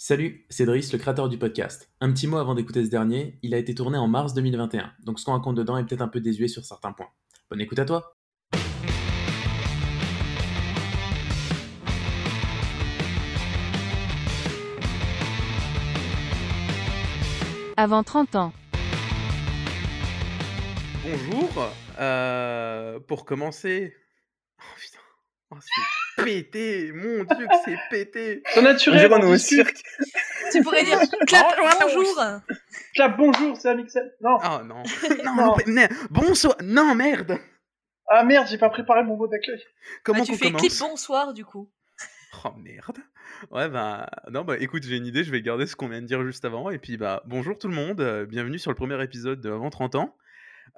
Salut, c'est Driss, le créateur du podcast. Un petit mot avant d'écouter ce dernier, il a été tourné en mars 2021, donc ce qu'on raconte dedans est peut-être un peu désuet sur certains points. Bonne écoute à toi Avant 30 ans. Bonjour, euh, pour commencer... Oh putain, oh, c'est pété, mon dieu que c'est pété Ton naturel, On dirait qu'on est au cirque. Tu pourrais dire clap bonjour. Clap, bonjour, c'est Amixel. Non, Oh non, non, Non. mais- mais- bonsoir, non merde ah merde, j'ai pas préparé mon mot d'accueil. Comment Bah, tu qu'on fais commence clip bonsoir du coup. Oh merde. Ouais bah non bah écoute j'ai une idée, je vais garder ce qu'on vient de dire juste avant et puis bah bonjour tout le monde, euh, bienvenue sur le premier épisode de Avant 30 ans.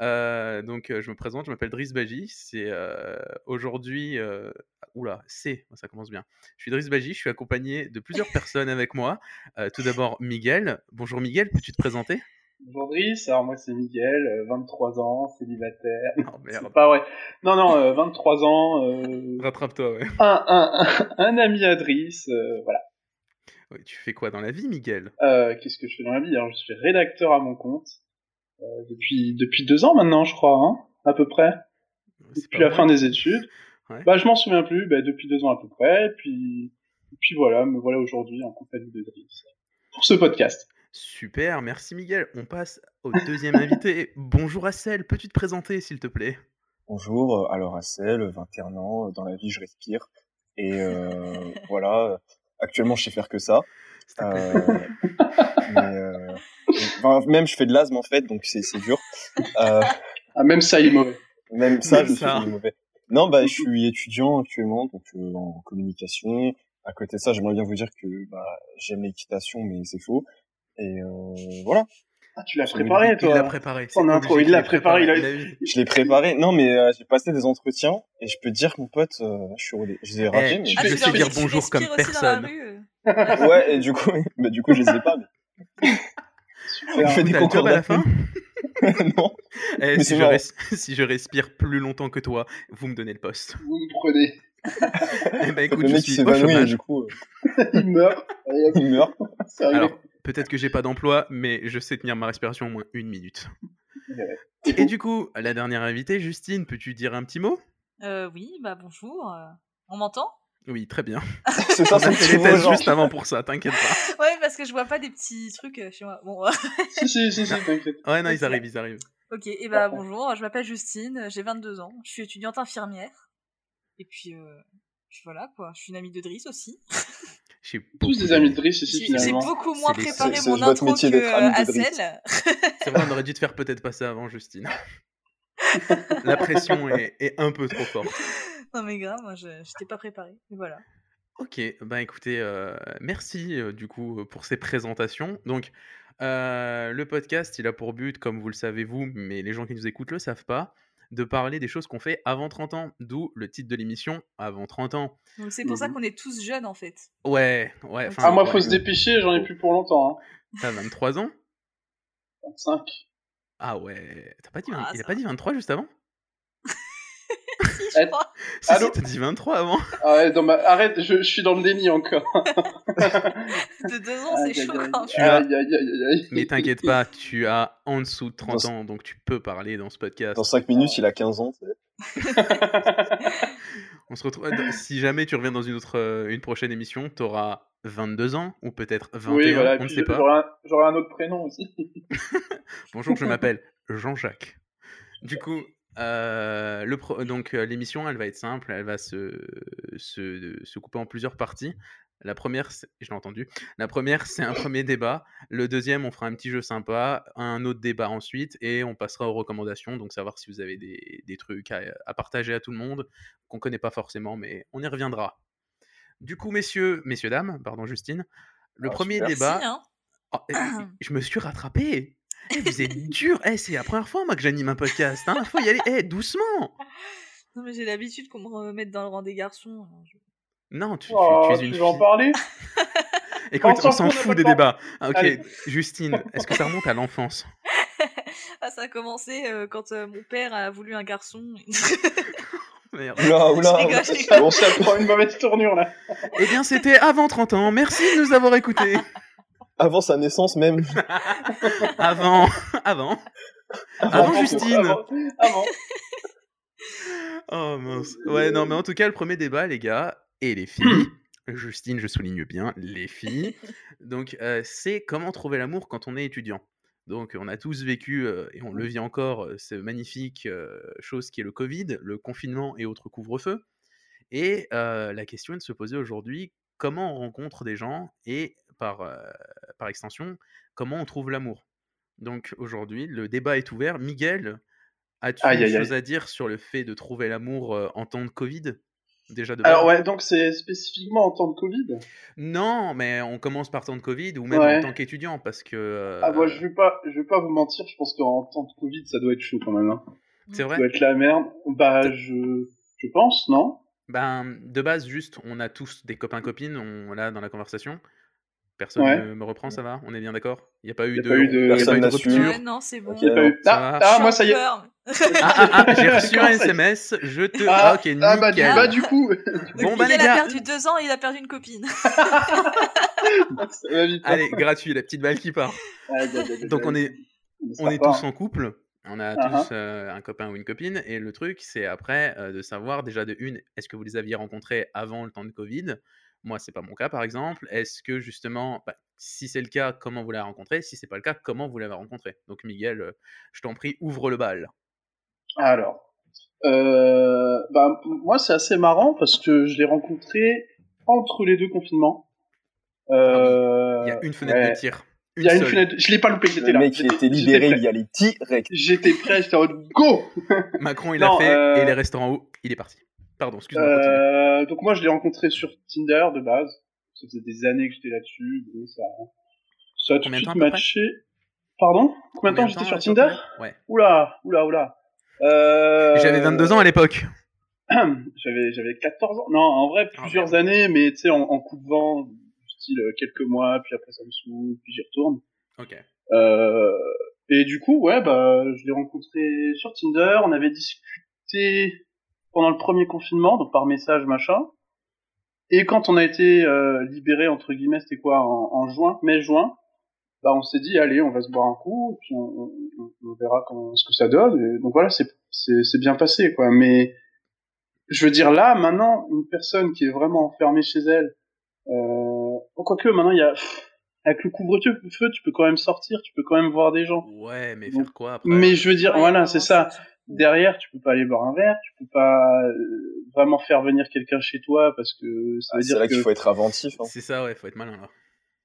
Euh, donc euh, je me présente, je m'appelle Driss Baji, c'est euh, aujourd'hui euh, oula, c'est ça commence bien. Je suis Driss Baji, je suis accompagné de plusieurs personnes avec moi. Euh, tout d'abord Miguel. Bonjour Miguel, peux-tu te présenter Bonjour Driss, alors moi c'est Miguel, euh, 23 ans, célibataire. Oh Ah C'est merde. pas vrai. Non, non, euh, 23 ans, euh, Rattrape-toi, ouais. un, un, un, un ami à Driss, euh, voilà. Ouais, Tu fais quoi dans la vie, Miguel Euh, Qu'est-ce que je fais dans la vie Alors je suis rédacteur à mon compte, euh, depuis, depuis deux ans maintenant, je crois, hein, à peu près, C'est depuis pas la vrai. fin des études. Ouais. Bah je m'en souviens plus, bah, depuis deux ans à peu près, puis, puis voilà, me voilà aujourd'hui en compagnie de Driss pour ce podcast. Super, merci Miguel. On passe au deuxième invité. Bonjour Assel, peux-tu te présenter s'il te plaît Bonjour, euh, alors Assel, 21 ans, euh, dans la vie je respire. Et euh, voilà, euh, actuellement je sais faire que ça. s'il te plaît Euh, mais, euh, enfin, même je fais de l'asthme en fait, donc c'est c'est dur. Euh, Ah, même ça, il est mauvais. même ça, Même je me suis ça. dit mauvais. Non, bah je suis étudiant actuellement, donc euh, en communication. À côté de ça, j'aimerais bien vous dire que bah, j'aime l'équitation, mais c'est faux. Et euh, voilà. Ah, tu l'as Il- préparé, Il l'a toi. préparé. Son c'est intro, obligé il qu'il l'a l'ait préparé, il a- eu. Je l'ai préparé. Non, mais euh, j'ai passé des entretiens et je peux te dire que mon pote, euh, je suis rodé. Je les ai ratés, Eh, mais tu- je Ah, tu sais leur dire dis que tu bonjour comme respires aussi dans la personne. rue, euh. ouais, et du coup, bah, du coup, je les ai pas. Mais... On fait des T'as le job concours à la fin non. Eh, Mais si, c'est je marrant. res- si je respire plus longtemps que toi, vous me donnez le poste. Vous me prenez. Eh ben, écoute, le je mec il suis au hein, s'évanouit et chômage. du coup, euh, Il meurt. Allez, il meurt. hop, c'est arrivé. Alors, peut-être que j'ai pas d'emploi, mais je sais tenir ma respiration au moins une minute. Et Et donc, du coup, la dernière invitée, Justine, peux-tu dire un petit mot Euh, oui, bah bonjour. euh, On m'entend Oui, très bien. C'est On Ah, ça, a c'est fait le les mot, tests genre. juste avant pour ça, t'inquiète pas. Ouais, parce que je vois pas des petits trucs euh, chez moi. Bon, euh, si, si, si, si, t'inquiète. Ouais, non, ils Merci. arrivent, ils arrivent. ok. Et bah bonjour. Je m'appelle Justine. J'ai 22 ans. Je suis étudiante infirmière. Et puis, euh, puis voilà quoi. Je suis une amie de Driss aussi. J'ai beaucoup Tous des amis de Driss ici, J'ai j'ai finalement. beaucoup moins C'est les- préparé c'est- c'est mon votre intro que métier d'être euh, amie de Driss. Hassel. C'est vrai, on aurait dû te faire peut-être passer avant, Justine. La pression est, est un peu trop forte. Non mais grave, moi je j'étais pas préparée. Mais voilà. Ok, bah écoutez, euh, merci euh, du coup euh, pour ces présentations. Donc, euh, le podcast, il a pour but, comme vous le savez vous, mais les gens qui nous écoutent le savent pas, de parler des choses qu'on fait avant 30 ans, d'où le titre de l'émission, avant 30 ans. Donc c'est pour ça Mhm. qu'on est tous jeunes en fait. Ouais, ouais. Ok. enfin, Ah, moi, ouais, faut se dépêcher, j'en ai plus pour longtemps. T'as 23 ans Hein. 5. Ah ouais. T'as pas dit, vingt- Ah, il a ça pas dit 23 juste avant Si, je Eh, crois. Si, si, Allô t'as dit 23 avant. Ah, ouais, dans ma... Arrête, je, je suis dans le déni encore. De deux Ah, ans, c'est Aïe, aïe, chaud aïe. quand même. Tu as- Aïe, aïe, aïe, aïe, aïe. Mais t'inquiète pas, tu as en dessous de 30 Dans- ans, donc tu peux parler dans ce podcast. Dans 5 minutes, il a 15 ans. tu sais. On se retrouve. dans- Si jamais tu reviens dans une autre, euh, une prochaine émission, t'auras 22 ans ou peut-être 21. Oui, voilà, et on ne puis sait je- pas. j'aurai un- j'aurai un autre prénom aussi. Bonjour, je m'appelle Jean-Jacques. Du coup, euh, le pro- donc euh, l'émission, elle va être simple, elle va se, se, se couper en plusieurs parties. La première, c'est- je l'ai entendu. La première, c'est un premier débat. Le deuxième, on fera un petit jeu sympa, un autre débat ensuite, et on passera aux recommandations. Donc, savoir si vous avez des, des trucs à, à partager à tout le monde qu'on connaît pas forcément, mais on y reviendra. Du coup, messieurs, messieurs dames, pardon Justine, le Ah, premier super. débat. Si, hein. Oh, eh, eh, je me suis rattrapé. Eh, vous êtes dur. Eh, c'est la première fois moi que j'anime un podcast. Hein. Faut y aller. Eh, doucement. Non, mais j'ai l'habitude qu'on me remette dans le rang des garçons. alors je- Non, tu, tu- Oh, tu es tu une veux en fille. Eh, parler Écoute, On on s'en s'en fout, on fout n'a des pas le débats. Ah, ok, Allez. Justine, est-ce que ça remonte à l'enfance Ah, ça a commencé euh, quand euh, mon père a voulu un garçon. Merde. Oula, oula. rigole, je rigole. Bon, ça prend une mauvaise tournure là. Eh bien, c'était avant 30 ans. Merci de nous avoir écoutés. Avant sa naissance même. Avant, avant. Avant Justine. Avant. avant. Oh mince. Ouais, non, mais en tout cas, le premier débat, les gars, et les filles. Justine, je souligne bien, les filles. Donc, euh, c'est comment trouver l'amour quand on est étudiant. Donc, on a tous vécu, euh, et on le vit encore, euh, cette magnifique euh, chose qui est le Covid, le confinement et autres couvre-feu. Et euh, la question est de se poser aujourd'hui comment on rencontre des gens et, par, euh, par extension, comment on trouve l'amour. Donc, aujourd'hui, le débat est ouvert. Miguel, as-tu Aïe, des aïe, aïe. choses à dire sur le fait de trouver l'amour euh, en temps de Covid Déjà de Alors base ouais, donc c'est spécifiquement en temps de Euh. Covid. Non, mais on commence par temps de Covid ou même Ouais. en tant qu'étudiant parce que. euh, Ah moi je vais pas, je vais pas vous mentir, je pense qu'en temps de Covid ça doit être chaud quand même. Hein. C'est Ça vrai doit être la merde. Bah je, je pense non. Ben, de base, juste, on a tous des copains-copines, on là dans la conversation. Personne Ouais. ne me reprend, ça va On est bien d'accord Il n'y a pas eu Y a de, pas eu de- y a Personne pas eu de n'a su. rupture Ouais, non, c'est bon. Ok. J'ai pas eu- Ça Ah, marche. ah, Je moi suis ça y est. en peur. Ah, ah, ah, j'ai reçu un Comment ça y est SMS, je te... Ah, Ah, ok, nickel. Ah bah du, bah, du coup, Bon, bah, Miguel les gars. a perdu deux ans et il a perdu une copine. ça va vite. hein. Allez, gratuit, la petite balle qui part. Ah, bah, bah, bah, Donc on est, ça on est part, tous en couple, on a Ah, tous euh, un copain ou une copine, et le truc, c'est après euh, de savoir déjà de une, est-ce que vous les aviez rencontrés avant le temps de Covid Moi, c'est pas mon cas, par exemple. Est-ce que justement, bah, si c'est le cas, comment vous l'avez rencontré Si c'est pas le cas, comment vous l'avez rencontré Donc, Miguel, euh, je t'en prie, ouvre le bal. Alors, euh, bah, m- moi c'est assez marrant parce que je l'ai rencontré entre les deux confinements. Euh, Il y a une fenêtre ouais. de tir. Il y a une seule. fenêtre. Je l'ai pas loupé, j'étais Le là. mec, il J'étais- était libéré, j'étais il y allait direct. prêt. J'étais prêt, j'étais en mode go Macron, il a Non, fait, euh, et il est resté en haut, il est parti. Pardon, excuse-moi. continue. Euh, donc moi je l'ai rencontré sur Tinder de base. Ça faisait des années que j'étais là-dessus. donc Ça, ça a tout de Combien de suite temps à peu matché. Pardon Combien de temps j'étais sur euh, Tinder Ouais. Oula, oula, oula. Euh... J'avais 22 ans à l'époque. j'avais j'avais 14 ans. Non, en vrai Ah, plusieurs années, mais tu sais en, en coup de vent, du style euh, quelques mois, puis après ça me saoule, puis j'y retourne. Ok. Euh, et du coup, ouais, bah je l'ai rencontré sur Tinder. On avait discuté pendant le premier confinement, donc par message machin. Et quand on a été euh, libéré entre guillemets, c'était quoi en, en juin, mai-juin, bah on s'est dit allez, on va se boire un coup, et puis on, on- on- on verra comment, ce que ça donne. Et donc voilà, c'est c'est c'est bien passé quoi. Mais je veux dire là, maintenant, une personne qui est vraiment enfermée chez elle, euh, quoique maintenant il y a pff, avec le couvre-feu, feu, tu peux quand même sortir, tu peux quand même voir des gens. Ouais, mais Donc, faire quoi après Mais je veux dire, Ouais, voilà, non, c'est ça derrière, tu peux pas aller boire un verre, tu peux pas euh, vraiment faire venir quelqu'un chez toi parce que ça Ah, veut C'est dire là que qu'il faut être inventif. hein. C'est ça, ouais, faut être malin là.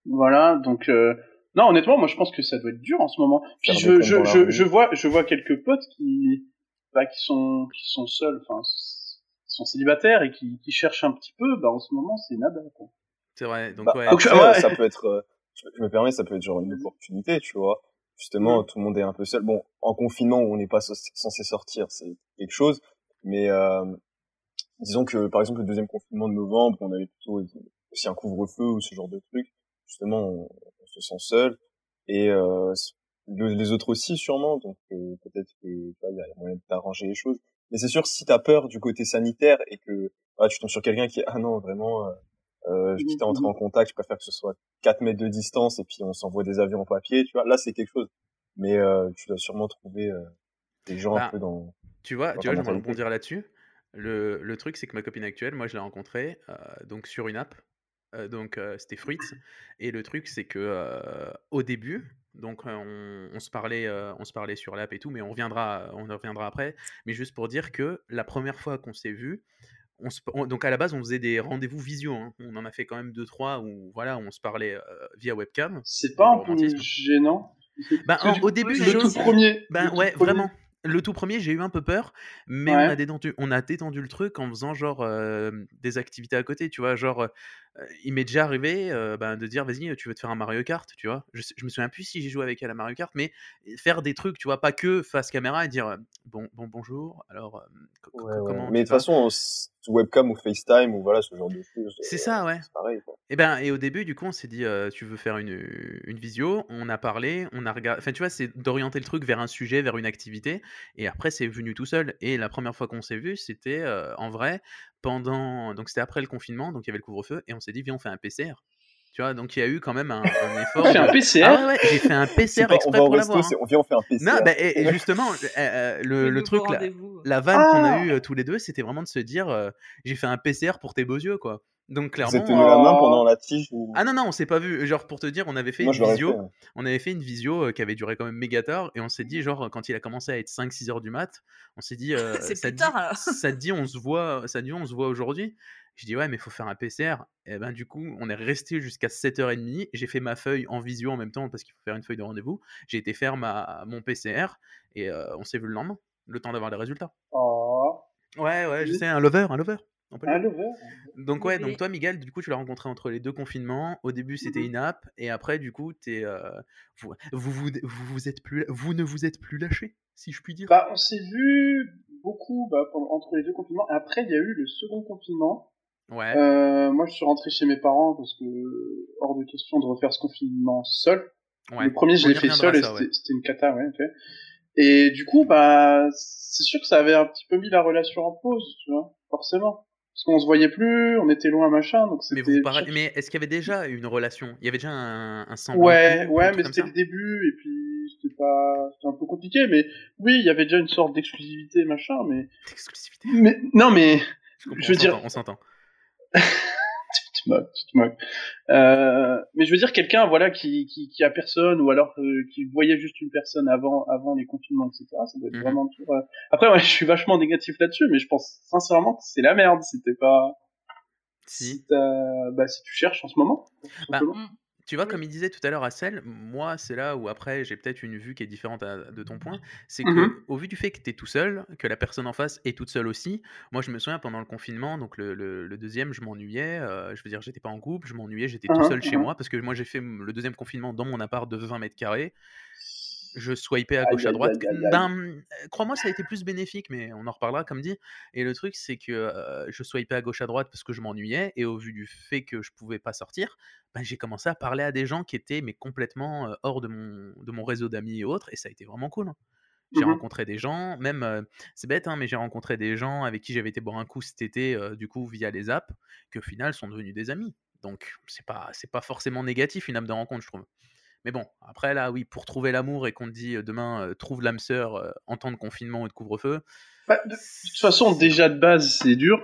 voilà. Donc euh, non, honnêtement, moi je pense que ça doit être dur en ce moment. Puis Faire je, des je, comptes dans la je, rue. je vois je vois quelques potes qui bah, qui sont qui sont seuls, enfin s- qui sont célibataires et qui, qui cherchent un petit peu. Bah en ce moment c'est nada. Quoi. C'est vrai, donc Bah, ouais. après, Ouais. euh, ça peut être, euh, je je me permets, ça peut être genre une opportunité, tu vois. Justement, tout le monde est un peu seul. Bon, en confinement où on n'est pas so- censé sortir, c'est quelque chose. Mais euh, disons que, par exemple, le deuxième confinement de novembre, on avait plutôt aussi un couvre-feu ou ce genre de truc. Justement, on, on se sent seul. Et euh, le- les autres aussi, sûrement. Donc euh, peut-être que tu vois, il y a moyen d'arranger les choses. Mais c'est sûr, si t'as peur du côté sanitaire et que ah, tu tombes sur quelqu'un qui est ah non vraiment, euh, euh, quitte à entrer en contact, je préfère que ce soit 4 mètres de distance et puis on s'envoie des avions en papier, tu vois. Là, c'est quelque chose. Mais euh, tu dois sûrement trouver euh, des gens Bah, un peu dans. Tu vois, Dans tu ta vois, j'aimerais mentalité. rebondir là-dessus. Le, le truc, c'est que ma copine actuelle, moi, je l'ai rencontrée euh, donc sur une app. Euh, donc, euh, c'était Fruits. Et le truc, c'est que euh, au début, donc euh, on, on se parlait, euh, on se parlait sur l'app et tout, mais on reviendra, on en reviendra après. Mais juste pour dire que la première fois qu'on s'est vu, on se- on- donc à la base, on faisait des rendez-vous visio. hein. On en a fait quand même deux, trois où voilà, on se parlait euh, via webcam. C'est pas Le un peu romantisme. gênant Bah, Parce que en- du au coup, début, le les Le tout choses, premier. ben le tout ouais, premier- vraiment. Le tout premier, j'ai eu un peu peur, mais on, Ouais. a détendu, on a détendu le truc en faisant genre euh, des activités à côté, tu vois. Genre, euh, il m'est déjà arrivé euh, ben, de dire, vas-y, tu veux te faire un Mario Kart, tu vois. Je, sais- je me souviens plus si j'ai joué avec elle à Mario Kart, mais faire des trucs, tu vois, pas que face caméra et dire, euh, bon, bon bonjour, alors, euh, co- co- Ouais, ouais. comment Mais de tu toute vas façon, on s- sous webcam ou FaceTime ou voilà ce genre de choses. euh, C'est ça, ouais. C'est pareil. quoi. Et ben, et au début, du coup, on s'est dit, euh, tu veux faire une, une visio, on a parlé, on a regardé. Enfin, tu vois, c'est d'orienter le truc vers un sujet, vers une activité. Et après, c'est venu tout seul. Et la première fois qu'on s'est vu, c'était euh, en vrai pendant. Donc, c'était après le confinement, donc il y avait le couvre-feu, et on s'est dit, viens, on fait un PCR. Tu vois, donc il y a eu quand même un, un effort. J'ai de- un PCR. Ah ouais, ouais, j'ai fait un C'est PCR pas, on exprès va au pour resto, l'avoir. c'est hein. on vient, on fait un PC. Non, bah, et, et justement, euh, euh, le, le nouveau truc, là, rendez-vous. la vanne qu'on a Ah. eue euh, tous les deux, c'était vraiment de se dire euh, j'ai fait un PCR pour tes beaux yeux, quoi. Donc Vous êtes clairement. tenu euh, la main Oh. pendant la tige ou... Ah non, non, on s'est pas vu. Genre, pour te dire, on avait fait Moi, une je l'aurais visio. fait. ouais. On avait fait une visio euh, qui avait duré quand même méga tard. Et on s'est dit, genre, quand il a commencé à être 5-6 heures du mat, on s'est dit, euh, C'est ça, plus te tard, dit alors. ça te dit, on se voit, ça te dit, on se voit aujourd'hui. Je dis, ouais, mais il faut faire un PCR. Et ben, du coup, on est resté jusqu'à 7h30. J'ai fait ma feuille en visio en même temps parce qu'il faut faire une feuille de rendez-vous. J'ai été faire ma, mon PCR et euh, on s'est vu le lendemain, le temps d'avoir les résultats. Oh. Ouais, ouais, je Oui. sais, un lover, un lover. On peut le dire. Ah, le verre. Donc ouais, Mais- donc toi, Miguel, du coup, tu l'as rencontré entre les deux confinements. Au début, c'était Mhm. une app, et après, du coup, t'es, euh, vous, vous, vous, vous vous êtes plus, vous ne vous êtes plus lâché, si je puis dire. Bah, on s'est vu beaucoup bah, pendant- entre les deux confinements. Après, il y a eu le second confinement. Ouais. Euh, moi, je suis rentré chez mes parents parce que euh, hors de question de refaire ce confinement seul. ouais. euh, Le premier, je On l'ai y fait reviendra, seul et ça, ouais. c'était c'était une cata, ouais. ok. Et du coup, bah, c'est sûr que ça avait un petit peu mis la relation en pause, tu vois, forcément. Parce qu'on se voyait plus, on était loin, machin, donc Mais c'était. vous parlez- mais est-ce qu'il y avait déjà une relation Il y avait déjà un, un semblant de Ouais, couple, un ouais, truc mais comme c'était ça le début, et puis c'était pas, c'était un peu compliqué, mais oui, il y avait déjà une sorte d'exclusivité, machin, mais, Exclusivité. mais, non, mais, Je, comprends, je veux on dire- s'entend, on s'entend. tu te moques, tu te moques. Euh, mais je veux dire quelqu'un, voilà, qui, qui, qui a personne, ou alors euh, qui voyait juste une personne avant, avant les confinements, etc. Ça doit être Mhm. vraiment dur. euh. Après, ouais, je suis vachement négatif là-dessus, mais je pense sincèrement que c'est la merde. C'était pas, Si. t'as- bah, si tu cherches en ce moment. tout Bah, simplement. Tu vois, Oui. comme il disait tout à l'heure Assel, moi, c'est là où après, j'ai peut-être une vue qui est différente à- de ton point. C'est Mhm. que, au vu du fait que tu es tout seul, que la personne en face est toute seule aussi, moi, je me souviens pendant le confinement, donc le, le- le deuxième, je m'ennuyais. euh, je veux dire, j'étais pas en couple, je m'ennuyais, j'étais tout Mhm, seul chez mhm. moi parce que moi, j'ai fait m- le deuxième confinement dans mon appart de 20 mètres carrés. Je swipais à Aïe, gauche, à aïe, droite. aïe, aïe, aïe. d'un- euh, Crois-moi, ça a été plus bénéfique, mais on en reparlera, comme dit. Et le truc, c'est que euh, je swipais à gauche, à droite parce que je m'ennuyais. Et au vu du fait que je pouvais pas sortir, ben, j'ai commencé à parler à des gens qui étaient mais complètement euh, hors de mon, de mon réseau d'amis et autres, et ça a été vraiment cool. hein. J'ai Mhm. rencontré des gens, même, euh, c'est bête, hein, mais j'ai rencontré des gens avec qui j'avais été boire un coup cet été, euh, du coup, via les apps, que au final sont devenus des amis. Donc, c'est pas, c'est pas forcément négatif une app de rencontre, je trouve. Mais bon, après, là, oui, pour trouver l'amour et qu'on te dit euh, demain, euh, trouve l'âme sœur euh, en temps de confinement ou de couvre-feu. Bah, de, de toute façon, c'est déjà de base, c'est dur.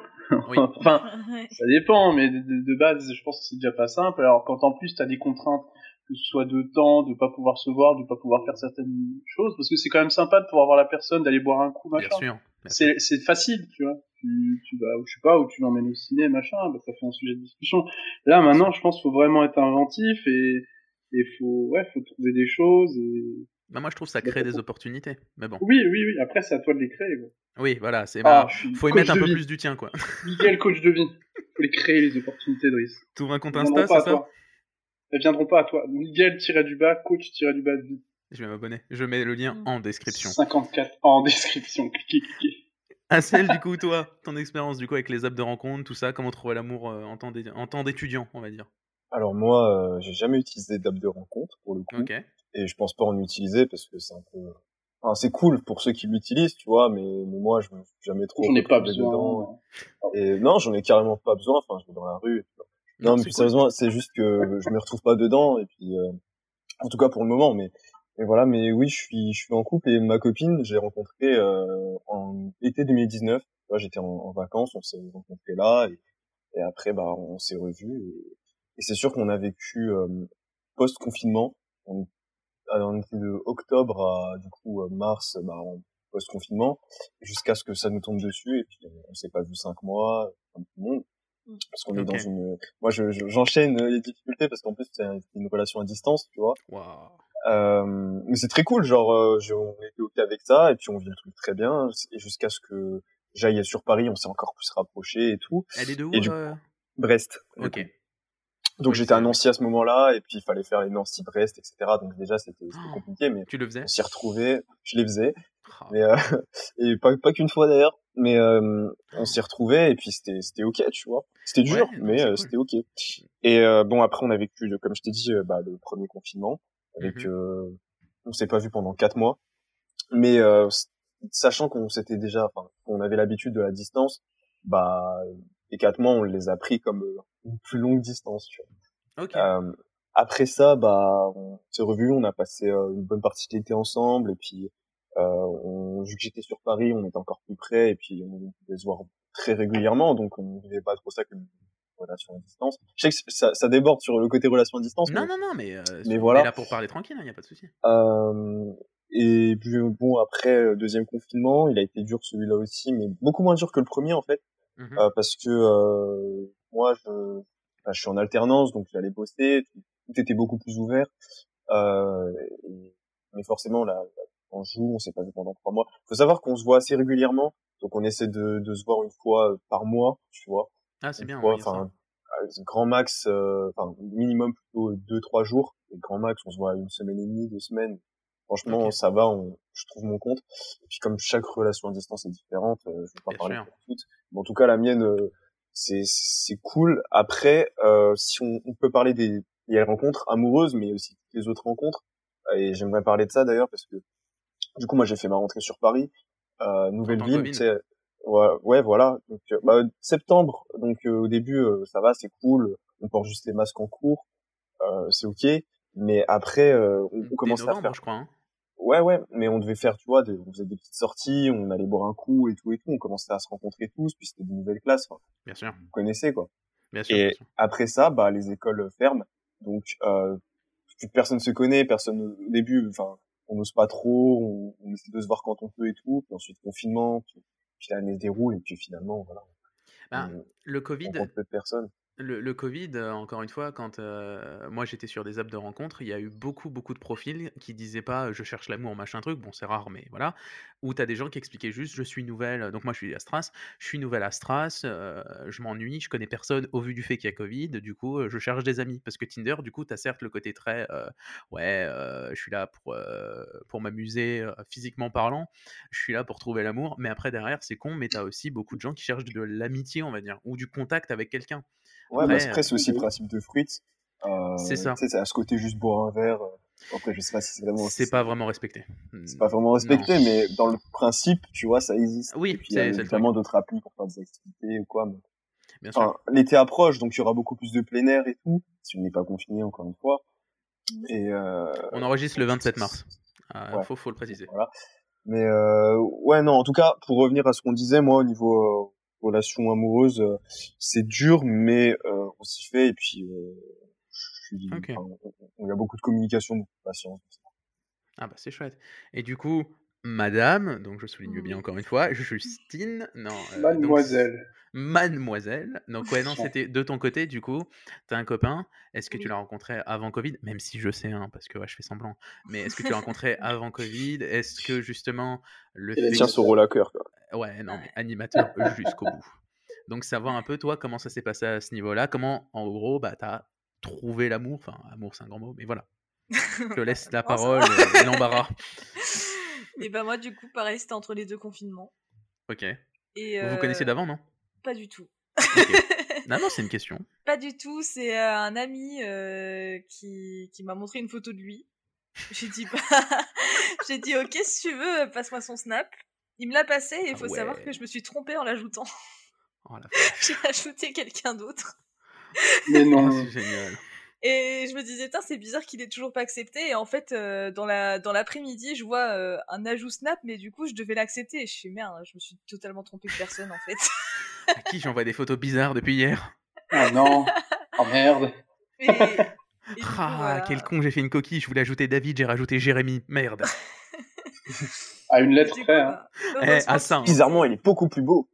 Oui. enfin, Ouais. Ça dépend, hein, mais de, de- de base, je pense que c'est déjà pas simple. Alors quand en plus t'as des contraintes, que ce soit de temps, de pas pouvoir se voir, de pas pouvoir faire certaines choses, parce que c'est quand même sympa de pouvoir voir la personne, d'aller boire un coup, Bien machin. sûr. bien sûr. C'est c'est facile, tu vois. Tu, tu vas, je sais pas, où tu l'emmènes au ciné, machin, bah, ça fait un sujet de discussion. Là maintenant, je pense qu'il faut vraiment être inventif et et faut, ouais, faut trouver des choses. Et... Bah, moi, je trouve que ça crée des opportunités. Mais bon, Oui, oui, oui. Après, c'est à toi de les créer. quoi. oui, voilà, c'est Ah, bah, je suis faut y coach mettre un de peu vie. plus du tien, quoi. Miguel, coach de vie. Faut les créer les opportunités, Driss. T'ouvres un compte Elles viendront Insta, pas c'est à ça toi. Elles viendront pas à toi. Miguel tiré du bas, coach tiré du bas de vie. Je vais m'abonner. Je mets le lien Mm. en description. 54 en description. Cliquez, cliquez. Assel, du coup, toi, ton expérience du coup avec les apps de rencontre, tout ça, comment trouver l'amour euh, en temps d'é- en temps d'étudiant, on va dire. Alors moi, euh, j'ai jamais utilisé d'app de rencontre pour le coup, Ok. et je pense pas en utiliser parce que c'est un peu, enfin c'est cool pour ceux qui l'utilisent, tu vois, mais, mais moi je me suis jamais trop J'en ai pas retrouvé besoin. dedans. hein. Et non, j'en ai carrément pas besoin. Enfin, je vais dans la rue. Non, mais c'est plus cool. sérieusement, c'est juste que je me retrouve pas dedans. Et puis, euh, en tout cas pour le moment. Mais, mais voilà. Mais oui, je suis, je suis en couple et ma copine, j'ai rencontré euh, en été 2019. Tu vois, J'étais en, en vacances, on s'est rencontrés là, et, et après, bah, on s'est revus. Et, et c'est sûr qu'on a vécu euh, post confinement. On, alors, on était de octobre à du coup euh, mars, bah, en post confinement, jusqu'à ce que ça nous tombe dessus. Et puis, on, on s'est pas vu cinq mois, comme tout le monde parce qu'on est dans Ok. une moi je- je- j'enchaîne euh, les difficultés parce qu'en plus c'est un- une relation à distance tu vois Waouh. euh, mais c'est très cool genre euh, je- on était ok avec ça et puis on vit le truc très bien et jusqu'à ce que j'aille sur Paris on s'est encore plus rapprochés et tout Elle est de où et du euh, Brest du Ok. coup. donc Oui, j'étais à c'est- oui. Nancy à ce moment-là et puis il fallait faire les Nancy Brest etc donc déjà c'était c'était Oh, compliqué mais Tu le faisais on s'y retrouvait je les faisais Ah, mais euh, et pas pas qu'une fois d'ailleurs mais euh, on s'est retrouvés et puis c'était c'était ok tu vois c'était dur Ouais, non, mais c'est euh, cool. c'était ok et euh, bon après on a vécu comme je t'ai dit euh, bah, le premier confinement avec Mhm. euh, on s'est pas vu pendant quatre mois mais euh, s- sachant qu'on s'était déjà enfin qu'on avait l'habitude de la distance bah les quatre mois on les a pris comme euh, une plus longue distance tu vois Ok. euh, après ça, bah, on s'est revus, on a passé euh, une bonne partie de l'été ensemble, et puis euh, on, vu que j'étais sur Paris, on était encore plus près, et puis on pouvait se voir très régulièrement, donc on ne vivait pas trop ça comme une relation à distance. Je sais que c- ça, ça déborde sur le côté relation à distance, Non, mais, non, non, mais, euh, mais on voilà. est là pour parler tranquille, il n'y a pas de souci. Euh, et puis euh, bon, après euh, deuxième confinement, il a été dur celui-là aussi, mais beaucoup moins dur que le premier en fait. Mhm. Euh, parce que euh, moi je, enfin, je suis en alternance donc j'allais bosser tout, tout était beaucoup plus ouvert euh, et- mais forcément là, là, on joue on s'est pas vu pendant trois mois faut savoir qu'on se voit assez régulièrement donc on essaie de, de se voir une fois euh, par mois tu vois Ah, c'est une bien, fois ouais, il y a ça. enfin euh, grand max euh, enfin minimum plutôt deux trois jours et grand max on se voit une semaine et demie deux semaines franchement Ok. ça va on, je trouve mon compte et puis comme chaque relation à distance est différente euh, je vais pas Bien parler sûr. pour toutes mais en tout cas la mienne euh, c'est c'est cool après euh, si on, on peut parler des il y a les rencontres amoureuses mais aussi toutes les autres rencontres et j'aimerais parler de ça d'ailleurs parce que du coup moi j'ai fait ma rentrée sur Paris euh, nouvelle tant que ville Covid. tu sais ouais, ouais, voilà donc euh, bah, septembre donc euh, au début euh, ça va c'est cool on porte juste les masques en cours euh, c'est ok mais après euh, on, on Mmh. Dès commence à faire novembre, je crois. hein. ouais ouais mais on devait faire tu vois des, on faisait des petites sorties on allait boire un coup et tout et tout on commençait à se rencontrer tous puis c'était des nouvelles classes enfin, Bien sûr. vous connaissez quoi Bien sûr, bien et sûr. après ça, bah, les écoles euh, ferment. Donc, euh, plus personne se connaît, personne au début, enfin, on n'ose pas trop, on, on essaie de se voir quand on peut et tout. Puis ensuite, confinement, puis, puis l'année se déroule, et puis finalement, voilà, Ben, on, le on Covid, rencontre peu de personnes. Le, le Covid, euh, encore une fois, quand euh, moi j'étais sur des apps de rencontre, il y a eu beaucoup, beaucoup de profils qui disaient pas euh, je cherche l'amour, machin truc, bon c'est rare, mais voilà. Où tu as des gens qui expliquaient juste je suis nouvelle, donc moi je suis à Stras, je suis nouvelle à Stras, euh, je m'ennuie, je connais personne au vu du fait qu'il y a Covid, du coup euh, je cherche des amis. Parce que Tinder, du coup, tu as certes le côté très euh, ouais, euh, je suis là pour, euh, pour m'amuser euh, physiquement parlant, je suis là pour trouver l'amour, mais après derrière c'est con, mais tu as aussi beaucoup de gens qui cherchent de l'amitié, on va dire, ou du contact avec quelqu'un. Ouais, bah, Après, après, c'est aussi le euh, principe de fruits. c'est Euh, ça. tu sais, à ce côté, juste boire un verre. euh, Après, je sais pas si c'est vraiment, C'est c'est pas vraiment respecté. Hmm. c'est pas vraiment Non. Ah respecté, mais dans le principe, tu vois, ça existe. Et Oui, puis, euh, il y a c'est c'est le truc, évidemment d'autres applis pour faire des activités ou quoi. mais- bien sûr. enfin, l'été approche, donc il y aura beaucoup plus de plein air et tout, si on n'est pas confiné encore une fois. Et euh, On enregistre le 27 mars. Euh, ouais, faut, faut le préciser. voilà. Mais euh, ouais, non, en tout cas, pour revenir à ce qu'on disait, moi, au niveau euh, relation amoureuse, euh, c'est dur, mais euh, on s'y fait. Et puis, euh, je suis- Ok. enfin, on- on- on- il y a beaucoup de communication, beaucoup de patience. Ah bah c'est chouette. Et du coup, madame, donc je souligne Mmh. bien Mm. encore une fois, Justine, non, euh, donc c- Mademoiselle. mademoiselle. Donc ouais, non, c'était de ton côté, du coup, t'as un copain, est-ce que tu Oui. l'as rencontré avant Covid Même si je sais, hein, parce que ouais, je fais semblant. Mais est-ce que tu l'as rencontré avant Covid Est-ce que justement le Et la Il fait tient que... son animateur. rôle à cœur. Quoi. Ouais, non, mais Ouais. animateur jusqu'au bout. Donc, savoir un peu, toi, comment ça s'est passé à ce niveau-là, comment, en gros, bah, t'as trouvé l'amour, enfin, amour, c'est un grand mot, mais voilà. Je te laisse la Non, ça parole et, et l'embarras. va. Et ben moi, du coup, pareil, c'était entre les deux confinements. Ok. Et Vous vous euh, connaissez d'avant, non pas du tout. Ok. Non, non, c'est une question. pas du tout, c'est euh, un ami euh, qui, qui m'a montré une photo de lui. J'ai dit, bah, j'ai dit, ok, si tu veux, passe-moi son snap. Il me l'a passé et il Ah faut savoir que ouais. je me suis trompée en l'ajoutant. Oh la vache. J'ai ajouté quelqu'un d'autre. Mais Oh, non. c'est génial. Et je me disais, Tain, c'est bizarre qu'il ait toujours pas accepté. Et en fait, euh, dans la dans l'après-midi, je vois euh, un ajout Snap, mais du coup, je devais l'accepter. Et je suis merde, je me suis totalement trompée de personne en fait. À qui j'envoie des photos bizarres depuis hier Oh non. Oh merde. Et, et du coup, Ah, quel voilà. con, j'ai fait une coquille, je voulais ajouter David, j'ai rajouté Jérémy. Merde. À une Et lettre du coup, près, hein. bah, Eh, heureusement à ça, qu'il hein. Bizarrement, était. il est beaucoup plus beau.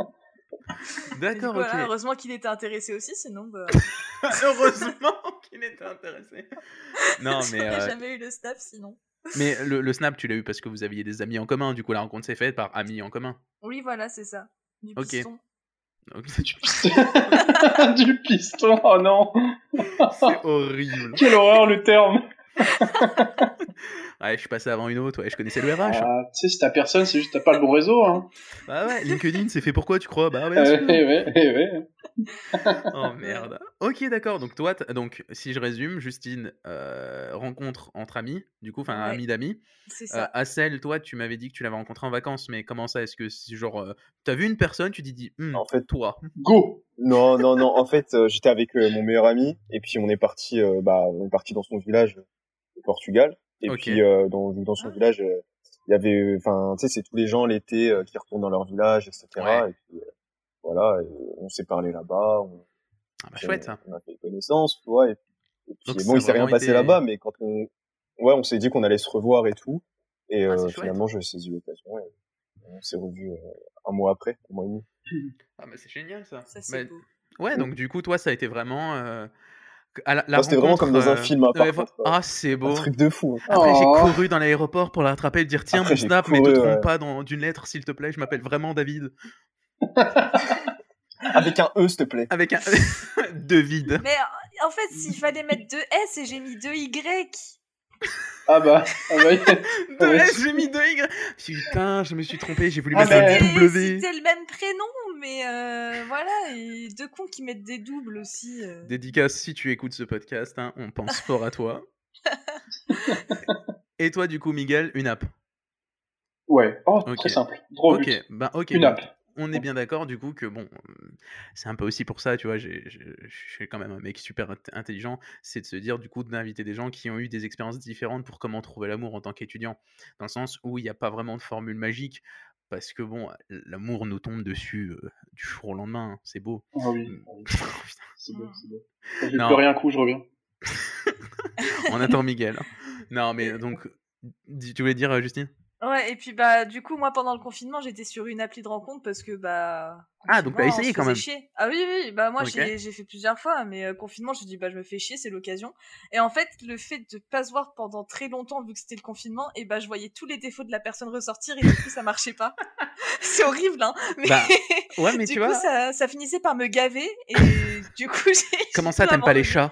Et du D'accord, coup, ok. voilà, heureusement qu'il était intéressé aussi, sinon, bah, Heureusement qu'il était intéressé. Non, mais j'aurais euh, jamais eu le Snap sinon. Mais le, le Snap, tu l'as eu parce que vous aviez des amis en commun. Du coup, la rencontre s'est faite par amis en commun. Oui, voilà, c'est ça. Du Ok. piston. Donc, c'est du piston. du piston. Oh non. C'est horrible. Quelle horreur le terme. Ouais, je suis passé avant une autre, ouais, je connaissais le RH. Ah, tu sais, si t'as personne, c'est juste que t'as pas le bon réseau. Hein. Bah ouais, LinkedIn, c'est fait pourquoi tu crois Bah ouais, Eh c'est- ouais, eh ouais. Oh merde. Ok, d'accord. Donc toi, t- donc si je résume, Justine, euh, rencontre entre amis, du coup, enfin Ouais. amis d'amis. C'est Euh, ça. Assel, toi, tu m'avais dit que tu l'avais rencontré en vacances, mais comment ça Est-ce que c'est genre, euh, t'as vu une personne, tu dis, dis Hmm, En fait- toi. Go Non, non, non. En fait, euh, j'étais avec euh, mon meilleur ami et puis on est parti, euh, bah, on est parti dans son village euh, au Portugal. Et Ok. puis euh, dans, dans son Ah. village, euh, il y avait, enfin, tu sais, c'est tous les gens l'été euh, qui retournent dans leur village, etc. Ouais. Et puis, euh, voilà, et on s'est parlé là-bas, on, Ah bah on- chouette. ça. on a fait connaissance, tu vois. Et, et puis Donc, ça bon, a il s'est rien vraiment passé été- là-bas, mais quand on, ouais, on s'est dit qu'on allait se revoir et tout. Et Ah, euh, c'est chouette. finalement, je saisis l'occasion. et On s'est revu euh, un mois après, un mois et demi. Ah bah c'est génial ça. Ça, Bah, c'est beau. ouais, donc du coup, toi, ça a été vraiment. euh, à la, la Moi, c'était vraiment rencontre, comme dans un euh, film, hein, par ouais, vo- contre, euh, Ah, c'est Un beau. truc de fou. hein. Après, j'ai Oh. couru dans l'aéroport pour la rattraper et lui dire Tiens, mon Après, j'ai snap, mais te couru, trompe ouais. pas dans- d'une lettre, s'il te plaît, je m'appelle vraiment David. Avec un E, s'il te plaît. Avec un. de vide. Mais euh, en fait, s'il fallait mettre deux S et j'ai mis deux Y. Ah bah, ah bah, De Ouais. S, j'ai mis deux Y. Putain, je me suis trompé, j'ai voulu Ah, mettre mais- un C'était W. c'était le même prénom, mais euh, voilà, et deux cons qui mettent des doubles aussi. euh. Dédicace, si tu écoutes ce podcast, hein, on pense fort à toi. Et toi, du coup, Miguel, une app. ouais. Oh, Ok. très simple. Drôle. Ok, ben ok. Une donc, app. on est bien d'accord du coup que bon, euh, c'est un peu aussi pour ça, tu vois, j'ai- j'ai- je suis quand même un mec super int- intelligent, c'est de se dire du coup d'inviter des gens qui ont eu des expériences différentes pour comment trouver l'amour en tant qu'étudiant, dans le sens où il n'y a pas vraiment de formule magique, parce que bon, l'amour nous tombe dessus euh, du jour au lendemain, hein, c'est beau. Ah oui, Mm. ah oui, Putain, c'est beau, c'est beau. J'ai plus Non. rien un coup, je reviens. on attend Miguel. hein. Non mais donc, dis- tu voulais dire euh, Justine Ouais, et puis bah du coup, moi pendant le confinement, j'étais sur une appli de rencontre parce que bah. Ah, donc t'as confinement, on essayé se quand faisait même. chier. Ah oui, oui, bah moi Ok. j'ai- j'ai fait plusieurs fois, mais euh, confinement, j'ai dit bah je me fais chier, c'est l'occasion. Et en fait, le fait de pas se voir pendant très longtemps vu que c'était le confinement, et bah je voyais tous les défauts de la personne ressortir et du coup ça marchait pas. c'est horrible, hein. Mais Bah, Ouais mais du tu coup, vois, ça, ça finissait par me gaver et du coup, j'ai. comment j'ai ça tout t'aimes pas les chats abandonné.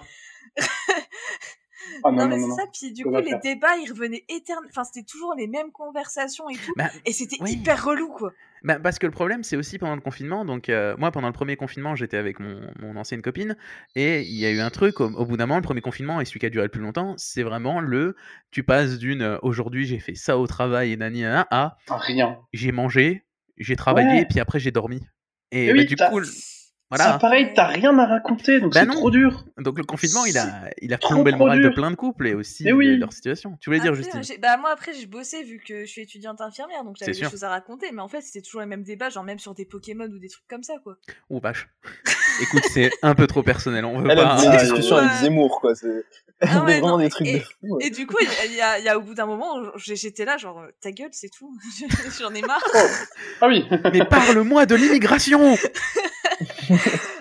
Ah Non, Ah non, non, mais non. c'est non. ça. Puis du Faut coup, pas les faire. débats, ils revenaient éternels. Enfin, c'était toujours les mêmes conversations et tout. Bah, Et c'était oui. hyper relou, quoi. Bah, parce que le problème, c'est aussi pendant le confinement. Donc, euh, moi, pendant le premier confinement, j'étais avec mon, mon ancienne copine. Et il y a eu un truc, au, au bout d'un moment, le premier confinement, et celui qui a duré le plus longtemps, c'est vraiment le tu passes d'une euh, aujourd'hui, j'ai fait ça au travail et nani nana, à Ah, rien. j'ai mangé, j'ai travaillé, Ouais. puis après, j'ai dormi. Et, Et bah, oui, du t'as- coup, le- Ça, voilà. Ah, pareil, t'as rien à raconter, donc Bah c'est non. trop dur. Donc, le confinement, il a, il a Trop, plombé le trop moral de dur. plein de couples et aussi Mais de oui. leur situation. Tu voulais dire, Après, Justine j'ai- bah moi après j'ai bossé vu que je suis étudiante infirmière donc j'avais C'est des sûr. choses à raconter mais en fait c'était toujours les mêmes débats genre même sur des Pokémon ou des trucs comme ça quoi. Ou vache. Écoute, c'est un peu trop personnel. On veut Elle a pas. hein. des Ah, discussions ouais. avec Zemmour, quoi. C'est Ah on est ouais, vraiment non, des trucs et- de fou. ouais. Et du coup il y a, il y a- il y a au bout d'un moment j'ai- j'étais là genre euh, ta gueule c'est tout j'en ai marre. Ah oui. Mais parle-moi de l'immigration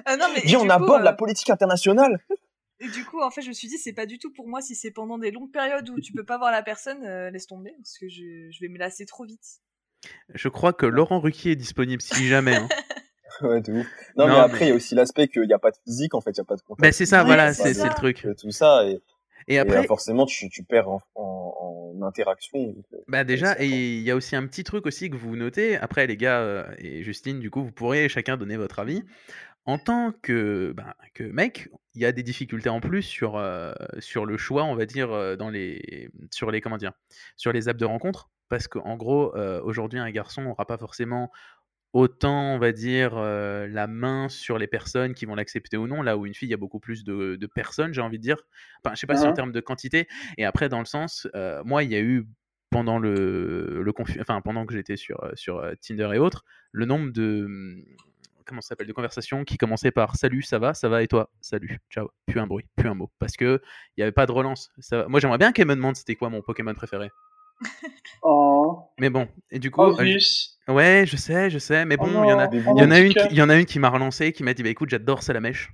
Ah non mais et Viens, on du coup, aborde euh, la politique internationale. Et du coup, en fait, je me suis dit, c'est pas du tout pour moi si c'est pendant des longues périodes où tu peux pas voir la personne, euh, laisse tomber, parce que je, je vais me lasser trop vite. Je crois que Laurent Ruquier est disponible si jamais. hein. Ouais, de ouf. Non, Non, mais après, il y mais- a aussi l'aspect qu'il n'y a pas de physique, en fait, il n'y a pas de contact. Bah, c'est ça, physique, voilà, il y a c'est pas c'est c'est le ça. truc. de- Tout ça, et, Et et, euh, après, forcément, tu, tu perds en, en- en interaction. donc, euh, bah ça déjà, compte. et il y a aussi un petit truc aussi que vous notez. Après, les gars euh, et Justine, du coup, vous pourriez chacun donner votre avis. En tant que, bah, que mec, il y a des difficultés en plus sur, euh, sur le choix, on va dire, euh, dans les, sur les comment dire, sur les apps de rencontre, parce qu'en gros, euh, aujourd'hui, un garçon n'aura pas forcément autant, on va dire, euh, la main sur les personnes qui vont l'accepter ou non, là où une fille, il y a beaucoup plus de, de personnes, j'ai envie de dire. Enfin, je sais pas si en Mhm. termes de quantité, et après, dans le sens, euh, moi, il y a eu pendant le, le confi- enfin pendant que j'étais sur euh, sur euh, Tinder et autres, le nombre de hum, comment ça s'appelle de conversations qui commençaient par salut, ça va, ça va et toi, salut, ciao, plus un bruit, plus un mot, parce que il y avait pas de relance. Ça va. Moi, j'aimerais bien qu'elle me demande c'était quoi mon Pokémon préféré. Oh, Mais bon, et du coup, euh, je- obvious. ouais, je sais, je sais, mais Oh bon, non, il y en a, oh il y en non, a une, Jessica. qui- il y en a une qui m'a relancé, qui m'a dit bah écoute, j'adore ça la mèche.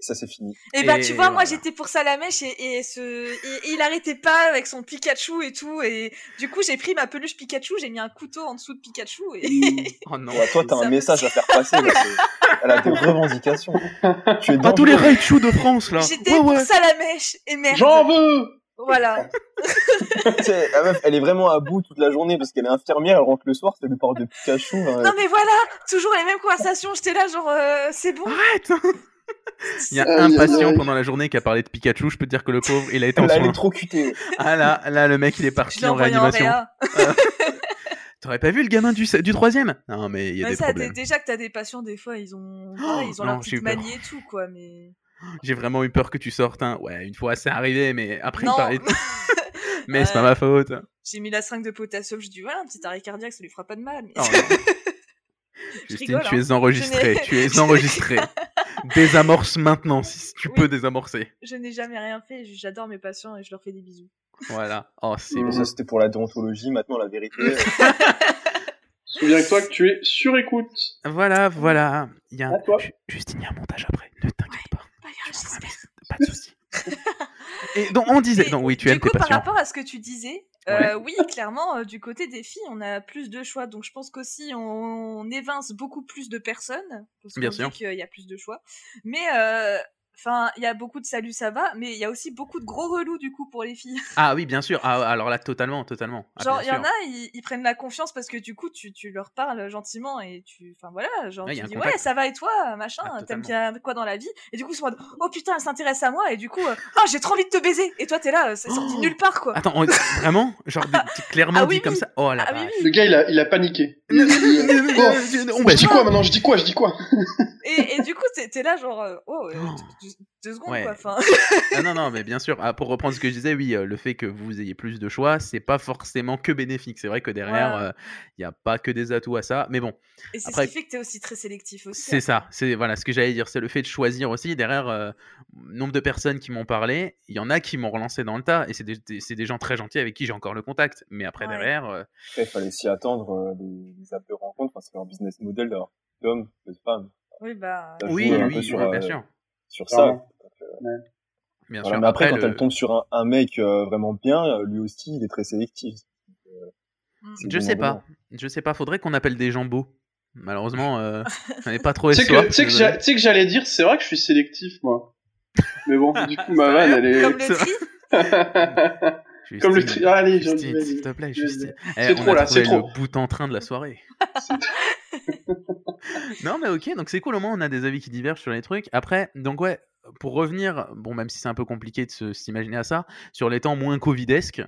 Ça, c'est fini. Et, bah, Et tu vois, moi voilà. j'étais pour ça la mèche et, et ce, et- et il arrêtait pas avec son Pikachu et tout. Et du coup, j'ai pris ma peluche Pikachu, j'ai mis un couteau en dessous de Pikachu. Et... Oh non. Ouais, toi, t'as Ça- un message à faire passer. là, c'est- Elle a des revendications. Tu es Pas tous les dangereux. Raichu de France là. J'étais Ouais, pour ouais. ça la mèche et merde. J'en veux Voilà. Tu sais, la meuf, elle est vraiment à bout toute la journée parce qu'elle est infirmière, elle rentre le soir, ça lui parle de Pikachu. hein. Non mais voilà, toujours les mêmes conversations. J'étais là genre euh, c'est bon. Arrête Il y a Aïe, un aïe, patient aïe. pendant la journée qui a parlé de Pikachu. Je peux te dire que le pauvre, il a été en Là, elle soins. est trop cutée. Ah là, là, le mec, il est Je parti l'ai en envoyé en réanimation. réa. T'aurais pas vu le gamin du, du troisième Non, mais il y a Mais des ça, problèmes. t'es- déjà que t'as des patients, des fois, ils ont, Oh, pareil, ils ont non, leur j'ai eu petite peur. manie et tout, quoi. Mais J'ai vraiment eu peur que tu sortes. Hein. Ouais, une fois, c'est arrivé, mais après, il Non. parlait de- Mais c'est pas Euh, ma faute. Oh, j'ai mis la seringue de potassium, je dis voilà, un petit arrêt cardiaque, ça lui fera pas de mal. mais- Oh, non. Je Justine, rigole, hein. tu es enregistrée. Je n'ai- Tu je es n'ai- enregistrée. Désamorce maintenant si tu Oui. peux désamorcer. Je n'ai jamais rien fait, j- j'adore mes patients et je leur fais des bisous. Voilà. Oh, c'est Mm. Mais beau. ça, c'était pour la déontologie. Maintenant, la vérité. euh, Souviens-toi que tu es sur écoute. Voilà, voilà. Il y a un... À toi. Ju- Justine, il y a un montage après. Ne t'inquiète pas. Ah, il y a un Tu m'envoies un message. Pas j'espère. de soucis. Et donc, on disait. Et Donc, oui, tu du aimes coup, tes par patients. rapport à ce que tu disais, euh, oui, clairement, euh, du côté des filles, on a plus de choix. Donc, je pense qu'aussi, on, on évince beaucoup plus de personnes. Parce qu'on Bien dit sûr. qu'il y a plus de choix. Mais, euh, enfin, il y a beaucoup de salut, ça va. Mais il y a aussi beaucoup de gros relous, du coup, pour les filles. Ah oui, bien sûr. Ah, alors là, totalement, totalement. Ah, genre, il bien y en sûr. a, ils, ils prennent la confiance parce que, du coup, tu, tu leur parles gentiment et tu. Enfin, voilà. Genre, Ouais, il y tu a un dis, contact. ouais, ça va et toi, machin. Ah, T'aimes totalement. bien quoi dans la vie Et du coup, ils sont en mode, oh putain, elle s'intéresse à moi. Et du coup, euh, ah, j'ai trop envie de te baiser. Et toi, t'es là, euh, c'est sorti Oh. nulle part, quoi. Attends, on- vraiment Genre, des- clairement Ah dit oui, comme oui. ça. Oh la Ah oui, vache. Le gars, il a, il a paniqué. Il a dit, euh, bon, On je dis quoi maintenant Je dis quoi Je dis quoi Et, et du coup, t'es t'es là, genre, euh, oh, euh, Oh. deux, deux secondes, Ouais. quoi. Enfin, Ah non, non, mais bien sûr. Ah, pour reprendre ce que je disais, oui, euh, le fait que vous ayez plus de choix, c'est pas forcément que bénéfique. C'est vrai que derrière, il Ouais. n'y a pas que des atouts à ça. Mais bon, et c'est Après- ce qui fait que t'es aussi très sélectif aussi. hein. c'est ça. C'est voilà ce que j'allais dire. C'est le fait de choisir aussi. Derrière, euh, nombre de personnes qui m'ont parlé, il y en a qui m'ont relancé dans le tas. Et c'est des, des- c'est des gens très gentils avec qui j'ai encore le contact. Mais après, Ouais. derrière, euh, Après, il fallait s'y attendre, euh, les, les appels rencontres, parce que leur business model d'avoir d'hommes, de femmes. Oui, bah. Ça oui, joue un oui, peu sur, oui, euh, bien sûr. sur ça. Clairement. Bien Voilà. sûr. Mais après, quand le- elle tombe sur un, un mec euh, vraiment bien, euh, lui aussi, il est très sélectif. Euh, Mm. c'est Je bon sais moment. pas. Je sais pas. Faudrait qu'on appelle des gens beaux. Malheureusement, euh, j'en ai pas trop Tu sais espoir, que, tu sais que désolé. j'a- tu sais que j'allais dire, c'est vrai que je suis sélectif, moi. Mais bon, du coup, ma vanne, elle Comme est. le c'est tri, Comme le Justine, tri. Allez, j'en Justine, s'il ai- te plaît, je- Justine. C'est Eh, on trop, a là, trouvé c'est trop. le bout en train de la soirée. non, mais ok, donc c'est cool, au moins on a des avis qui divergent sur les trucs. Après, donc ouais, pour revenir, bon, même si c'est un peu compliqué de se- s'imaginer à ça, sur les temps moins covidesques,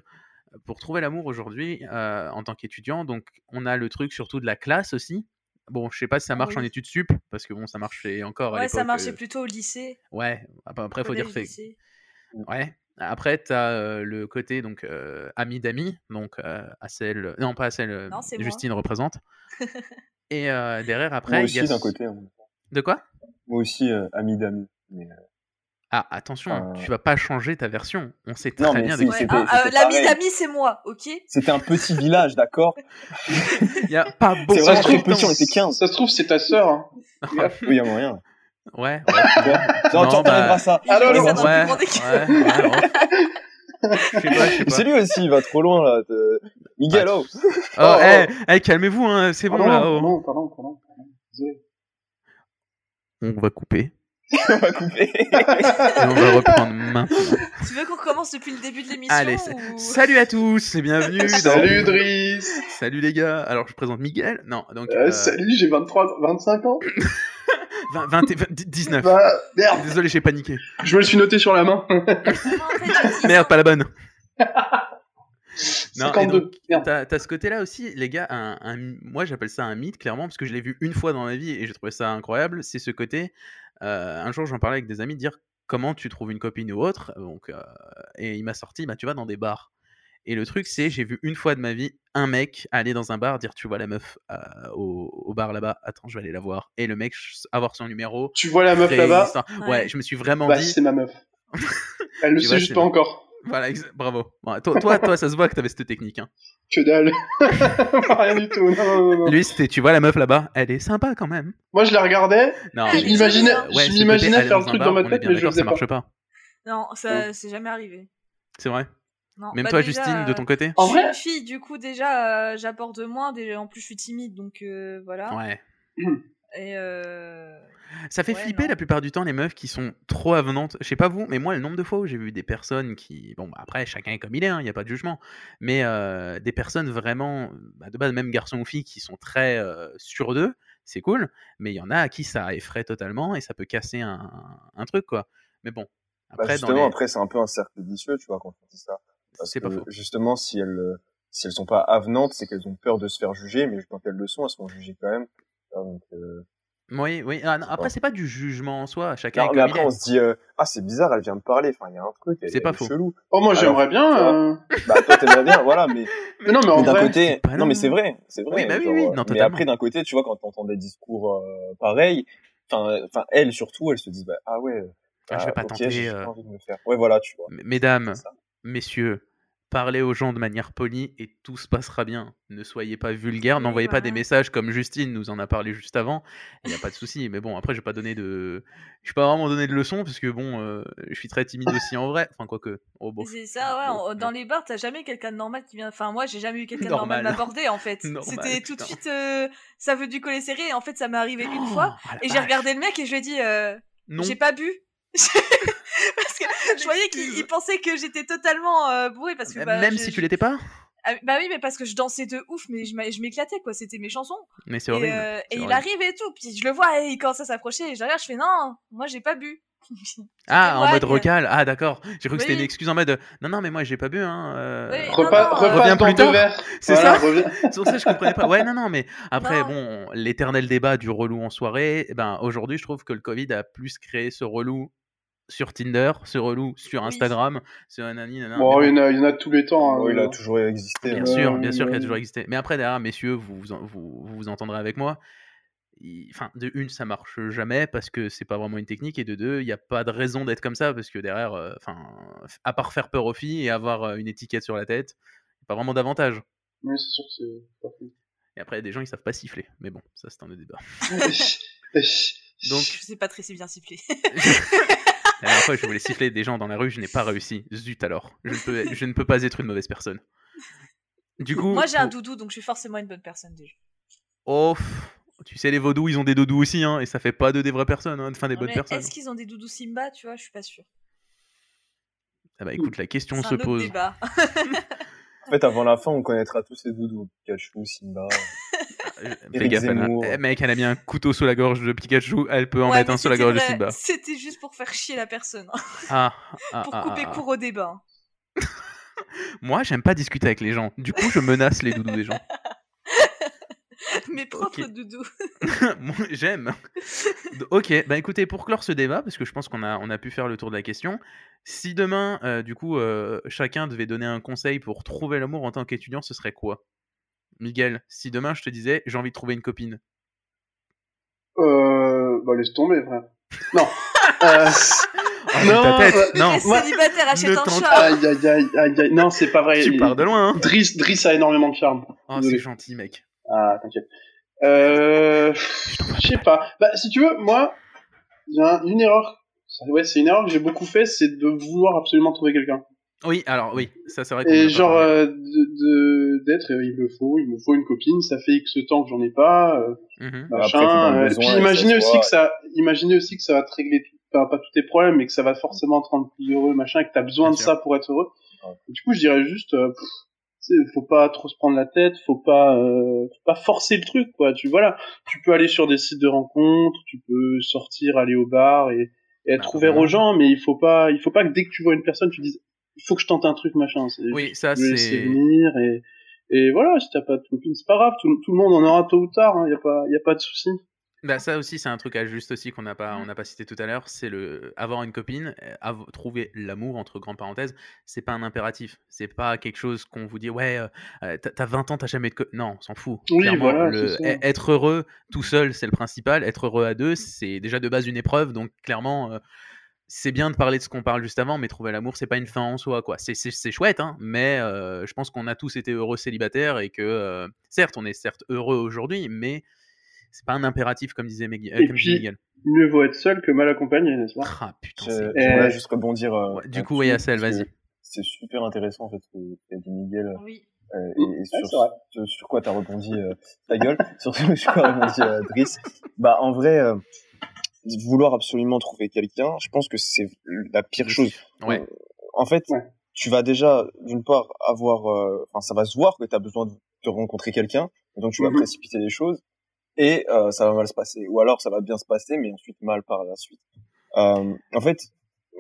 pour trouver l'amour aujourd'hui euh, en tant qu'étudiant, donc on a le truc surtout de la classe aussi. Bon, je sais pas si ça Ah marche en oui. études sup, parce que bon, ça marchait encore à ouais, ça l'époque, marchait euh, plutôt au lycée. Ouais, ap- après, faut dire que collège, c'est lycée. Ouais. Après, tu as le côté donc euh, ami d'amis, donc euh, à celle, non pas à celle, euh, Non, c'est moi. Justine représente. Et euh, derrière, après, Moi il y a aussi, d'un ce- côté. hein. De quoi Moi aussi, euh, ami d'amis. Mais, euh, Ah, attention, hein, Euh, tu vas pas changer ta version. On sait très Non, mais bien. de si, qui Ouais, tu c'était- parles. hein, euh, c'était L'ami pareil. d'ami, c'est moi, ok C'était un petit village, d'accord Il y a pas beaucoup C'est vrai, de très trouve, temps. petit, on était 15. Ça se trouve, c'est ta sœur. hein. Oui, y a moyen. Ouais. ouais. Quoi Non, Non, tu bah, reparleras ça. Il Alors, fait alors, Oh, ça dans le ouais, plus ouais, grand des cas. ouais, ouais. Je sais pas, je sais pas. C'est lui aussi, il va trop loin, là. de- Miguel, oh Oh, Oh, eh, eh, calmez-vous, hein, c'est bon Pardon, là. oh. pardon, pardon, pardon. Désolé. On va couper on va couper. et on va reprendre maintenant. Tu veux qu'on recommence depuis le début de l'émission Allez, c'est- ou... Salut à tous et bienvenue. dans- Salut Driss Salut les gars, alors je présente Miguel. Non, donc Euh, euh, Salut, j'ai 23, 25 ans. 20, 20 et 20 19. Bah, merde, Désolé, j'ai paniqué. je me le suis noté sur la main. Mmh. Non, en fait, je dis Merde, ça. pas la bonne. Non, et 52. donc, merde. T'as t'as ce côté-là aussi, les gars. Un, un- moi, j'appelle ça un mythe, clairement, parce que je l'ai vu une fois dans ma vie et j'ai trouvé ça incroyable. C'est ce côté. euh, un jour, j'en parlais avec des amis, dire comment tu trouves une copine ou autre. Donc, euh, et il m'a sorti, bah, tu vas dans des bars. Et le truc, c'est, j'ai vu une fois de ma vie un mec aller dans un bar dire, tu vois la meuf euh, au, au bar là-bas, attends, je vais aller la voir. Et le mec, ch- avoir son numéro. Tu vois la meuf créer une là-bas histoire. Ouais. Ouais. je me suis vraiment Bah, dit. c'est ma meuf. Elle le Tu vois, sait juste c'est pas ma- encore. Voilà, exa- bravo. Bon, toi, toi, toi, ça se voit que t'avais cette technique. hein. Que dalle. Rien du tout. Non, non, non, non. Lui, c'était, tu vois la meuf là-bas, elle est sympa quand même. Moi, je la regardais. Non, Elle Je est mais- m'imaginais, jolie, Ouais, hein. je ce côté m'imaginais aller faire le dans un truc bar, dans ma on est tête, bien mais je le d'accord, ça faisais pas. marche pas. Non, ça, c'est jamais arrivé. C'est vrai. Non. oh. Même bah, toi, déjà, Justine, de ton côté. En je vrai- suis une fille, du coup, déjà, euh, j'aborde moins. Déjà, en plus, je suis timide, donc euh, voilà. Ouais. Et euh, Ça fait Ouais, flipper non. la plupart du temps les meufs qui sont trop avenantes. Je sais pas vous, mais moi, le nombre de fois où j'ai vu des personnes qui. Bon, bah, après, chacun est comme il est, il n'y a pas de jugement. Mais euh, des personnes vraiment, bah, de base, même garçons ou filles, qui sont très euh, sûrs d'eux, c'est cool. Mais il y en a à qui ça effraie totalement et ça peut casser un, un truc, quoi. Mais bon. Bah, Après, dans justement, les- après, c'est un peu un cercle vicieux, tu vois, quand on dit ça. Parce c'est que, pas faux. justement, si elles, euh, si elles sont pas avenantes, c'est qu'elles ont peur de se faire juger, mais quand elles le sont, elles sont jugées quand même. Ah, donc, euh, Oui, oui. Ah, non, après, pas. c'est pas du jugement en soi, chacun non, est mais comme il après, est. on se dit, euh, ah, c'est bizarre, elle vient me parler. Enfin, il y a un truc, elle, C'est pas elle est faux. chelou. Oh, moi, Alors, j'aimerais ça bien. euh, Bah, toi, t'aimerais bien, voilà, mais, Mais non, mais en mais d'un vrai. côté, pas non, mais non. c'est vrai, c'est vrai. Oui, bah oui, oui, non, euh, mais totalement. après, d'un côté, tu vois, quand t'entends des discours euh, pareils, enfin, euh, enfin, elles surtout, elles se disent, bah, ah ouais, euh, Ah, je vais pas bah, ok, tenter. j'ai juste euh, pas envie de me faire. Ouais, voilà, tu vois. M- Mesdames, C'est ça. messieurs, parlez aux gens de manière polie et tout se passera bien. Ne soyez pas vulgaires, Oui, n'envoyez pas des voilà. messages comme Justine nous en a parlé juste avant. Il n'y a pas de souci, mais bon, après, je vais pas donner de. Je vais pas vraiment donner de leçons parce que bon, euh, je suis très timide aussi en vrai. Enfin, quoique. Oh, bon. C'est ça, ouais. bon, en- dans les bars, t'as jamais quelqu'un de normal qui vient. Enfin, moi, j'ai jamais eu quelqu'un de Normal. normal m'aborder, en fait. Normal, C'était tout de putain. suite, euh, ça veut du collet serré. et En fait, ça m'est arrivé une Oh, fois. ah la Et j'ai vache. regardé le mec et je lui ai dit, euh, Non. j'ai pas bu. parce que je voyais qu'il L'excuse. il pensait que j'étais totalement euh, bourrée parce que bah, Même je- si je- tu l'étais pas Ah, bah oui mais parce que je dansais de ouf mais je m'a- je m'éclatais quoi c'était mes chansons Mais c'est et, horrible. euh, c'est et il horrible. arrive et tout puis je le vois et il commence à s'approcher et je regarde je fais non moi j'ai pas bu Ah, en mode t'éloigne. recal. Ah, d'accord. J'ai cru que c'était Oui. une excuse en mode. euh, Non, non, mais moi, j'ai pas bu. Hein, euh, Oui, non, Repas, non, repas reviens dans plus deux tard. verres. C'est Voilà, ça reviens- C'est pour ça que je comprenais pas. Ouais, non, non, mais après, Non. bon, l'éternel débat du relou en soirée, eh ben, aujourd'hui, je trouve que le Covid a plus créé ce relou sur Tinder, ce relou sur Oui. Instagram, ce nanani, nanana, Bon, mais il bon, y, en a, il y en a de tous les temps. Oh, hein, il a euh. toujours existé. Bien hein. sûr, Euh, bien sûr qu'il a euh, toujours existé. Mais après, derrière, messieurs, vous vous, en- vous, vous vous entendrez avec moi. il- Enfin, de une, ça marche jamais parce que c'est pas vraiment une technique, et de deux, il n'y a pas de raison d'être comme ça parce que derrière, euh, enfin, à part faire peur aux filles et avoir euh, une étiquette sur la tête, pas vraiment d'avantage. Oui, c'est sûr que c'est pas fou. Et après, il y a des gens qui savent pas siffler, mais bon, ça c'est un autre débat. je Eh, Donc- sais pas très si bien siffler La dernière fois, je voulais siffler des gens dans la rue, je n'ai pas réussi. Zut alors. Je ne peux, je ne peux pas être une mauvaise personne. Du coup. moi j'ai un pour- doudou donc je suis forcément une bonne personne déjà Oh, pff, tu sais, les vaudous, ils ont des doudous aussi, hein, et ça fait pas de des vraies personnes, hein, enfin des Non, bonnes mais personnes. est-ce qu'ils ont des doudous Simba tu vois je suis pas sûre Ah bah écoute, la c'est question un se autre pose. débat En fait, avant la fin, on connaîtra tous ces doudous. Pikachu, Simba. Euh, Fais Éric gaffe, elle a- Zemmour. eh, mec, elle a mis un couteau sous la gorge de Pikachu, elle peut en Ouais, mettre un mais sur la c'était gorge de vrai, Simba. c'était juste pour faire chier la personne hein, Ah, ah, pour ah, couper ah, ah. court au débat hein. Moi, j'aime pas discuter avec les gens. Du coup, je menace les doudous des gens. mes propres doudous Moi, J'aime. D- ok, bah écoutez, pour clore ce débat, parce que je pense qu'on a, on a pu faire le tour de la question, si demain, euh, du coup, euh, chacun devait donner un conseil pour trouver l'amour en tant qu'étudiant, ce serait quoi Miguel, si demain je te disais j'ai envie de trouver une copine, Euh, bah, laisse tomber, frère. Non. Euh, Ah, mais ta Non, tête, non, bah, non, mais célibataire achète Ne un tente chat aïe, aïe, aïe, aïe, aïe. Non, c'est pas vrai. tu pars de loin. Hein Driss, Driss a énormément de charme. oh, c'est Désolé. gentil, mec. Ah, t'inquiète. Euh, Je t'envoie je sais pas. Bah, si tu veux, moi, il y a un- une erreur. Ça- Ouais, c'est une erreur que j'ai beaucoup fait, c'est de vouloir absolument trouver quelqu'un. Oui, alors oui, ça c'est vrai. qu'on en a Et pas genre, parlé. euh, de- de- d'être, euh, il me faut, il me faut une copine, ça fait X temps que j'en ai pas, euh, Mhm. machin. Après, faut dans le euh, et besoin puis et imaginez ça se aussi voit. que ça, imaginez aussi que ça va te régler tout, enfin, pas tous tes problèmes, mais que ça va forcément te rendre plus heureux, machin, et que t'as besoin Bien de sûr. ça pour être heureux. Ouais. Et du coup, je dirais juste, euh, pff, tu sais, faut pas trop se prendre la tête, faut pas, euh, faut pas forcer le truc, quoi. Tu voilà, tu peux aller sur des sites de rencontres, tu peux sortir, aller au bar et, et être Bah, ouvert voilà. aux gens, mais il faut pas, il faut pas que dès que tu vois une personne, tu dises, il faut que je tente un truc, machin. C'est- Oui, ça le laisser c'est. venir et, et voilà, si t'as pas de copine, c'est pas grave, tout, tout le monde en aura tôt ou tard, hein, y a pas, y a pas de souci. Bah, ça aussi, c'est un truc à juste aussi qu'on n'a pas, Mm. Mmh. on n'a pas cité tout à l'heure. C'est le avoir une copine, euh, av- trouver l'amour entre grandes parenthèses. C'est pas un impératif. C'est pas quelque chose qu'on vous dit ouais, euh, euh, t'as- t'as 20 ans, t'as jamais eu de co- non, on s'en fout. Oui, Clairement, voilà, le- c'est ça. e- être heureux tout seul, c'est le principal. Être heureux à deux, c'est déjà de base une épreuve. Donc clairement, euh, c'est bien de parler de ce qu'on parle juste avant, mais trouver l'amour, c'est pas une fin en soi, quoi. C'est, c'est, c'est chouette, hein, mais euh, je pense qu'on a tous été heureux célibataires et que, euh, certes, on est certes heureux aujourd'hui, mais c'est pas un impératif, comme disait, Meg- euh, Et comme disait puis- Miguel. Mieux vaut être seul que mal accompagné, n'est-ce pas? Ah putain, Je, c'est. je Euh, voulais juste rebondir. euh, Ouais, du là-dessus, coup, oui, Assel, parce que vas-y. C'est super intéressant, en fait, ce que qu'a dit Miguel. oui euh, Mm. et, et Ouais, sur, c'est vrai. ce- sur quoi t'as rebondi euh, ta gueule, sur ce- sur quoi a rebondi euh, Driss. Bah, en vrai, euh, vouloir absolument trouver quelqu'un, je pense que c'est la pire chose. Ouais. En fait, Ouais. tu vas déjà, d'une part, avoir, euh, enfin, ça va se voir que tu as besoin de, de rencontrer quelqu'un, et donc tu vas Mhm. précipiter les choses, et euh, ça va mal se passer. Ou alors ça va bien se passer, mais ensuite mal par la suite. Euh, en fait,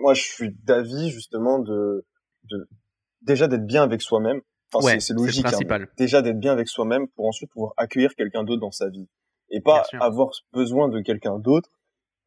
moi, je suis d'avis, justement, de, de déjà d'être bien avec soi-même. Enfin, ouais, c'est- c'est le logique. hein, principal. déjà d'être bien avec soi-même pour ensuite pouvoir accueillir quelqu'un d'autre dans sa vie et pas Bien sûr. avoir besoin de quelqu'un d'autre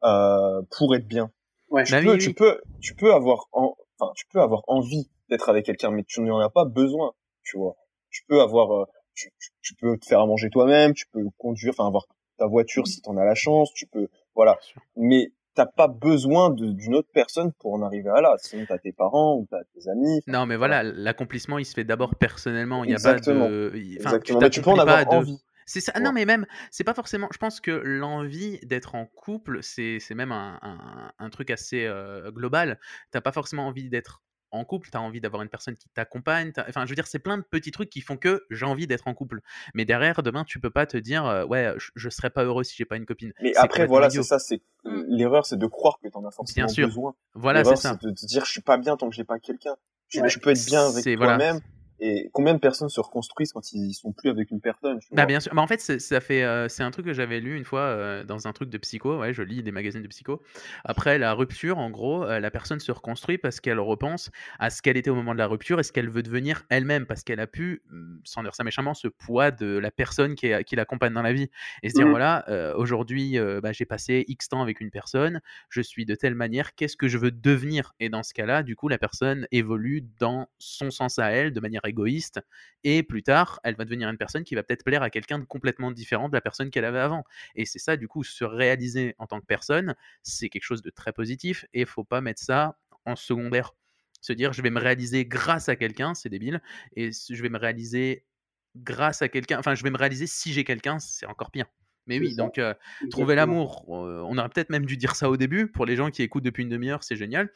euh, pour être bien. Ouais. Tu, Bah oui, peux, oui, tu oui. peux, tu peux avoir, en- enfin, tu peux avoir envie d'être avec quelqu'un, mais tu n'en as pas besoin. Tu vois, tu peux avoir, euh, tu, tu- tu peux te faire à manger toi-même, tu peux conduire, enfin, avoir ta voiture si t'en as la chance, tu peux, voilà. Bien sûr. Mais t'as pas besoin de- d'une autre personne pour en arriver à là. Sinon, t'as tes parents ou t'as tes amis. Non, mais voilà, l'accomplissement, il se fait d'abord personnellement. Il y a Mmh. Exactement. pas de. il- Enfin, tu Exactement. Mais tu peux en t'accomplis pas avoir de- envie. C'est ça. tu Non, vois. mais même, c'est pas forcément. Je pense que l'envie d'être en couple, c'est c'est même un, un- un truc assez euh, global. T'as pas forcément envie d'être en couple, t'as envie d'avoir une personne qui t'accompagne. t'as- Enfin, je veux dire, c'est plein de petits trucs qui font que j'ai envie d'être en couple. Mais derrière, demain, tu peux pas te dire, euh, ouais, je, je serais pas heureux si j'ai pas une copine. Mais C'est après, complètement voilà, idiot. c'est ça, c'est Mm. l'erreur, c'est de croire que t'en as forcément sûr. besoin. Voilà, c'est l'erreur, ça. c'est de te dire, je suis pas bien tant que j'ai pas quelqu'un. Tu, Ouais. tu peux être bien avec C'est- voilà. toi-même. Et combien de personnes se reconstruisent quand ils sont plus avec une personne, tu Bah vois. bien sûr. Bah, en fait, c'est- ça fait, euh, c'est un truc que j'avais lu une fois euh, dans un truc de psycho. Ouais, je lis des magazines de psycho. Après la rupture, en gros, euh, la personne se reconstruit parce qu'elle repense à ce qu'elle était au moment de la rupture et ce qu'elle veut devenir elle-même parce qu'elle a pu, hum, sans dire ça méchamment, ce poids de la personne qui, est- qui l'accompagne dans la vie et se dire Mhm. voilà, euh, aujourd'hui, euh, bah, j'ai passé X temps avec une personne, je suis de telle manière, qu'est-ce que je veux devenir Et dans ce cas-là, du coup, la personne évolue dans son sens à elle de manière égoïste et plus tard, elle va devenir une personne qui va peut-être plaire à quelqu'un de complètement différent de la personne qu'elle avait avant. Et c'est ça, du coup, se réaliser en tant que personne, c'est quelque chose de très positif et faut pas mettre ça en secondaire. Se dire, je vais me réaliser grâce à quelqu'un, c'est débile, et si je vais me réaliser grâce à quelqu'un, enfin, je vais me réaliser si j'ai quelqu'un, c'est encore pire. Mais C'est oui, ça. donc euh, Exactement. trouver l'amour, euh, on aurait peut-être même dû dire ça au début, pour les gens qui écoutent depuis une demi-heure, c'est génial,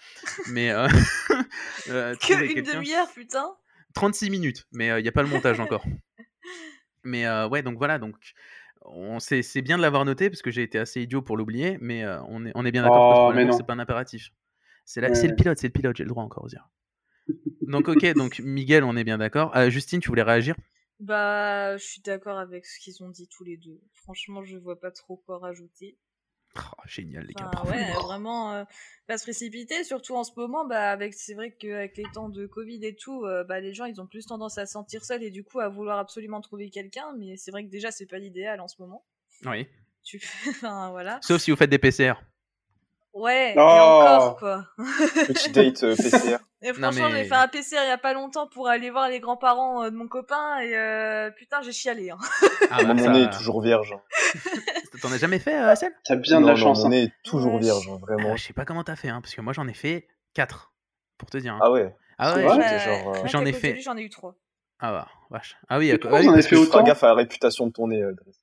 mais euh, euh, Que trouver une quelqu'un, demi-heure, putain. 36 minutes, mais euh, il n'y a pas le montage encore. Mais euh, ouais, donc voilà, donc on c'est c'est bien de l'avoir noté parce que j'ai été assez idiot pour l'oublier, mais euh, on, est, on est bien d'accord que Oh, trouver mais l'amour, non. c'est pas un impératif. C'est la- Ouais, c'est le ouais. pilote, c'est le pilote, j'ai le droit encore aux dire. Donc ok, donc Miguel, on est bien d'accord. Euh, Justine, tu voulais réagir Bah, je suis d'accord avec ce qu'ils ont dit tous les deux. Franchement, je vois pas trop quoi rajouter. Oh, Génial les gars, Enfin, bravo. Bah ouais, vraiment, euh, pas se précipiter, surtout en ce moment, bah, avec, c'est vrai qu'avec les temps de Covid et tout, euh, bah, les gens, ils ont plus tendance à se sentir seuls et du coup à vouloir absolument trouver quelqu'un, mais c'est vrai que déjà, c'est pas l'idéal en ce moment. Oui. Tu fais, enfin, voilà. Sauf si vous faites des PCR. Ouais, et Oh. encore, quoi. Petit date euh, PCR. Et franchement, mais- j'ai fait un PCR il y a pas longtemps pour aller voir les grands-parents euh, de mon copain et euh, putain, j'ai chialé, hein. Ah bah, Moi, mon nez est ça- toujours vierge. hein. T'en as jamais fait, euh, celle T'as bien de Non, la non, chance. Mon hein. nez est toujours Ouais, vierge, hein, Ah, vraiment. Je sais pas comment t'as fait, hein, parce que moi j'en ai fait 4 pour te dire. hein. Ah ouais. Ah c'est ouais. vrai j'ai- J'étais genre, euh, rien J'en qu'à ai cause de fait. lui, J'en ai eu trois. Ah bah, vache. Ah oui, Mais à- pourquoi ah oui, vous en avez parce fait que- Tu feras autant gaffe à la réputation de ton nez. euh, Driss.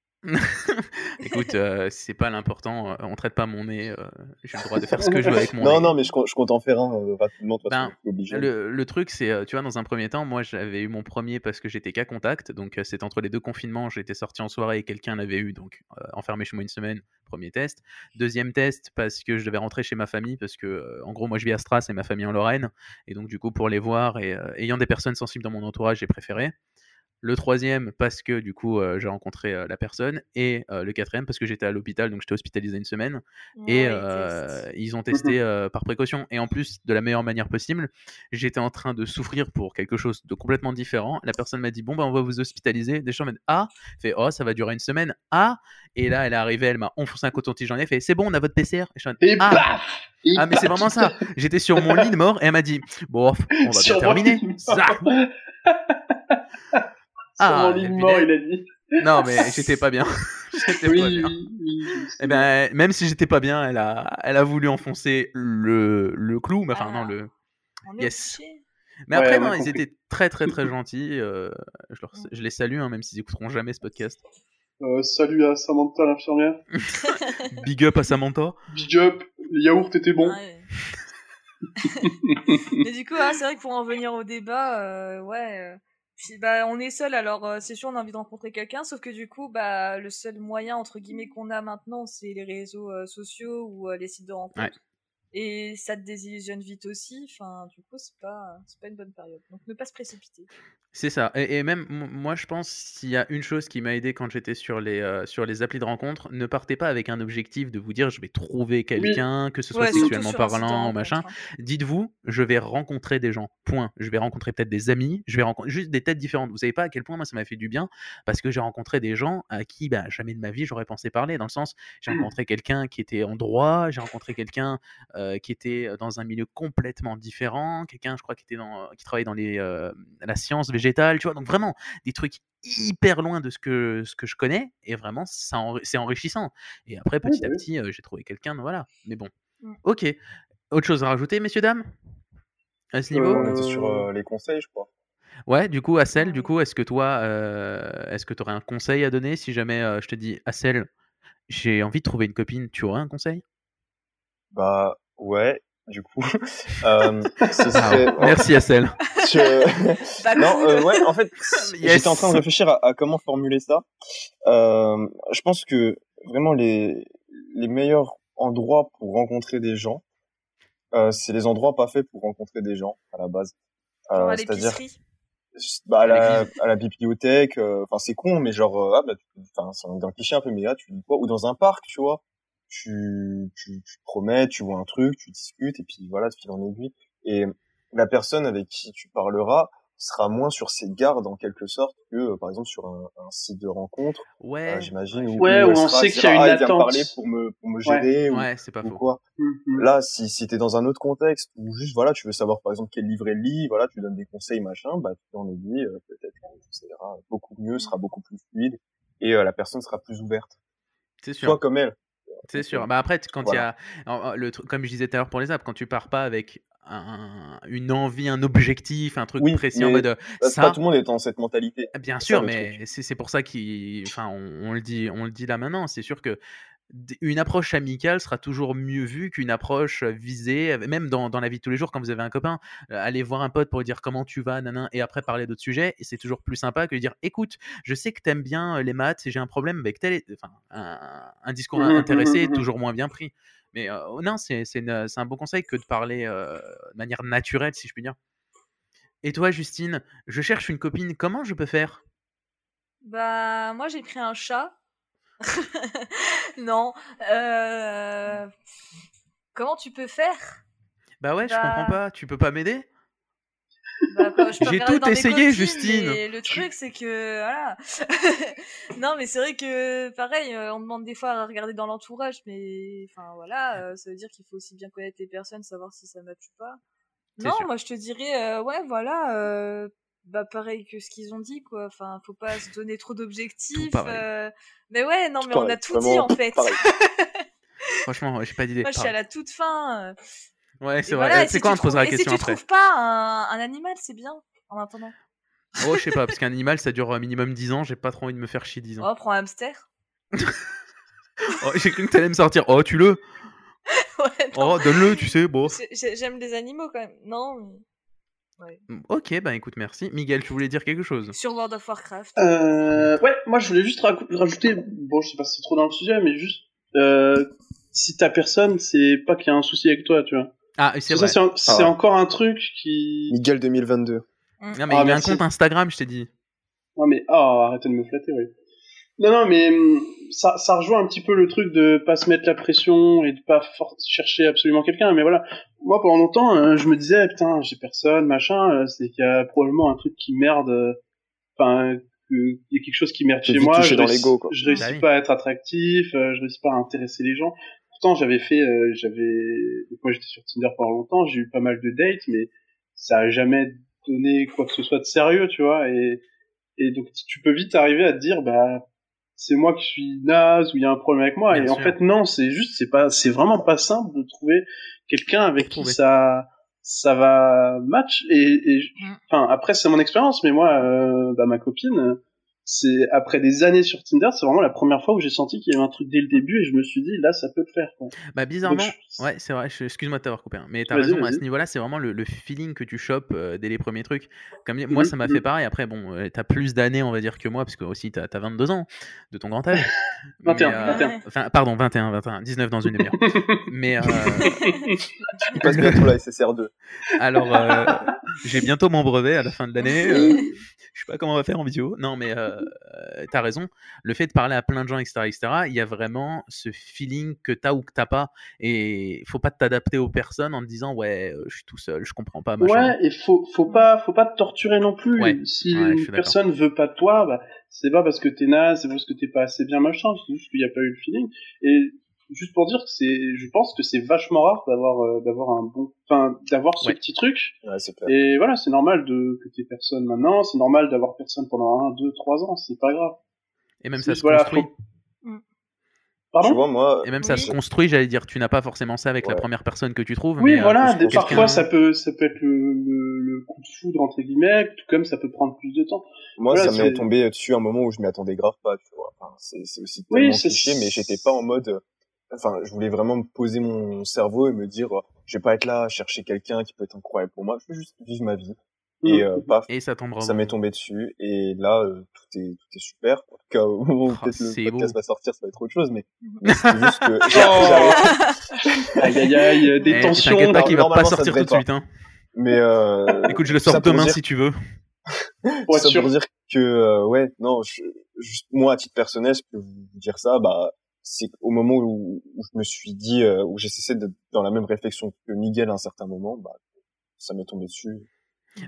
Écoute, euh, c'est pas l'important. euh, on traite pas mon nez. euh, J'ai le droit de faire ce que je veux avec mon non, nez. non, mais je, compte- je compte en faire un euh, rapidement, de toute façon, Ben, je suis obligé. Le, le truc, c'est, euh, tu vois, dans un premier temps, moi, j'avais eu mon premier parce que j'étais cas contact. Donc, euh, c'est entre les deux confinements. J'étais sorti en soirée et quelqu'un l'avait eu. Donc, euh, enfermé chez moi une semaine, premier test. Deuxième test parce que je devais rentrer chez ma famille parce que, euh, en gros, moi, je vis à Stras et ma famille en Lorraine. Et donc, du coup, pour les voir et euh, ayant des personnes sensibles dans mon entourage, j'ai préféré. Le troisième, parce que du coup, euh, j'ai rencontré euh, la personne. Et euh, le quatrième, parce que j'étais à l'hôpital, donc j'étais hospitalisé une semaine et Ouais, euh, test. ils ont testé euh, par précaution et en plus de la meilleure manière possible j'étais en train de souffrir pour quelque chose de complètement différent la personne m'a dit bon ben on va vous hospitaliser des gens m'ont dit ah fait oh ça va durer une semaine ah et là elle est arrivée elle m'a enfoncé un coton-tige en effet c'est bon on a votre PCR et je suis en mode, Et ah paf Et ah mais c'est paf vraiment ça j'étais sur mon lit de mort et elle m'a dit bon on va bien Sur mon terminer lit de ça mort. Sur Ah, mon lit de mort, punaise. il a dit. non mais j'étais pas bien j'étais Oui, pas oui, bien oui, oui, Eh ben, même si j'étais pas bien, elle a, elle a voulu enfoncer le, le clou, mais enfin non Ah. le. On est Yes. obligé. Mais Ouais, après on a non, ils compris. étaient très très très gentils. euh, je, leur- Mm. je les salue, hein, même s'ils écouteront jamais ce podcast. Euh, salut à Samantha l'infirmière. Big up à Samantha. Big up, les yaourts étaient bons. Ouais. Mais du coup, hein, c'est vrai que pour en venir au débat, euh, ouais, euh, Puis bah on est seul, alors euh, c'est sûr on a envie de rencontrer quelqu'un, sauf que du coup bah le seul moyen entre guillemets qu'on a maintenant c'est les réseaux euh, sociaux ou euh, les sites de rencontre. Ouais. Et ça te désillusionne vite aussi, enfin du coup c'est pas c'est pas une bonne période. Donc ne pas se précipiter. C'est ça. Et, et même m- moi, je pense s'il y a une chose qui m'a aidé quand j'étais sur les euh, sur les applis de rencontre, ne partez pas avec un objectif de vous dire je vais trouver quelqu'un, que ce soit Ouais, surtout sexuellement sur un site de parlant ou rencontre, machin. hein. Dites-vous, je vais rencontrer des gens. Point. Je vais rencontrer peut-être des amis. Je vais rencontrer juste des têtes différentes. Vous savez pas à quel point moi ça m'a fait du bien parce que j'ai rencontré des gens à qui bah, jamais de ma vie j'aurais pensé parler. Dans le sens, j'ai Mm. rencontré quelqu'un qui était en droit, j'ai rencontré quelqu'un euh, qui était dans un milieu complètement différent, quelqu'un je crois qui était dans, qui travaillait dans les euh, la science végétale, tu vois. Donc vraiment des trucs hyper loin de ce que ce que je connais et vraiment ça en- c'est enrichissant. Et après Oui, petit à bah oui. Mmh. petit euh, j'ai trouvé quelqu'un, voilà. Mais bon, Mm. ok. Autre chose à rajouter, messieurs dames, à ce Euh, niveau. On était sur euh, les conseils, je crois. Ouais, du coup, Assel, du Ouais. coup, est-ce que toi, euh, est-ce que tu aurais un conseil à donner si jamais euh, je te dis, Assel, j'ai envie de trouver une copine, tu aurais un conseil Bah ouais, du coup. euh, ce serait... Ah, Merci, Assel. Je- Bah, non, cool. euh, ouais, en fait, Yes. j'étais en train de réfléchir à, à comment formuler ça. Euh, je pense que vraiment les, les meilleurs endroits pour rencontrer des gens, euh, c'est les endroits pas faits pour rencontrer des gens à la base. Genre Euh, à C'est-à-dire l'épicerie. bah, à, la, l'église. à la bibliothèque, euh, enfin c'est con, mais genre, euh, ah, bah, tu- enfin, c'est un cliché un peu, mais là tu dis quoi Ou dans un parc, tu vois, tu, tu, tu te promets, tu vois un truc, tu discutes, et puis voilà, tu files en aiguille. Et la personne avec qui tu parleras sera moins sur ses gardes en quelque sorte que euh, par exemple sur un, un site de rencontre, euh, Ouais, j'imagine, où, Ouais, où où elle on sera- sait elle qu'il y a une dira, Ah, il vient me attente. parler pour me, pour me Ouais. gérer ou- ouais, c'est pas ou, faux. quoi. Mhm. Là, si, si t'es dans un autre contexte, ou juste, voilà, tu veux savoir, par exemple, quel livre elle lit, voilà, tu donnes des conseils, machin, bah, tu en es dit, euh, peut-être que ça ira beaucoup mieux, sera beaucoup plus fluide, et euh, la personne sera plus ouverte. C'est sûr. Soit comme elle. C'est Donc, sûr. euh, Bah après, t- quand il Voilà. y a, en- en- le, tru- comme je disais tout à l'heure pour les apps, quand tu pars pas avec un- une envie, un objectif, un truc Oui, précis en mais mode euh, Là, c'est ça, pas tout le monde est dans cette mentalité. Bien C'est ça, sûr, le mais c'est c'est pour ça qu'on enfin, on, on le dit, on le dit là maintenant. C'est sûr que d- une approche amicale sera toujours mieux vue qu'une approche euh, visée, euh, même dans, dans la vie de tous les jours quand vous avez un copain, euh, aller voir un pote pour lui dire comment tu vas, nanan, et après parler d'autres sujets, et c'est toujours plus sympa que de dire écoute, je sais que t'aimes bien euh, les maths, et j'ai un problème avec tel, et- enfin, un, un discours Mhm, Mmh, in- intéressé mhm, est mhm. toujours moins bien pris. Mais euh, non, c'est c'est une- c'est un bon conseil que de parler euh, de manière naturelle, si je puis dire. Et toi, Justine, je cherche une copine, comment je peux faire Bah moi j'ai pris un chat. non. Euh... Comment tu peux faire Bah ouais, je comprends Bah- pas, tu peux pas m'aider Bah, quoi, je peux J'ai regarder tout dans mes essayé, copines, Justine. mais le Tu- truc, c'est que voilà. non, mais c'est vrai que pareil, euh, on demande des fois à regarder dans l'entourage, mais enfin voilà, euh, ça veut dire qu'il faut aussi bien connaître les personnes, savoir si ça match ou pas. C'est Non, sûr. moi je te dirais, euh, ouais, voilà, euh, bah pareil que ce qu'ils ont dit, quoi. Enfin, faut pas se donner trop d'objectifs. pareil. euh, Mais ouais, non, Tout mais on a pareil, tout dit vraiment en fait. pareil. Franchement, ouais, j'ai pas d'idée. moi, je suis à Pareil. la toute fin. euh, Ouais, et c'est voilà, vrai. Euh, et C'est si quoi, tu on te posera la trouves- Et si question tu après trouves pas un, un animal, c'est bien. En attendant, Oh, je sais pas, parce qu'un animal, ça dure un minimum 10 ans, j'ai pas trop envie de me faire chier 10 ans. on prend un hamster. Oh, j'ai cru que t'allais me sortir. Oh, tu le Ouais, non. Oh, donne-le, tu sais, bon. J'ai- j'ai- J'aime les animaux quand même. Non, mais- Ok, bah écoute, merci. Miguel, tu voulais dire quelque chose sur World of Warcraft. Euh, ouais, moi je voulais juste racou- rajouter, bon je sais pas si c'est trop dans le sujet, mais juste, euh, si ta personne, c'est pas qu'il y a un souci avec toi, tu vois. Ah, c'est Parce que vrai. ça, c'est un- c'est Ah. encore un truc qui... Miguel 2022. Non, mais Ah, il a un merci. compte Instagram, je t'ai dit. Non mais, ah, arrêtez de me flatter, oui. Non, non, mais hum, ça, ça rejoint un petit peu le truc de pas se mettre la pression et de pas for- chercher absolument quelqu'un. Mais voilà, moi pendant longtemps, euh, je me disais, putain, j'ai personne, machin, euh, c'est qu'il y a probablement un truc qui merde, euh, enfin, que- il y a quelque chose qui merde T'es chez vite moi. touché je dans réussis- l'ego, quoi. Je Bah réussis oui. pas à être attractif, euh, je réussis pas à intéresser les gens. Pourtant, j'avais fait, euh, j'avais, donc moi j'étais sur Tinder pendant longtemps, j'ai eu pas mal de dates, mais ça a jamais donné quoi que ce soit de sérieux, tu vois, et... Et donc tu- tu peux vite arriver à te dire bah c'est moi qui suis naze ou il y a un problème avec moi. Bien et en sûr. fait non, c'est juste c'est pas c'est vraiment pas simple de trouver quelqu'un avec qui Trouver. ça ça va match. Et et j- Mm. enfin après c'est mon expérience, mais moi euh, bah, ma copine c'est après des années sur Tinder, c'est vraiment la première fois où j'ai senti qu'il y avait un truc dès le début et je me suis dit là ça peut le faire. quoi. Bah bizarrement, Donc, je- ouais, c'est vrai, je- excuse-moi de t'avoir coupé, hein, mais t'as Vas-y, raison, à vas-y. ce niveau-là, c'est vraiment le, le feeling que tu chopes euh, dès les premiers trucs. Comme, Mhm, moi, ça m'a mhm. fait pareil, après, bon, euh, t'as plus d'années, on va dire, que moi, parce que aussi, t'as t'as 22 ans de ton grand âge. 21, Mais, euh, 21. Enfin, pardon, 21, 21, 19 dans une demi-heure. mais euh, Il passe bientôt la SSR2. alors, euh, j'ai bientôt mon brevet à la fin de l'année. euh, je sais pas comment on va faire en vidéo. Non, mais euh, euh, t'as raison. Le fait de parler à plein de gens, etc., etc., il y a vraiment ce feeling que t'as ou que t'as pas. Et faut pas t'adapter aux personnes en te disant ouais, euh, je suis tout seul, je comprends pas. Machin. Ouais, et faut, faut pas, faut pas te torturer non plus. Ouais, Si ouais, je suis une d'accord. personne veut pas de toi, bah, c'est pas parce que t'es naze, c'est parce que t'es pas assez bien machin, c'est juste qu'il n'y a pas eu le feeling. Et juste pour dire que c'est, je pense que c'est vachement rare d'avoir, euh, d'avoir un bon, enfin, d'avoir ce Ouais. petit truc. Ouais, c'est clair. Et voilà, c'est normal de, que t'aies personne maintenant, c'est normal d'avoir personne pendant un, deux, trois ans, c'est pas grave. Et même Si, ça se voilà, construit. faut- Pardon? tu vois, moi, Et même ça Oui. se construit, j'allais dire. Tu n'as pas forcément ça avec la Ouais. première personne que tu trouves. Oui, mais, euh, voilà, faut des- que parfois quelqu'un- ça peut, ça peut être le, le, le coup de foudre, entre guillemets, tout comme ça peut prendre plus de temps. moi Voilà, ça m'est c'est- tombé dessus un moment où je m'y attendais grave pas, tu vois. Enfin, c'est c'est aussi Oui, tellement c'est- cliché, mais j'étais pas en mode. euh, Enfin, je voulais vraiment me poser mon cerveau et me dire, euh, je vais pas être là à chercher quelqu'un qui peut être incroyable pour moi. Je veux juste vivre ma vie. Mm. Et euh, paf, Et ça tombera. au ça m'est moment. tombé dessus et là euh, tout est tout est super en tout cas au moment où Ah, peut-être c'est le podcast beau. Oh. va sortir ça va être autre chose mais, Mhm. mais c'est juste que j'a- j'arrive- euh, Aïe aïe aïe, des Eh, tensions. T'inquiète pas qu'il va pas Normalement, ça sortir devrait tout de suite. hein. mais euh, Écoute, je le ça sors pour demain dire- si tu veux. pour ça être sûr. pour dire que euh, ouais non je, juste moi à titre personnel je peux vous dire ça bah c'est au moment où, où je me suis dit euh, où j'ai cessé d'être dans la même réflexion que Miguel à un certain moment bah ça m'est tombé dessus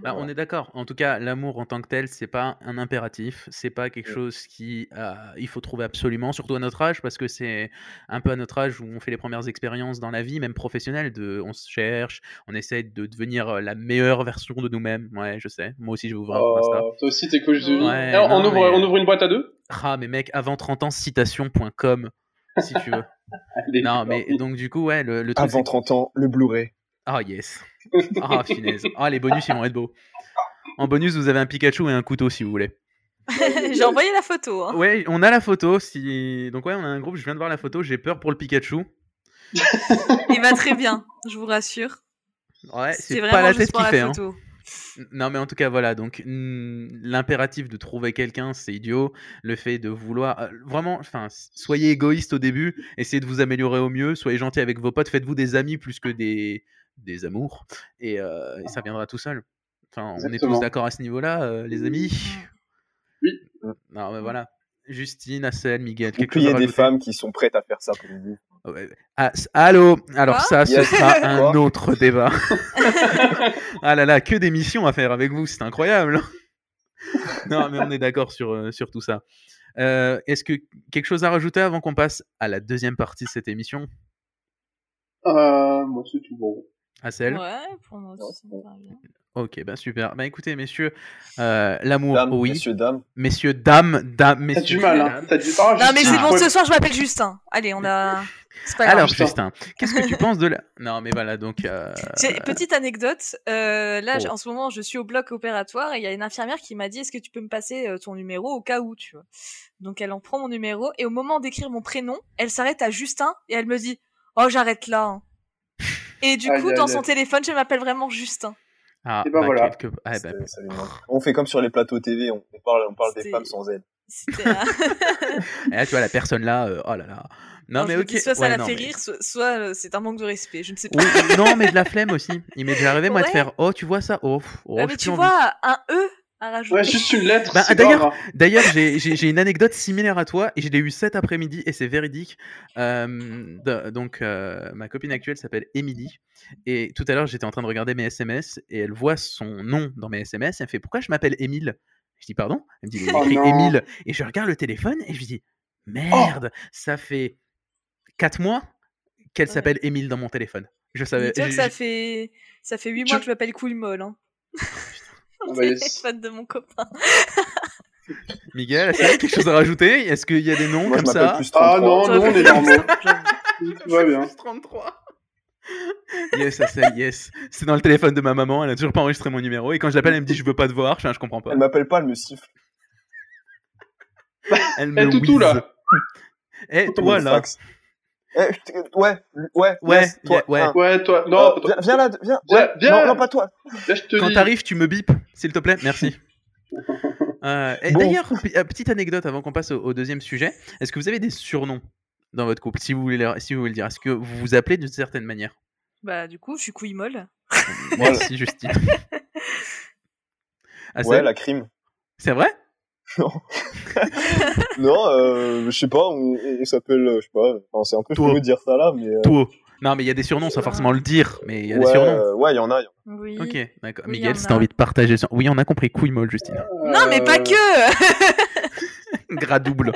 Bah, on est d'accord. En tout cas, l'amour en tant que tel, c'est pas un impératif. C'est pas quelque Ouais. chose qui euh, il faut trouver absolument, surtout à notre âge, parce que c'est un peu à notre âge où on fait les premières expériences dans la vie, même professionnelle. De, on se cherche, on essaie de devenir euh, la meilleure version de nous-mêmes. Ouais, je sais. Moi aussi, je vais ouvrir un compte Insta. Oh, toi aussi t'es coach de vie. Ouais, Eh, on, non, ouvre, mais- on ouvre une boîte à deux Ah, mais mec, avant 30 ans, citation.com, si tu veux. Allez, non, d'accord. mais donc du coup, ouais, le, le truc. avant c'est- 30 ans le Blu-ray Ah, yes. Ah, finesse. Ah, les bonus, ils vont être beaux. En bonus, vous avez un Pikachu et un couteau si vous voulez. J'ai envoyé la photo. hein. Ouais, on a la photo. Si... Donc ouais, on a un groupe. Je viens de voir la photo. J'ai peur pour le Pikachu. Il va très bien, je vous rassure. Ouais, C'est c'est pas vraiment la tête juste pour qui la fait. hein. photo. N- Non, mais en tout cas, voilà. Donc mm, l'impératif de trouver quelqu'un, c'est idiot. Le fait de vouloir euh, vraiment, enfin, s- soyez égoïste au début. Essayez de vous améliorer au mieux. Soyez gentil avec vos potes. Faites-vous des amis plus que des des amours. Et, euh, et ça viendra tout seul. Enfin, on est Exactement. tous d'accord à ce niveau-là, euh, les amis. Oui. Non, mais voilà. Justine, Assel, Miguel, vous quelque chose à pliez des rajouter femmes qui sont prêtes à faire ça pour vous Ouais. Ah, s- allô Alors ça, ce Yes. sera un Quoi autre débat. ah là là, que des missions à faire avec vous, c'est incroyable. non, mais on est d'accord sur, euh, sur tout ça. Euh, Est-ce que quelque chose à rajouter avant qu'on passe à la deuxième partie de cette émission Euh, moi c'est tout bon. à celle Ouais, pour moi aussi, ça me paraît bien. Ok, ben super. Ben écoutez, messieurs, euh, l'amour, dames oui. Messieurs, messieurs dames dames, dames, T'as messieurs. du mal, hein. dames. T'as du mal. Non, mais c'est bon, c'est ce soir je m'appelle Justin. Allez, on a. C'est pas grave. Ah. Alors, putain. Justin, qu'est-ce que tu penses de la... Non, mais voilà, donc... euh, J'ai- Petite anecdote, euh, là Oh. j'ai- en ce moment je suis au bloc opératoire et il y a une infirmière qui m'a dit est-ce que tu peux me passer euh, ton numéro au cas où tu vois. Donc elle en prend mon numéro et au moment d'écrire mon prénom, elle s'arrête à Justin et elle me dit oh j'arrête là. hein. Et du Aïe, coup aïe, dans aïe. son téléphone je m'appelle vraiment Justin. Ah, Eh ben bah, voilà. quelque- ah, C'était- ben, ça lui manque. on fait comme sur les plateaux TV on on parle on parle des C'était- femmes sans elles C'était un- Et là, Eh, tu vois, la personne là, euh, oh là là. Non, Alors, je mais me ok. dis, soit ça ouais, la non, fait mais- rire, soit, soit, euh, c'est un manque de respect, je ne sais pas. Ah, Oui, non, mais de la flemme aussi. Il m'est déjà arrivé, moi, de Ouais. faire Oh, tu vois ça Oh, pff, oh j'ai Ah, mais plus tu envie. vois un E à rajouter. Ouais, juste une lettre. Bah, c'est d'ailleurs- grave. hein. D'ailleurs, j'ai- j'ai j'ai une anecdote similaire à toi et je l'ai eu cet après-midi et c'est véridique. Euh, de- donc, euh, ma copine actuelle s'appelle Émilie et tout à l'heure, j'étais en train de regarder mes SMS et elle voit son nom dans mes SMS et elle fait Pourquoi je m'appelle Émile Je dis Pardon Elle me dit Il est Oh écrit non. Émile et je regarde le téléphone et je lui dis Merde, ça fait 4 mois qu'elle Ouais. s'appelle Émile dans mon téléphone. Je savais. Dis-toi que j'ai- Oh, ça fait ça fait 8 Je- mois que je m'appelle Couille Molle. Hein. Ah Au bah, yes. téléphone de mon copain. Miguel, est-ce que tu as quelque chose à rajouter Est-ce qu'il y a des noms moi je comme m'appelle ça plus Ah non, 33. non, on est normaux. Tout va bien. 33. yes, ça c'est yes. C'est dans le téléphone de ma maman, elle a toujours pas enregistré mon numéro. Et quand je l'appelle, elle me dit Je veux pas te voir. Je, fais, Ah, je comprends pas. elle m'appelle pas elle me siffle Elle Eh, me toutou, là. whiz. Eh, toi, Le là. fax. Eh, je te- ouais, ouais, Ouais, yes, toi, yeah, ouais. hein. Ouais, toi, non, Oh, attends, viens, viens là, viens. Viens, ouais, viens. Non, non, pas toi. là, je te Quand dis. t'arrives, tu me bipes, s'il te plaît, merci. Euh, et Bon. D'ailleurs, p- euh, petite anecdote avant qu'on passe au, au deuxième sujet. Est-ce que vous avez des surnoms dans votre couple, si vous voulez, le- si vous voulez le dire Est-ce que vous vous appelez d'une certaine manière Bah, du coup, je suis couille molle. Voilà. Merci, Justine. Ah, ouais, c'est- la crime. C'est vrai Non, euh, je sais pas, on, on s'appelle, euh, je sais pas, enfin, c'est un peu Toi. chelou de dire ça là, mais. euh, Toi. Non, mais il y a des surnoms sans forcément le dire, mais il y a ouais, des surnoms. euh, ouais, il y en a. y en a. Oui. Ok, d'accord. Oui, Miguel, y en si t'as a. envie de partager. sur- Oui, on a compris. Couille molle, Justine. Non, mais pas Euh, que Gras double.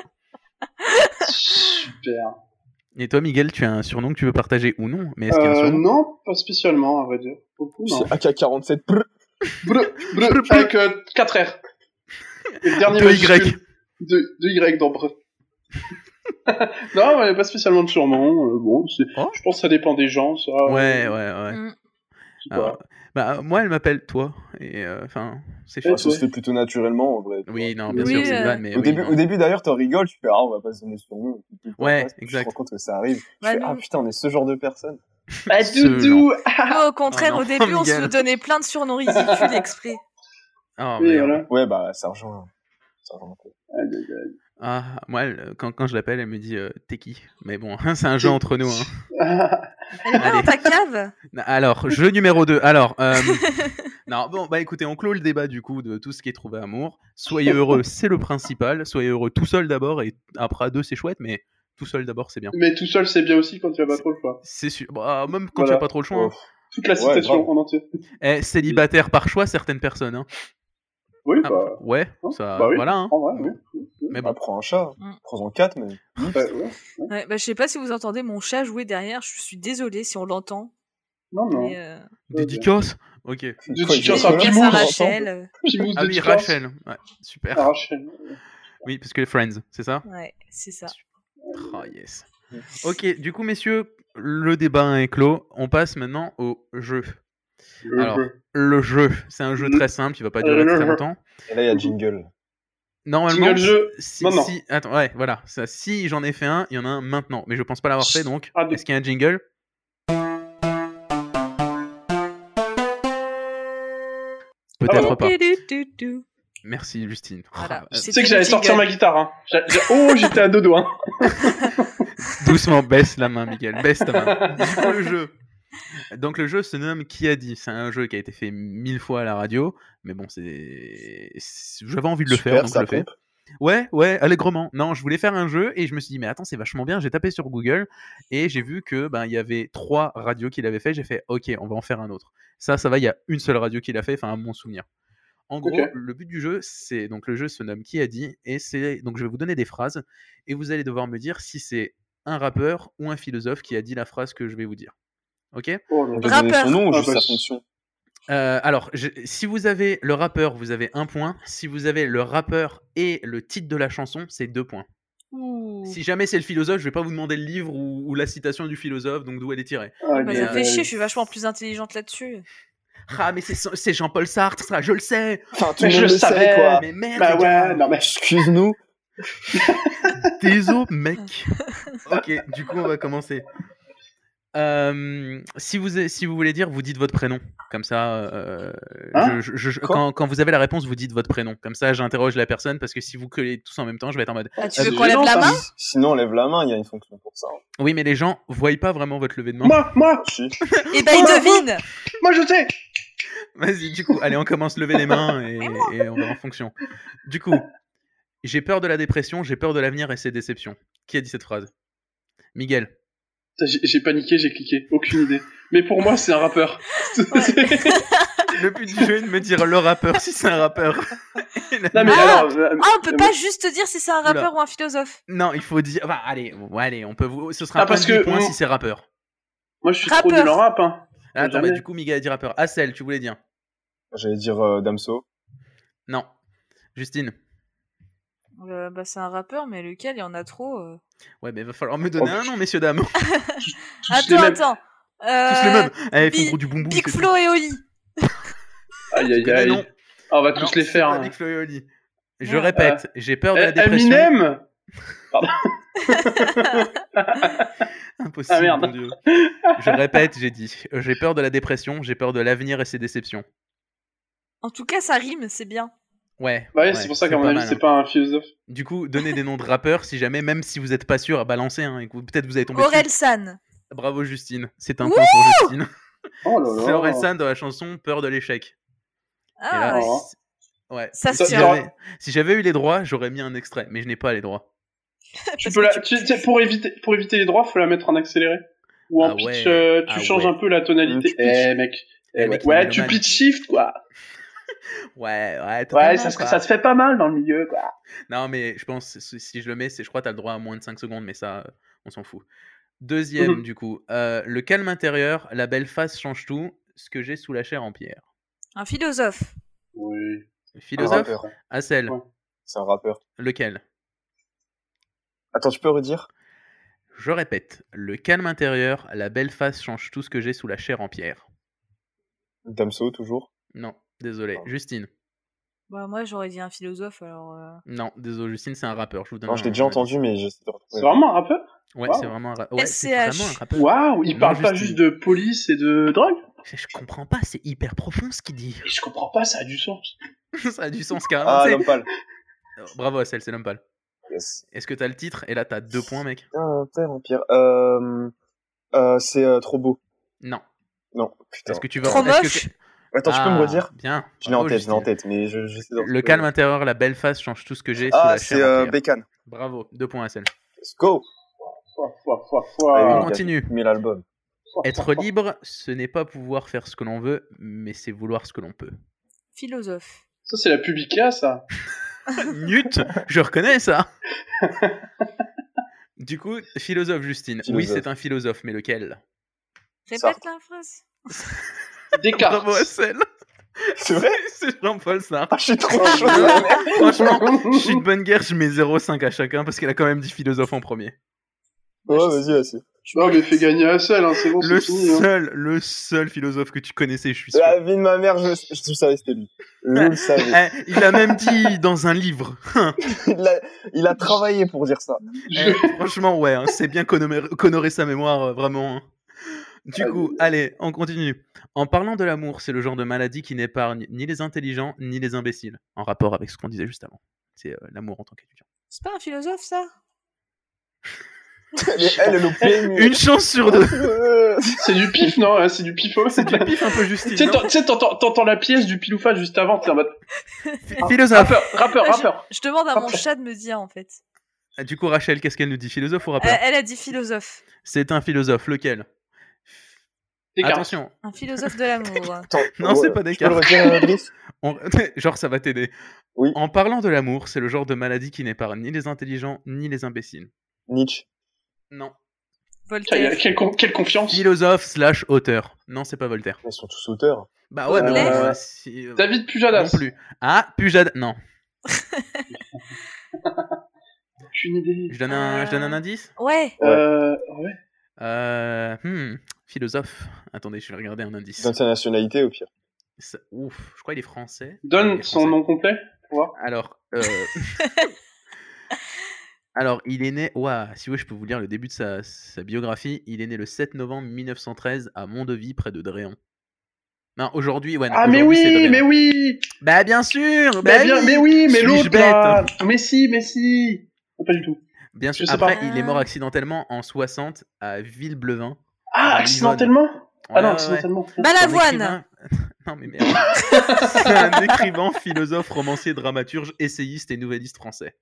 Super. Et toi, Miguel, tu as un surnom que tu veux partager ou non Mais est-ce qu'il y a un Euh, surnom non, pas spécialement, à vrai dire. Beaucoup, non. C'est AK-47. prrr. Bleu, bleu, Bleu, bleu. avec 4 R. Et le dernier Deux majuscule. Y. Deux, deux Y dans breu. non, ouais, pas spécialement de surnom. euh, bon, c'est- Oh. je pense que ça dépend des gens, ça. Ouais, ouais, euh, ouais. Mm. je sais pas. Alors, bah, euh, moi, elle m'appelle toi. Et euh, enfin, c'est Ouais, chaud. Ah, ça se fait plutôt naturellement en vrai. tu Oui, vois. non, bien Oui, sûr, c'est euh, une vanne, mais Au oui, début, non. au début d'ailleurs, t'en rigoles, tu fais ah on va pas se donner ce nom. Ouais, Je me exact. rends compte que ça arrive. Bah, je fais, ah nous- putain, on est ce genre de personne. Ah, Ce doudou Nous, au contraire, Oh non, au début, on se Miguel. donnait plein de surnoms ridicules exprès. Oh, Oui, merde. voilà. Ouais, bah ça rejoint. Ça rejoint un peu. Aïe, aïe, aïe. Ah, moi, elle, quand, quand je l'appelle, elle me dit euh, T'es qui Mais bon, hein, c'est un jeu entre nous. hein. Ah, Elle est pas Allez. dans ta cave Alors, jeu numéro 2. Alors, euh, non, bon, bah écoutez, on clôt le débat du coup de tout ce qui est trouvé amour. Soyez heureux, c'est le principal. Soyez heureux tout seul d'abord et après à deux, c'est chouette, mais tout seul d'abord, c'est bien. Mais tout seul, c'est bien aussi quand tu as pas trop le choix. C'est sûr. Bah, même quand tu Voilà. as pas trop le choix. hein. Toute la Ouais, citation grave. en entier. Eh, célibataire par choix, certaines personnes. hein. Oui, Ah, bah, ouais, hein, ça, bah oui, voilà. hein. en vrai, oui. oui, oui. Mais Bah, bon, prends un chat, Mm. prends-en quatre, mais. Bah, ouais. Ouais, bah, je sais pas si vous entendez mon chat jouer derrière, je suis désolée si on l'entend. Non, non. mais, euh, bah, dédicace. Ok. Dédicace Quoi, à il dédicace à Pimousse. Pimousse. Rachel. euh, Pimousse Ah oui, dédicace. Rachel. Ouais, super. Ah, Rachel. Oui, parce que les Friends, c'est ça Ouais, c'est ça. Oh yes. Ok, du coup, messieurs, le débat est clos. On passe maintenant au jeu. Le Alors, jeu. Le jeu, c'est un jeu Le- très simple, il va pas durer Mm. Euh, le très jeu. longtemps. Et là, il y a Jingle. Normalement, Jingle jeu. si, maintenant. si- attends, ouais, voilà, ça, si j'en ai fait un, il y en a un maintenant, mais je pense pas l'avoir fait, donc Ah, de- est-ce qu'il y a un jingle Peut-être Ah, pas. Du-du-du-du. Merci Justine. Voilà, Euh, Tu c'est- sais que C'était j'allais le sortir jingle. ma guitare. Hein. J'a- j'a- Oh, j'étais à deux doigts. Doucement, baisse la main, Miguel. Baisse ta main. Du coup, le jeu. Donc, le jeu se nomme Qui a dit C'est un jeu qui a été fait mille fois à la radio. Mais bon, c'est. c'est- J'avais envie de le Super, faire, donc je ça le fais. pompe. Ouais, ouais, allègrement. Non, je voulais faire un jeu et je me suis dit, mais attends, c'est vachement bien. J'ai tapé sur Google et j'ai vu que ben il y avait trois radios qui l'avaient fait. J'ai fait, ok, on va en faire un autre. Ça, ça va, il y a une seule radio qui l'a fait, enfin, à mon souvenir. En gros, Ok. le but du jeu, c'est donc le jeu se nomme Qui a dit et c'est donc je vais vous donner des phrases et vous allez devoir me dire si c'est un rappeur ou un philosophe qui a dit la phrase que je vais vous dire. Ok Oh, là On peut là. donner Rappeur. son nom ou Ah, juste bah, sa je- fonction Euh, alors, je- si vous avez le rappeur, vous avez un point. Si vous avez le rappeur et le titre de la chanson, c'est deux points. Ouh. Si jamais c'est le philosophe, je vais pas vous demander le livre ou, ou la citation du philosophe, donc d'où elle est tirée. Ah, Bah, mais, ça euh, fait chier, je suis vachement plus intelligente là-dessus. Ah, mais c'est c'est Jean-Paul Sartre, ça, je le sais. Enfin, Ah, tout Mais le je monde le le savait, savais, quoi. Mais merde, Bah les gars. ouais, non mais. Excuse-nous. Désolé, mec. ok, du coup, on va commencer. Euh, si, vous, si vous voulez dire, vous dites votre prénom. Comme ça, euh, Hein je- je- je- Quoi quand, quand vous avez la réponse, vous dites votre prénom. Comme ça, j'interroge la personne parce que si vous collez tous en même temps, je vais être en mode. Ah, tu Ah, veux mais qu'on lève non, la ça- main Sinon, lève la main, il y a une fonction pour ça. hein. Oui, mais les gens voient pas vraiment votre levée de main. Moi, moi, Si. Et bah, il Voilà. devine moi je sais. Vas-y, du coup, allez, on commence, lever les mains et, et on va en fonction. Du coup, j'ai peur de la dépression, j'ai peur de l'avenir et ses déceptions. Qui a dit cette phrase Miguel. Putain, J'ai j'ai paniqué, j'ai cliqué. Aucune idée. Mais pour moi, c'est un rappeur. Le but du jeu est de me dire le rappeur si c'est un rappeur. Et la- non mais Ah alors. euh, Ah, on peut pas juste te dire si c'est un Oula. rappeur ou un philosophe. Non, il faut dire. bah, allez, bon, allez, on peut vous. Ce sera Ah, un point parce de dix que- points on- si c'est rappeur. Moi, je suis trop Rappeur. nul en rap. Hein. Attends, jamais. bah, du coup, Miguel a dit rappeur. Assel, tu voulais dire J'allais dire euh, Damso. Non. Justine. Euh, bah, c'est un rappeur, mais lequel Il y en a trop. euh. Ouais, mais va falloir me donner Oh. un nom, messieurs, dames. Tous Tous les Attends, mêmes. attends. les Eh, Euh, mêmes. Allez, Bi- font gros du boum boum. Big c'est Flo et Oli. Aïe tout. aïe Ah, non, aïe. Ah, on va tous non, les c'est faire. pas hein. Eh, Big Flo et Oli. Je Euh. répète, j'ai peur de la dépression. Eminem Impossible, Ah, merde. mon Dieu. Je répète, j'ai dit, euh, j'ai peur de la dépression, j'ai peur de l'avenir et ses déceptions. En tout cas, ça rime, c'est bien. Ouais. Bah ouais, c'est pour ça qu'à mon pas avis, mal, c'est hein. pas un philosophe. Du coup, donnez des noms de rappeurs si jamais, même si vous n'êtes pas sûr à balancer, hein, et que vous- peut-être vous avez tombé. dessus. Aurel San. Bravo Justine, c'est un Wouh point pour Justine. Oh là là. C'est Orelsan dans la chanson Peur de l'échec. Et Ah, là, oh. ouais. si- ouais. ça se Si Genre- tient. j'avais si j'avais eu les droits, j'aurais mis un extrait, mais je n'ai pas les droits. Tu peux la, tu- tu- pour, éviter, pour éviter les droits, faut la mettre en accéléré. Ou en Ah pitch, ouais, euh, tu ah changes ouais. un peu la tonalité. Mm, tu eh mec. Eh, eh, ouais, mec, il est ouais, tu mélomane. pitch shift, quoi. Ouais, ouais, totalement, Ouais, ça, se- quoi. ça se fait pas mal dans le milieu, quoi. Non, mais je pense, si si je le mets, c'est, je crois, t'as le droit à moins de 5 secondes, mais ça, euh, on s'en fout. Deuxième, Mmh Mhm. du coup, euh, le calme intérieur, la belle face change tout, ce que j'ai sous la chair en pierre. Un philosophe. Oui. Un Philosophe, rappeur. Assel, Ouais. C'est un rappeur. lequel Attends, tu peux redire Je répète, le calme intérieur, la belle face change tout ce que j'ai sous la chair en pierre. Damso, toujours Non, désolé. Pardon. Justine. Bah, moi, j'aurais dit un philosophe, alors. euh. Non, désolé, Justine, c'est un rappeur. Je vous donne Non, je l'ai un- déjà entendu, mais j'essaie de C'est retrouver. vraiment un rappeur Ouais, Wow. c'est vraiment un, ra- ouais, c'est SCH. vraiment un rappeur. Waouh, il Non, parle pas Justine. juste de police et de drogue Je, je comprends pas, c'est hyper profond ce qu'il dit. Et je comprends pas, ça a du sens. ça a du sens carrément. Ah, tu sais. l'homme pâle. Oh, Bravo, Assel, c'est Lompal. Yes. Est-ce que t'as le titre Et là, t'as deux points, mec. Putain, putain, Empire. Euh, euh, c'est euh, trop beau. Non. Non, putain. Est-ce que tu veux Trop est-ce que moche. tu- Attends, tu peux me Ah, redire Bien. Je l'ai en Bravo, tête, je l'ai en Justine. tête, mais je- j'essaie de Le retrouver. calme intérieur, la belle face change tout ce que j'ai sous Ah, la c'est chair. euh, en pierre. Bécane. Bravo, deux points, Assel. Let's go Fois, fois, fois, Ah On oui, fois. gars. continue. Mais l'album. Fois, Être fois, fois. libre, ce n'est pas pouvoir faire ce que l'on veut, mais c'est vouloir ce que l'on peut. Philosophe. Ça, c'est la publica, ça. Nut, je reconnais ça. Du coup, philosophe Justine. Oui, Philosophe. c'est un philosophe, mais lequel Répète Sartre. la phrase. Descartes. Bravo, Assel. C'est vrai C'est Jean-Paul Sartre. Ah, je suis trop Oh, chaud Franchement, je suis de bonne guerre, je mets 0,5 à chacun parce qu'elle a quand même dit philosophe en premier. Ouais, vas-y, vas-y. Non, mais fais gagner un seul, hein, c'est bon, Le c'est fini. hein. seul, le seul philosophe que tu connaissais, je suis sûr. La vie de ma mère, je, je, je savais que c'était lui. Je le savais. Eh, il a même dit dans un livre. Il a, il a travaillé pour dire ça. Eh, Je- franchement, ouais, hein, c'est bien qu'honorer qu'honorer sa mémoire, euh, vraiment. hein. Du Ah, coup, allez, on continue. En parlant de l'amour, c'est le genre de maladie qui n'épargne ni les intelligents ni les imbéciles, en rapport avec ce qu'on disait juste avant. C'est euh, l'amour en tant qu'étudiant. C'est pas un philosophe, ça Elle, est- elle est le PMU. Une chance sur deux. Euh, C'est du pif, non hein, C'est du pif. C'est du oh, pif un peu Justine. Tu sais, non t'en- tu sais, t'entends t'entends la pièce du piloufa juste avant, t'es en mode philosophe. rappeur, rappeur, Ah, rappeur. Je demande à mon Parfait. chat de me dire, en fait. Du coup, Rachel, qu'est-ce qu'elle nous dit Philosophe ou Euh, rappeur elle a dit philosophe. C'est un philosophe, lequel Descartes. Attention, Un philosophe de l'amour. hein. attends, Non, c'est ouais. pas des Tu peux le redire, euh, Brice On- Genre, ça va t'aider. Oui. En parlant de l'amour, c'est le genre de maladie qui n'épargne ni les intelligents ni les imbéciles. Nietzsche. Non. Voltaire. Quelle, quelle con- quelle confiance. Philosophe slash auteur. Non, c'est pas Voltaire. Ils sont tous auteurs. Bah ouais, mais Blaise bon, euh, si- euh, David non Pujadas. plus. Ah, Pujad. Non. Aucune idée. Je donne un, je donne un Euh. indice. Ouais. Euh, ouais. Euh, hmm, philosophe. Attendez, je vais regarder un indice. Dans sa nationalité, au pire. Ça- Ouf, je crois qu'il est français. Ouais, il Donne est son français. nom complet. pour voir. Alors, euh, alors il est né. Ouah, si vous voulez, je peux vous lire le début de sa, sa biographie. Il est né le 7 novembre 1913 à Mont-de-Vie, près de Dréon. Non, aujourd'hui, ouais. non, Ah mais aujourd'hui, c'est oui, Dréon. mais oui, Bah bien sûr. mais, bah Eh bien- oui mais oui, mais Suis-je l'autre bête hein. là. Mais si, mais si. Oh, Pas du tout. Bien sûr. Je sais pas. Après, il est mort Ah. accidentellement en 60 à Villeblevin. Ah, Lisonne. accidentellement Ouais, ouais, Ah non, ouais. Bah accidentellement. Bah, C'est un Balavoine. écrivain- non mais merde. c'est un écrivain, philosophe, romancier, dramaturge, essayiste et nouvelliste français.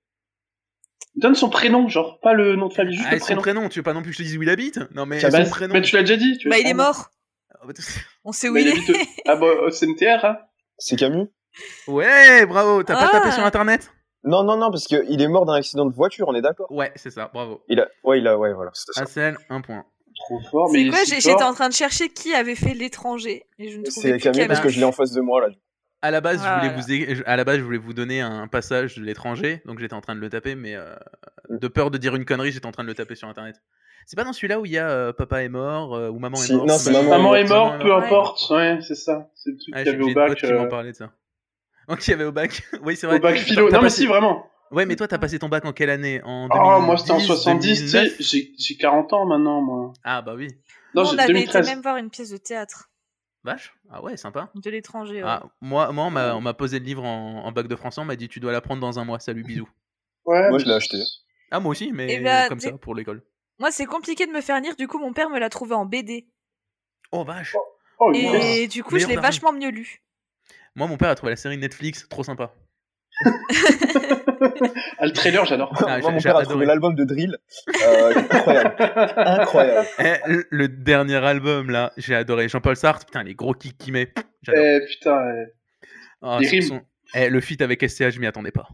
Donne son prénom, genre pas le nom de famille, juste Ah, et le son prénom. prénom, tu veux pas non plus que je te dise où il habite Non mais Ça son va, prénom. Ah, Mais tu l'as déjà dit. Tu Bah, l'as il est pas- mort. On sait où Bah, il il est. habite- Ah bah au CNTR. hein. C'est Camus Ouais, bravo, t'as pas Ah. tapé sur internet Non, non, non, parce qu'il est mort d'un accident de voiture, on est d'accord. Ouais, c'est ça, bravo. Il a, ouais, il a, ouais, voilà, c'était ça. Hassel, un point. Trop fort. Oh, mais C'est il est quoi si j'ai- fort. J'étais en train de chercher qui avait fait l'étranger. Et je ne trouvais C'est plus Camus parce que je l'ai en face de moi là. À la base, Voilà. je voulais vous é- à la base, je voulais vous donner un passage de l'étranger, donc j'étais en train de le taper, mais euh, Mm. de peur de dire une connerie, j'étais en train de le taper sur internet. C'est pas dans celui-là où il y a euh, papa est mort euh, ou maman Si, est morte. non, c'est pas- maman Maman est morte, peu Maman importe. Ouais, c'est ça. C'est le truc Ouais, qu'il y j'ai avait j'ai au une pote bac. qui m'en euh, parlait de ça. Ok, il y avait au bac. oui, c'est vrai. Au bac philo. T'as- t'as Non, mais passé- si, vraiment. Ouais, mais toi, t'as passé ton bac en quelle année En Ah, moi, c'était en 2010, 70, tu sais, 2009? j'ai j'ai 40 ans maintenant, moi. Ah, bah oui. Non, Nous, j'ai on avait été 2013. même voir une pièce de théâtre Vache. Ah ouais, sympa. de l'étranger. ouais. Ah, moi, moi, on m'a- on m'a posé le livre en, en bac de français, on m'a dit tu dois l'apprendre dans un mois, salut, bisous. Ouais, mais Moi, je l'ai acheté. Ah, moi aussi, mais Eh ben, comme des- ça, pour l'école. Moi, c'est compliqué de me faire lire, du coup, mon père me l'a trouvé en BD. Oh vache Oh, Et yes. du coup, Meilleur je l'ai parent. vachement mieux lu. Moi, mon père a trouvé la série Netflix, trop sympa. Ah, le trailer, j'adore. Ah, Moi, j'ai- mon j'ai père a adoré. trouvé l'album de Drill. Euh, incroyable. Incroyable. Eh, le, le dernier album, là, j'ai adoré. Jean-Paul Sartre, putain, les gros kicks qu'il met, pff, j'adore. Eh, putain, eh. Ah, les son- rimes. son- Eh, le feat avec SCH, je m'y attendais pas.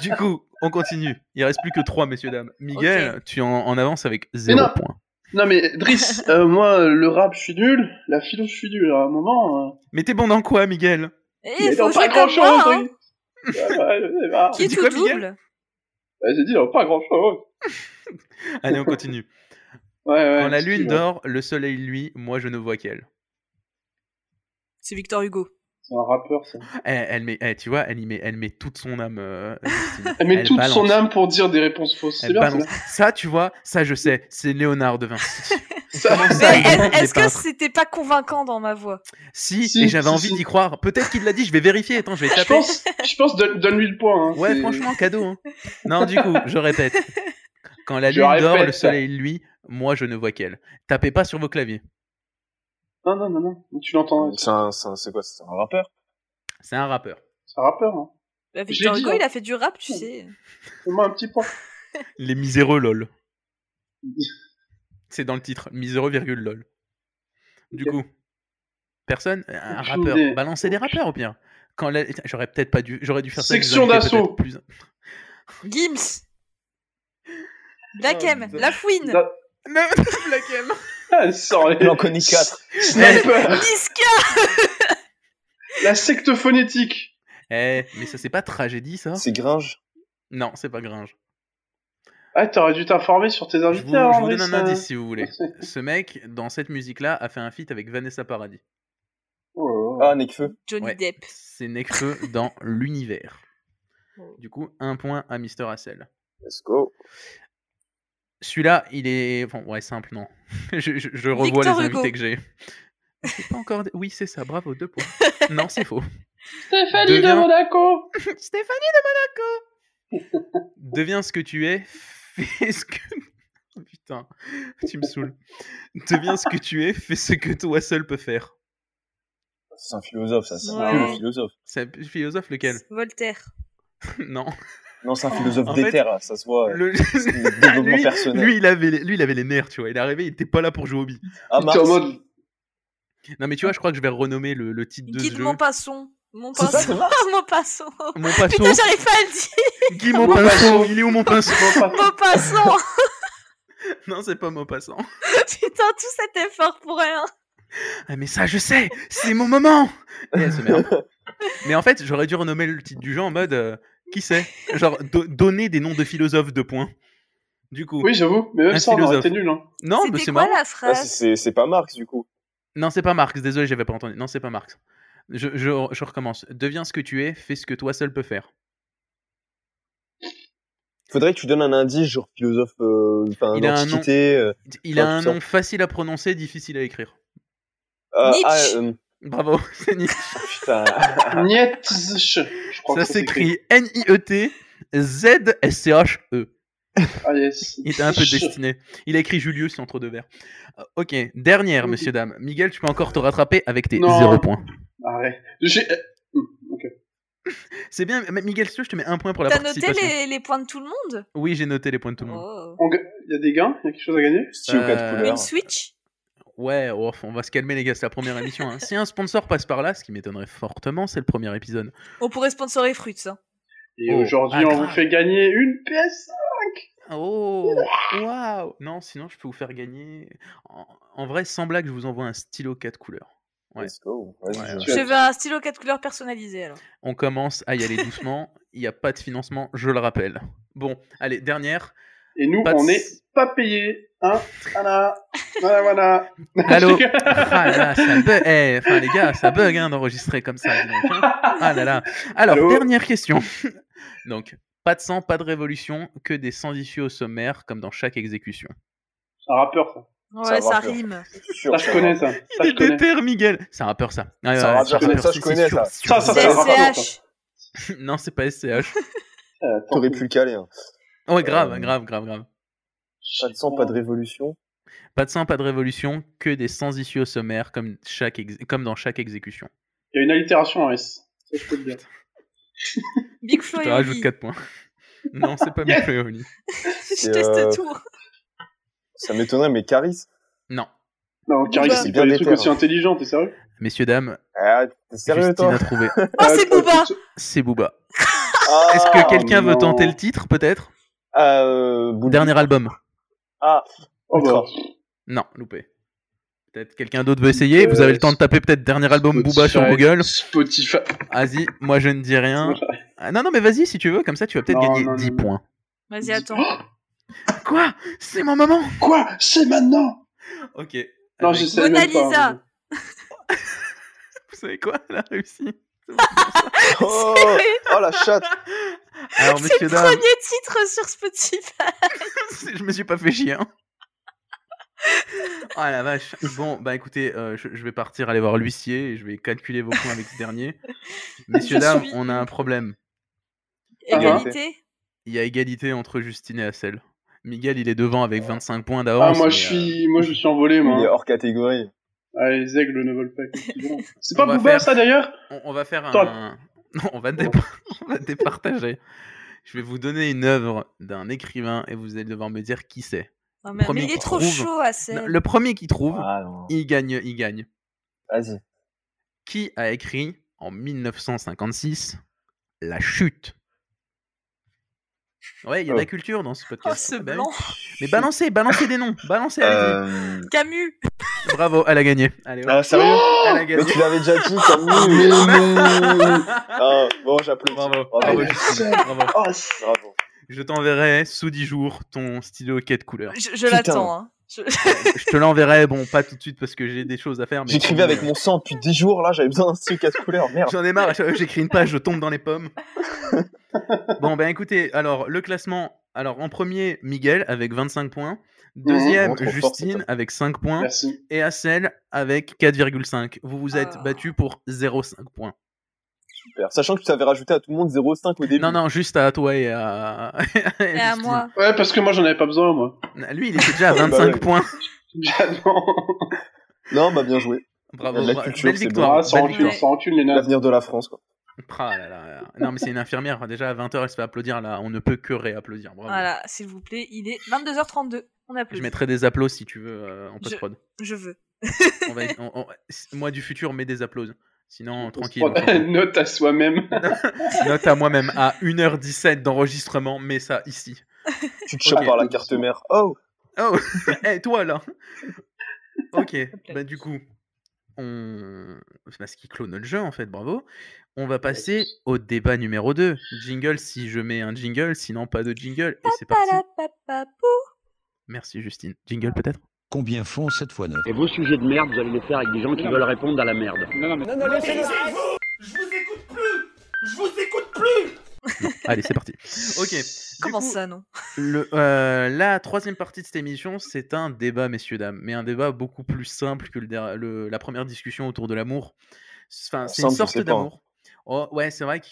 du coup, on continue. Il reste plus que 3, messieurs, dames. Miguel, tu en, en avances avec 0 non. point. Non, mais Driss, euh, moi, le rap, je suis nul. La philo, je suis nul. À un moment. euh, Mais t'es bon dans quoi, Miguel Et mais il Eh, faut dans pas jouer comme grand chose. moi, hein, bah. qui Tu est dis tout quoi, Miguel double. J'ai dit, dans oh, pas grand chose. Allez, on continue. Ouais, ouais, Quand la c'est lune bon. dort, le soleil lui, moi je ne vois qu'elle. C'est Victor Hugo. C'est un rappeur, ça. Eh, Elle, met, eh, tu vois, elle y met, elle met toute son âme. euh, Justine. Elle met toute balance. son âme pour dire des réponses fausses. C'est Elle bien, c'est balance. Ça, tu vois, ça je sais, c'est Léonard de Vinci. Ça- Comment Mais ça, il est- invente des est-ce que peintres c'était pas convaincant dans ma voix Si, Si, et j'avais si, envie si. d'y croire. Peut-être qu'il l'a dit, je vais vérifier. Attends, je vais bien. Je taper. pense, je pense donne- donne-lui le point. hein, Ouais, c'est- franchement, cadeau. hein. Non, du coup, je répète. Quand la Je lune dort, répète. le soleil lui, moi je ne vois qu'elle. Tapez pas sur vos claviers. Non, non, non, non. Tu l'entends. C'est un, c'est un- c'est quoi C'est un rappeur C'est un rappeur. C'est un rappeur. Hein. Bah, l'ai Victor dit, Hugo, hein. il a fait du rap, tu sais. Fais-moi un petit point. Les miséreux lol. C'est dans le titre. Miséreux virgule lol. Du Ok. coup, personne Un Aucune rappeur. idée. Balancez des rappeurs au pire. Quand la- Tiens, J'aurais peut-être pas dû. J'aurais dû faire ça. avec des Section invités d'assaut. peut-être Plus... Gims Dakem, Oh, La Fouine Da- Non, Black M. Ah, sorry. Il en connaît 4. Sniper. Niska La secte phonétique. Eh, mais ça c'est pas tragédie ça C'est Gringe. Non, c'est pas gringe. Ah, t'aurais dû t'informer sur tes Je invités. hein, vous, je avant vous donne un ça. euh. indice si vous voulez. Ce mec, dans cette musique-là, a fait un feat avec Vanessa Paradis. Oh là là. Ah, Nekfeu. Johnny Ouais. Depp. C'est Nekfeu dans l'univers. Oh. Du coup, un point à Mister Hassel. Let's go. Celui-là, il est. Bon, ouais, simple, non. je, je- je revois Victor les Hugo. invités que j'ai. C'est pas encore. des- Oui, c'est ça, bravo, deux points. non, c'est faux. Stéphanie Deviens- de Monaco. Stéphanie de Monaco Deviens ce que tu es, fais ce que. Putain, tu me saoules. Deviens ce que tu es, fais ce que toi seul peux faire. C'est un philosophe, ça. C'est Ouais. un vieux philosophe. C'est un philosophe lequel Voltaire. Non. Non, c'est un philosophe En fait, des terres, hein, ça se voit. Le- C'est le développement lui, personnel. lui, il avait les... lui, il avait les nerfs, tu vois. Il est arrivé, il était pas là pour jouer au billes. Ah, T'es en Marx. mode. Non, mais tu vois, je crois que je vais renommer le, le titre de ce Guide jeu. Maupassant. C'est ça, c'est Maupassant. Marx Maupassant. Mon pinceau. Putain, j'arrive pas à le dire. Guy Maupassant, il est où mon pinceau Non, pas- Maupassant. Non, c'est pas Maupassant. Putain, tout cet effort pour rien. Ah, mais ça, je sais, c'est mon moment Et elle se met un peu. Mais en fait, j'aurais dû renommer le titre du jeu en mode euh, qui sait Genre, do- donner des noms de philosophes de points. Du coup, Oui, j'avoue. Mais même Un ça, on aurait philosophe. été nul. Hein. non, mais C'était c'est quoi marrant. la Ah, phrase c'est- c'est c'est pas Marx, du coup. Non, c'est pas Marx, désolé, j'avais pas entendu. Non, c'est pas Marx. Je, je, je recommence. Deviens ce que tu es, fais ce que toi seul peux faire. Faudrait que tu donnes un indice, genre philosophe, euh, enfin, Il a un nom. d'antiquité. euh, Il a Ah, un putain. nom facile à prononcer, difficile à écrire. ah, Nietzsche. ah, euh, Bravo, c'est Nietzsche. putain. Ah. Nietzsche. Je crois Ça que s'écrit E N-I-E-T. Z-S-C-H-E. Ah, yes. E. Il était un peu destiné. Il a écrit Julius entre deux verres. Euh, ok, dernière, Oui. messieurs, dames. Miguel, tu peux encore te rattraper avec tes Non. 0 points. Bah, Arrête. J'ai- Ok. C'est bien, mais Miguel, si tu veux, je te mets un point pour la T'as noté participation. les, les points de tout le monde Oui, j'ai noté les points de tout le monde. Oh. On ga- Il y a des gains Il y a quelque chose à gagner Style ou quatre Euh, couleurs. Une Switch Ouais, oh, on va se calmer, les gars, c'est la première émission. hein. Si un sponsor passe par là, ce qui m'étonnerait fortement, c'est le premier épisode. On pourrait sponsorer Fruits. hein. Et Oh, aujourd'hui, ah, on grave. vous fait gagner une PS. Oh, waouh Non, sinon, je peux vous faire gagner. En, en vrai, sans blague, je vous envoie un stylo 4 couleurs. Ouais. Let's go. Vas-y, Ouais, je- ouais. Je veux un stylo 4 couleurs personnalisé alors. On commence à y aller doucement. Il n'y a pas de financement, je le rappelle. Bon, allez, dernière. Et nous, Pas de- on n'est pas payé. Hein voilà, voilà, voilà. Allô Ah là, ça bug. Eh, enfin, les gars, ça bug hein, d'enregistrer comme ça. dis donc, hein. Ah là là. Alors, Allô dernière question. Donc, pas de sang, pas de révolution, que des sans issue au sommaire, comme dans chaque exécution. C'est un rappeur, ça. Ouais, va ça faire. rime. C'est sûr, Ça, Ah, je connais, ça. Ça, je connais. déter, Miguel. C'est un rappeur, ça. Ah, C'est un ouais, rappeur, c'est un ça, rappeur, ça, je si, connais, c'est sûr, ça. c'est Ça, sûr. ça, ça. CSCH. Non, c'est pas SCH. Euh, tant T'aurais pis. pu le caler. Hein. Ouais, grave, Euh, grave, grave, grave. Pas de sang, pas de révolution. Pas de sang, pas de révolution, que des sans issue au sommaire, comme, chaque ex- comme dans chaque exécution. Il y a une allitération en S. Ça, je peux le dire. Big Je Flo te et rajoute Oli. 4 points. Non, c'est pas Yes. Miguel Oli. Je Et, euh, teste tout. Oh, Ça m'étonnerait, mais Caris. Non. Non, Caris, il Booba. C'est fait bien des trucs déter, aussi hein. intelligents, t'es sérieux Messieurs, dames, Ah, t'es sérieux, Justine toi a trouvé. Ah, Euh, c'est Booba C'est Booba. Oh, Ah, Est-ce que quelqu'un veut non. tenter le titre, peut-être Ah, euh, Booba. Dernier album Oh, bah, Ultra. Non, loupé. Peut-être quelqu'un d'autre veut essayer. Vous avez le temps de taper peut-être dernier album Booba sur Spotify. Google. Spotify. Vas-y, moi je ne dis rien. Ah, non, non, mais vas-y si tu veux, comme ça tu vas peut-être Non, gagner non, non, 10 non. points. Vas-y, attends. Oh, Quoi C'est mon moment Quoi C'est maintenant Ok. Non, Avec- je sais Mona même pas. Lisa. hein. Vous savez quoi Elle a réussi. Oh, oh, la chatte. Alors, C'est messieurs, le dames, premier titre sur Spotify. je me suis pas fait chier. hein. Oh la vache. Bon, bah écoutez, euh, je, je vais partir aller voir l'huissier et je vais calculer vos points avec ce dernier. Messieurs, Je dames, suis- on a un problème. Ah Égalité. Il y a égalité entre Justine et Hassel. Miguel, il est devant avec 25 points Ah, d'avance. moi mais, je euh, suis, moi je suis envolé, Il est moi. hors catégorie. Ah, les aigles ne volent pas. effectivement. C'est On pas va Booba faire- ça d'ailleurs on, on va faire Attends. un. Non, on va, dé- on va départager. Je vais vous donner une œuvre d'un écrivain et vous allez devoir me dire qui c'est. Oh, merde, Premier mais il est qui trop trouve. chaud à celle. Le premier qui trouve, Ah, non. il gagne, il gagne. Vas-y. Qui a écrit en 1956 La chute Ouais, il y a de la culture dans ce Oh, podcast. ce Ah bah oui. blanc. Mais balancez, balancez des noms. Balancez, allez-y. Euh... Camus. Bravo, elle a gagné. Allez, hop, Ah, sérieux elle a gagné. Mais tu l'avais déjà dit, Camille. Mais non. Ah, bon, j'applaudis. Ah, Bravo, Bravo. bravo, Justine, bravo. Oh, c'est- Bravo. Je t'enverrai sous 10 jours ton stylo quai de couleur. Je, je l'attends. hein. Je- Je te l'enverrai, bon, pas tout de suite parce que j'ai des choses à faire. mais- J'écrivais avec mon sang depuis 10 jours, là, j'avais besoin d'un stylo quatre couleurs, Oh, merde. J'en ai marre, à chaque fois que j'écris une page, je tombe dans les pommes. Bon, ben écoutez, alors le classement. Alors en premier, Miguel avec 25 points. Deuxième, Mmh, trop fort, Justine avec 5 points. Merci. Et Hassel avec 4,5. Vous vous êtes Ah. battu pour 0,5 points. Super. Sachant que tu avais rajouté à tout le monde 0,5 au début. Non, non, juste à toi et à. Et à Justine. moi. Ouais, parce que moi j'en avais pas besoin, moi. Lui, il était déjà à Bah ouais. 25 points. Déjà, non. Non, bah bien joué. Bravo, Il y a de la bra- culture, belle c'est bon. victoire. Ah, sans belle rancune, victoire. Ouais. sans rancune, les nazes. L'avenir de la France, quoi. Ah là là. Non, mais c'est une infirmière. Déjà à 20h, elle se fait applaudir là. On ne peut que réapplaudir. Bravo. Voilà, s'il vous plaît. Il est 22h32. On Je applaudit. mettrai des applauses si tu veux euh, en post-prod. Je veux. On va- on- on- Moi du futur, mets des applauses. Sinon, tranquille. on fait- Note à soi-même. Note à moi-même à 1h17 d'enregistrement, mets ça ici. Tu te chopes Ok. par la carte mère. Oh, Oh Eh, toi là Ok, bah du coup, on. C'est parce qu'il clone le jeu en fait, bravo. On va passer au débat numéro 2. Jingle si je mets un jingle, sinon pas de jingle. Et c'est parti. Palapapapou. Merci Justine. Jingle peut-être Combien font 7 fois 9 Et vos sujets de merde, vous allez les faire avec des gens qui veulent répondre à la merde. Allez, c'est parti. Ok. du Comment coup, ça, non Le, euh, la troisième partie de cette émission, c'est un débat, messieurs, dames, mais un débat beaucoup plus simple que le der- le- la première discussion autour de l'amour. Enfin, c'est une Simple, je sorte sais pas, hein. d'amour. Oh, ouais, c'est vrai que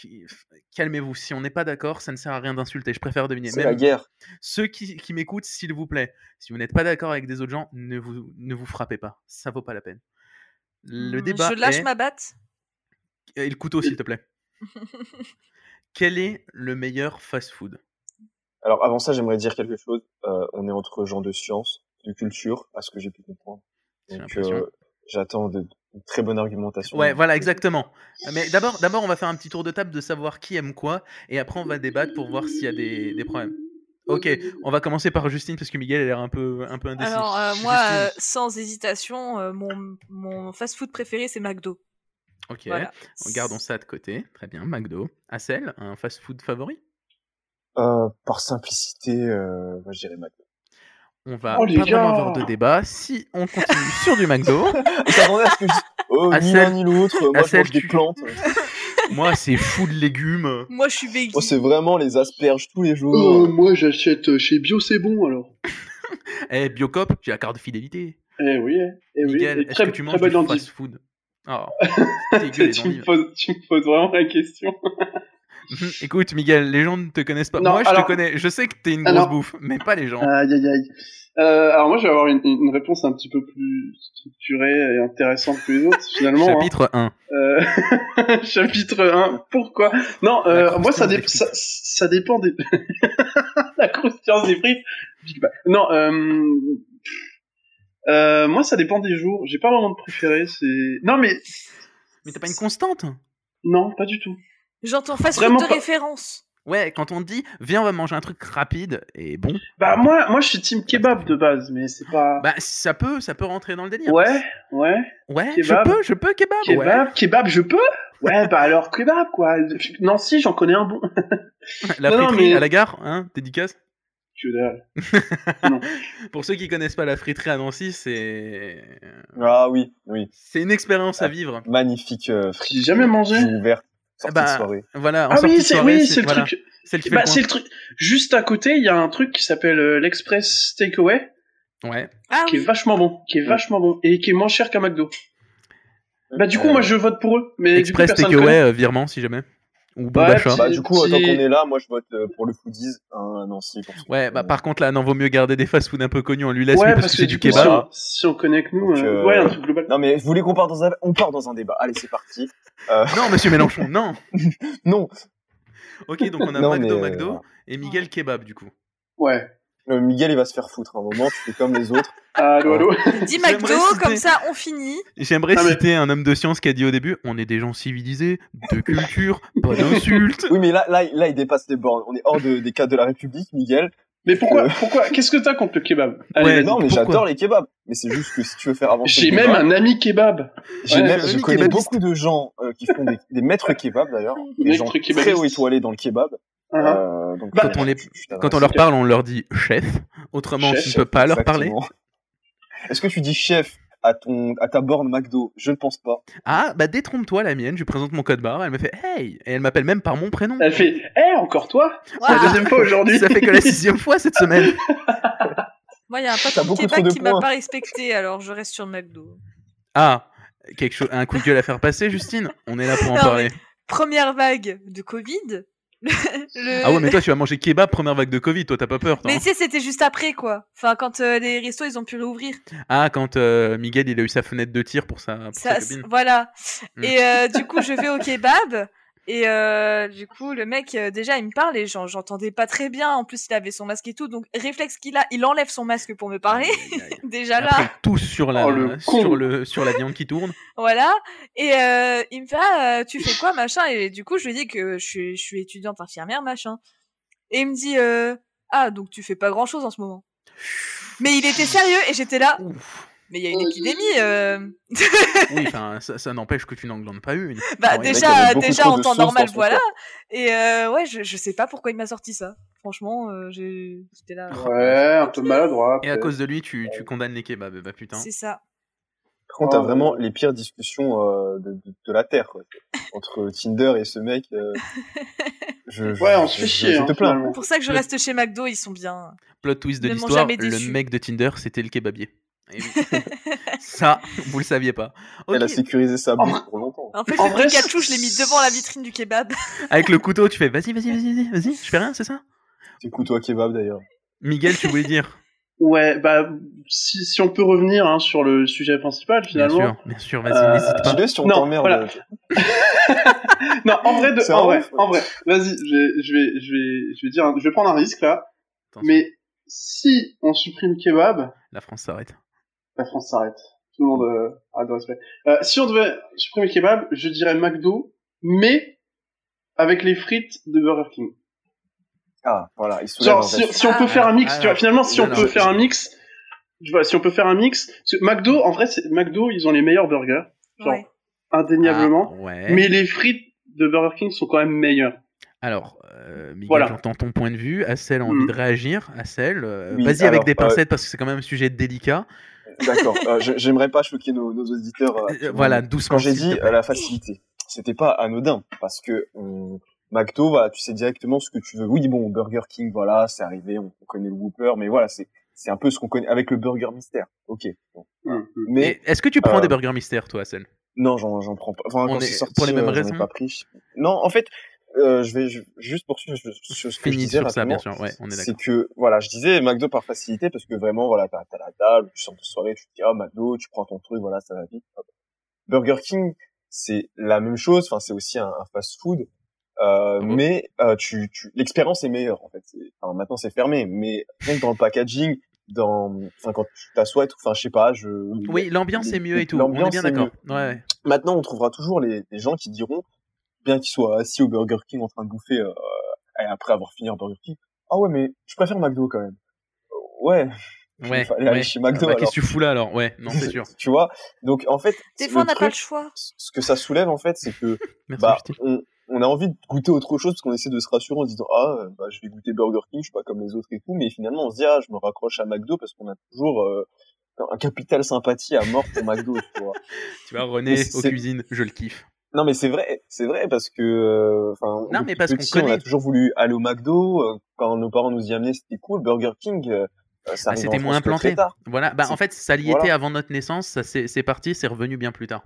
calmez-vous. Si on n'est pas d'accord, ça ne sert à rien d'insulter. Je préfère deviner. c'est la Même guerre. ceux qui, qui m'écoutent, s'il vous plaît, si vous n'êtes pas d'accord avec des autres gens, ne vous, ne vous frappez pas. Ça vaut pas la peine. Le Hmm, débat Je lâche est- ma batte. et le couteau, s'il te plaît. Quel est le meilleur fast-food Alors avant ça, j'aimerais dire quelque chose. Euh, on est entre gens de science, de culture, à ce que j'ai pu comprendre. J'ai Donc l'impression. euh, j'attends de- une très bonne argumentation. Ouais, voilà, exactement. Mais d'abord, d'abord, on va faire un petit tour de table de savoir qui aime quoi, et après, on va débattre pour voir s'il y a des, des problèmes. Ok, on va commencer par Justine parce que Miguel a l'air un peu un peu indécis. Alors, euh, moi, euh, Justine. sans hésitation, euh, mon, mon fast-food préféré, c'est McDo. ok, euh, Voilà. gardons ça de côté. Très bien, McDo. Hassel, un fast-food favori Euh, par simplicité, euh, moi, je dirais McDo. On va Oh, pas les vraiment gars. avoir de débat. Si on continue sur du McDo, Et t'attendais à ce que je dise, oh, À ni celle- l'un ni l'autre, moi à je mange celle des tu- plantes. moi c'est fou de légumes. Moi, je suis bégué. Moi Oh, c'est vraiment les asperges tous les Euh, Oh. jours. moi, j'achète euh, chez Bio, c'est bon alors. Eh Biocop, j'ai la carte de fidélité. Eh oui, eh, eh oui. Miguel, Et est-ce que tu manges du endive. fast food Oh, c'est dégueu, les tu, me endives. poses, tu me poses vraiment la question. Mhm. Écoute Miguel, les gens ne te connaissent pas. Non, moi je alors- te connais, je sais que t'es une Ah, grosse non. bouffe, mais pas les gens. Aïe, aïe, aïe. Euh, alors moi, je vais avoir une, une réponse un petit peu plus structurée et intéressante que les autres, finalement. hein. Chapitre 1. Euh, chapitre 1, pourquoi Non, euh, La moi ça, dé- ça, croustillance ça dépend des... la croustillance des frites. Big Mac. Non, euh... euh, moi ça dépend des jours. J'ai pas vraiment de préféré. C'est non mais Mais t'as pas une constante non, pas du tout. J'entends fast food Vraiment de pas. référence. Ouais, quand on te dit viens on va manger un truc rapide et bon, Bah moi, moi je suis team kebab de base, mais c'est pas. bah ça peut ça peut rentrer dans le délire. Ah. ouais, ouais. Ouais, Kebab. je peux, je peux kebab, Ah, ouais. Kebab, kebab, je peux. Ouais, bah alors kebab quoi. Non si, j'en connais un bon. La Non, non, friterie mais- à la gare, hein, dédicace. Que dalle. Pour ceux qui connaissent pas la friterie à Nancy, c'est Ah oui, oui. c'est une expérience à Ah. vivre. Magnifique euh, frites. J'ai jamais mangé. J'ai ouvert, sortie Bah, de soirée. Voilà, en Ah sortie oui, de c'est soirée, oui, c'est le voilà, truc. celle qui fait Bah, le c'est le truc. Juste à côté, il y a un truc qui s'appelle euh, l'Express Takeaway, coin. Ouais. Ah qui est oui. vachement bon, qui est Mm. Ouais. vachement bon et qui est moins cher qu'un McDo. Bah du coup, Euh, moi je vote pour eux, mais Express du coup, personne connaît. takeaway euh, virement si jamais ou bon Ouais, d'achat. petit- Bah du coup, euh, tant petit- qu'on est là, moi je vote euh, pour le foodies hein, à Nancy. parce que, Ouais, bah euh, par contre là, non, vaut mieux garder des fast-food un peu connus, on lui laisse lui, Ouais, parce, que c'est du kebab. si on, si on connaît que nous, Donc, euh, euh, ouais, un truc global. Non mais vous voulez qu'on part dans un on part dans un débat. Allez, c'est parti. Non, monsieur Mélenchon, non. Non, OK, donc on a Non, McDo, mais, euh, McDo et Miguel kebab du coup. Ouais. euh, Miguel il va se faire foutre à un moment, tu fais comme les autres. Allô, allô. Dis J'aimerais McDo, citer- comme ça, on finit. J'aimerais Ah, mais- citer un homme de science qui a dit au début on est des gens civilisés, de culture, pas d'insultes. Oui, mais là là là il dépasse les bornes. On est hors de- des cadres de la République, Miguel. Mais pourquoi, pourquoi, qu'est-ce que t'as contre le kebab Allez, Euh. Ouais, vas-y. Non, mais pourquoi j'adore les kebabs. Mais c'est juste que si tu veux faire avancer J'ai le même débat, un ami kebab. J'ai Ouais, même- j'ai je ami connais kebabiste. beaucoup de gens euh, qui font des, des maîtres kebabs d'ailleurs, des Maîtres gens très kebabistes. haut étoilés dans le kebab. Hein, hein. Euh, donc, Bah, euh, Ah. quand on les- je- je t'avais Quand on leur parle, on leur dit chef. Autrement, Chef, tu ne peux pas leur parler. Exactement. Est-ce que tu dis chef à ton à ta borne McDo Je ne pense pas. Ah, bah détrompe-toi la mienne, je lui présente mon code barre, elle me fait Hey Et elle m'appelle même par mon prénom. Ah, Elle fait, eh, encore toi La Waouh. deuxième fois aujourd'hui. Ça fait que la sixième fois cette semaine. Moi, il y a un T'as patron de beaucoup Québec trop de qui m'a points. pas respecté, alors je reste sur McDo. Ah, quelque chose, un coup de gueule à faire passer, Justine On est là pour en Non, parler. Première vague de Covid. Le- Ah ouais, mais toi, tu vas manger kebab première vague de Covid, toi, t'as pas peur, toi. Mais hein. tu sais, c'était juste après, quoi. Enfin, quand euh, les restos, ils ont pu réouvrir. Ah, quand euh, Miguel, il a eu sa fenêtre de tir pour sa, pour sa Ça, copine. voilà. Mm. Et euh, du coup, je vais au kebab. Et euh, du coup, le mec, euh, déjà, il me parle et j'en- j'entendais pas très bien. En plus, il avait son masque et tout. Donc, réflexe qu'il a, il enlève son masque pour me parler. Aïe, aïe, aïe. déjà là. Après, tous sur la, Oh, le sur, con. le, sur la viande qui tourne. Voilà. Et euh, il me fait ah, euh, tu fais quoi machin et du coup je lui dis que je suis, je suis étudiante infirmière machin. Et il me dit euh, ah donc tu fais pas grand chose en ce moment. Mais il était sérieux et j'étais là. Ouf. Mais il y a une épidémie. euh. Oui, enfin, ça, ça n'empêche que tu n'en glandes pas une. bah Non, il y en a qui déjà avaient beaucoup déjà trop en de temps sauce dans normal son voilà. Et euh, ouais je, je sais pas pourquoi il m'a sorti ça. Franchement euh, j'ai- j'étais là. Oh, Ouais, un peu maladroit. Et à cause de lui, tu, euh, tu condamnes les kebabs. Bah putain. euh, C'est ça. Par contre, t'as Oh, vraiment ouais. les pires discussions euh, de, de- de la terre quoi. entre Tinder et ce mec. euh, je, je- Ouais, on se je- fait je- chier. Je hein, te plains. finalement. Pour ça que je Le- reste chez McDo ils sont bien. Plot twist de Ne m'ont l'histoire, jamais déçu. le mec de Tinder, c'était le kebabier. Et oui. ça, vous le saviez pas. Elle a Ok. sécurisé sa bouffe pour longtemps. En fait En le vrai, Pikachu je c'est- l'ai mis devant la vitrine du kebab. Avec le couteau, tu fais vas-y, vas-y, vas-y, vas-y, vas-y, je fais rien, c'est ça C'est couteau à kebab d'ailleurs. Miguel, tu voulais dire Ouais, bah, si, si on peut revenir hein, sur le sujet principal, Bien finalement. sûr, bien sûr, vas-y, Euh, n'hésite pas. Dis-le si on Non, t'emmerde. voilà. Non, en vrai, de- C'est en un vrai, ouf, ouais. en vrai. Vas-y, je vais, je vais, je vais, je vais dire, un- je vais prendre un risque là. Attention, Mais si on supprime kebab, La France s'arrête. la France s'arrête. Tout le monde euh, arrête de respect. Euh, si on devait supprimer kebab, je dirais McDo, mais avec les frites de Burger King. Ah, voilà, il soulève Genre, un si, vrai si on peut Ah, faire un mix, alors, tu vois, finalement, si on alors. peut faire un mix, je vois, si on peut faire un mix, parce que McDo, en vrai, c'est- McDo, ils ont les meilleurs burgers, genre, Ouais. indéniablement. Ah, ouais. Mais les frites de Burger King sont quand même meilleures. Alors, euh, Miguel, Voilà. j'entends ton point de vue. Assel a envie Mhm. de réagir. Assel, euh, Mm. Oui, vas-y alors, avec des euh, pincettes parce que c'est quand même un sujet délicat. D'accord. Euh, je- J'aimerais pas choquer nos, nos auditeurs. euh, Euh, qui vont- voilà, doucement. Quand j'ai s'il te dit plaît. euh, la facilité, c'était pas anodin parce que euh, McDo, voilà, tu sais directement ce que tu veux. Oui, bon, Burger King, voilà, c'est arrivé, on, on connaît le Whopper, mais voilà, c'est c'est un peu ce qu'on connaît avec le Burger Mystère. Ok. bon. Mm, Mais Et Est-ce que tu prends euh, des burgers mystères, toi, Assel Non, j'en, j'en prends pas. Enfin, On quand c'est est- sorti, pour les mêmes euh, j'en ai raisons pas pris. Non, en fait, euh, je vais je- juste poursuivre sur sur ce que je Finis disais sur ça, bien rapidement. sûr. Ouais, on est c'est d'accord. que voilà, je disais McDo par facilité parce que vraiment voilà, t'as, t'as la table, tu sors de soirée, tu te dis ah McDo, tu prends ton truc, voilà, ça va vite. hop. Burger King, c'est la même chose. Enfin, c'est aussi un, fast food, euh, Bravo. mais euh, tu, tu l'expérience est meilleure en fait. C'est- Enfin, maintenant c'est fermé, mais rien que dans le packaging, dans enfin quand tu t'assois, et tout, enfin je sais pas, je Oui, l'ambiance les- est mieux et tout. On est l'ambiance bien est d'accord. mieux. Ouais, ouais. Maintenant, on trouvera toujours les, les gens qui diront, bien qu'ils soient assis au Burger King en train de bouffer euh, et après avoir fini un Burger King, ah ouais, mais je préfère McDo quand même. Euh, Ouais, Ouais, fallait aller ouais. chez McDo, Ah bah, alors. Qu'est-ce que tu fous là alors Ouais, non, c'est sûr. tu vois. Donc en fait, Des le fois, on n'a pas truc, le choix. ce que ça soulève en fait, c'est que Merci, bah, Justine. on, on a envie de goûter autre chose parce qu'on essaie de se rassurer en se disant ah euh, bah, je vais goûter Burger King, je suis pas comme les autres et tout, mais finalement on se dit ah je me raccroche à McDo parce qu'on a toujours euh, un capital sympathie à mort pour McDo, tu vois. Tu vois, René, c'est- aux c'est- cuisines, je le kiffe. Non mais c'est vrai, c'est vrai parce que euh, enfin Non, mais depuis parce qu'on petit, on connaît. a toujours voulu aller au McDo euh, quand nos parents nous y amenaient, c'était cool. Burger King, euh, Ah, ça arrivait c'était en moins France que implanté. très tard. Voilà, bah C'est- en fait, ça l'y voilà. était avant notre naissance, ça c'est c'est parti, c'est revenu bien plus tard.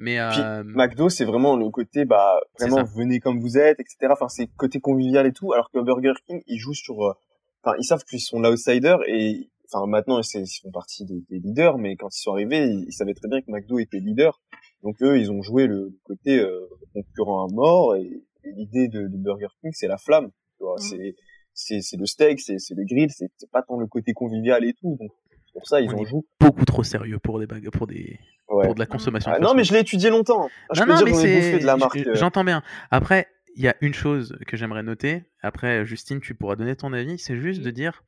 Mais Puis, euh, McDo, c'est vraiment le côté bah C'est vraiment ça. venez comme vous êtes, etc. Enfin c'est côté convivial et tout, alors que Burger King ils jouent sur, euh, enfin ils savent qu'ils sont l'outsider et enfin maintenant c'est- ils font partie des, des leaders, mais quand ils sont arrivés ils, ils savaient très bien que McDo était leader, donc eux ils ont joué le côté euh, concurrent à mort et, et l'idée de, de Burger King c'est la flamme, tu vois, Mhm. Mm. c'est c'est c'est le steak, c'est c'est le grill, c'est c'est pas tant le côté convivial et tout, donc c'est pour ça ils On en est jouent. beaucoup trop sérieux pour des bagues, pour des Ouais. pour de la consommation. Ah, de non fast-food. mais je l'ai étudié longtemps. Je Non, peux non, dire mais qu'on est bouffé c'est. de la je- marque. euh, J'entends bien. Après, il y a une chose que j'aimerais noter. Après, Justine, tu pourras donner ton avis. C'est juste de dire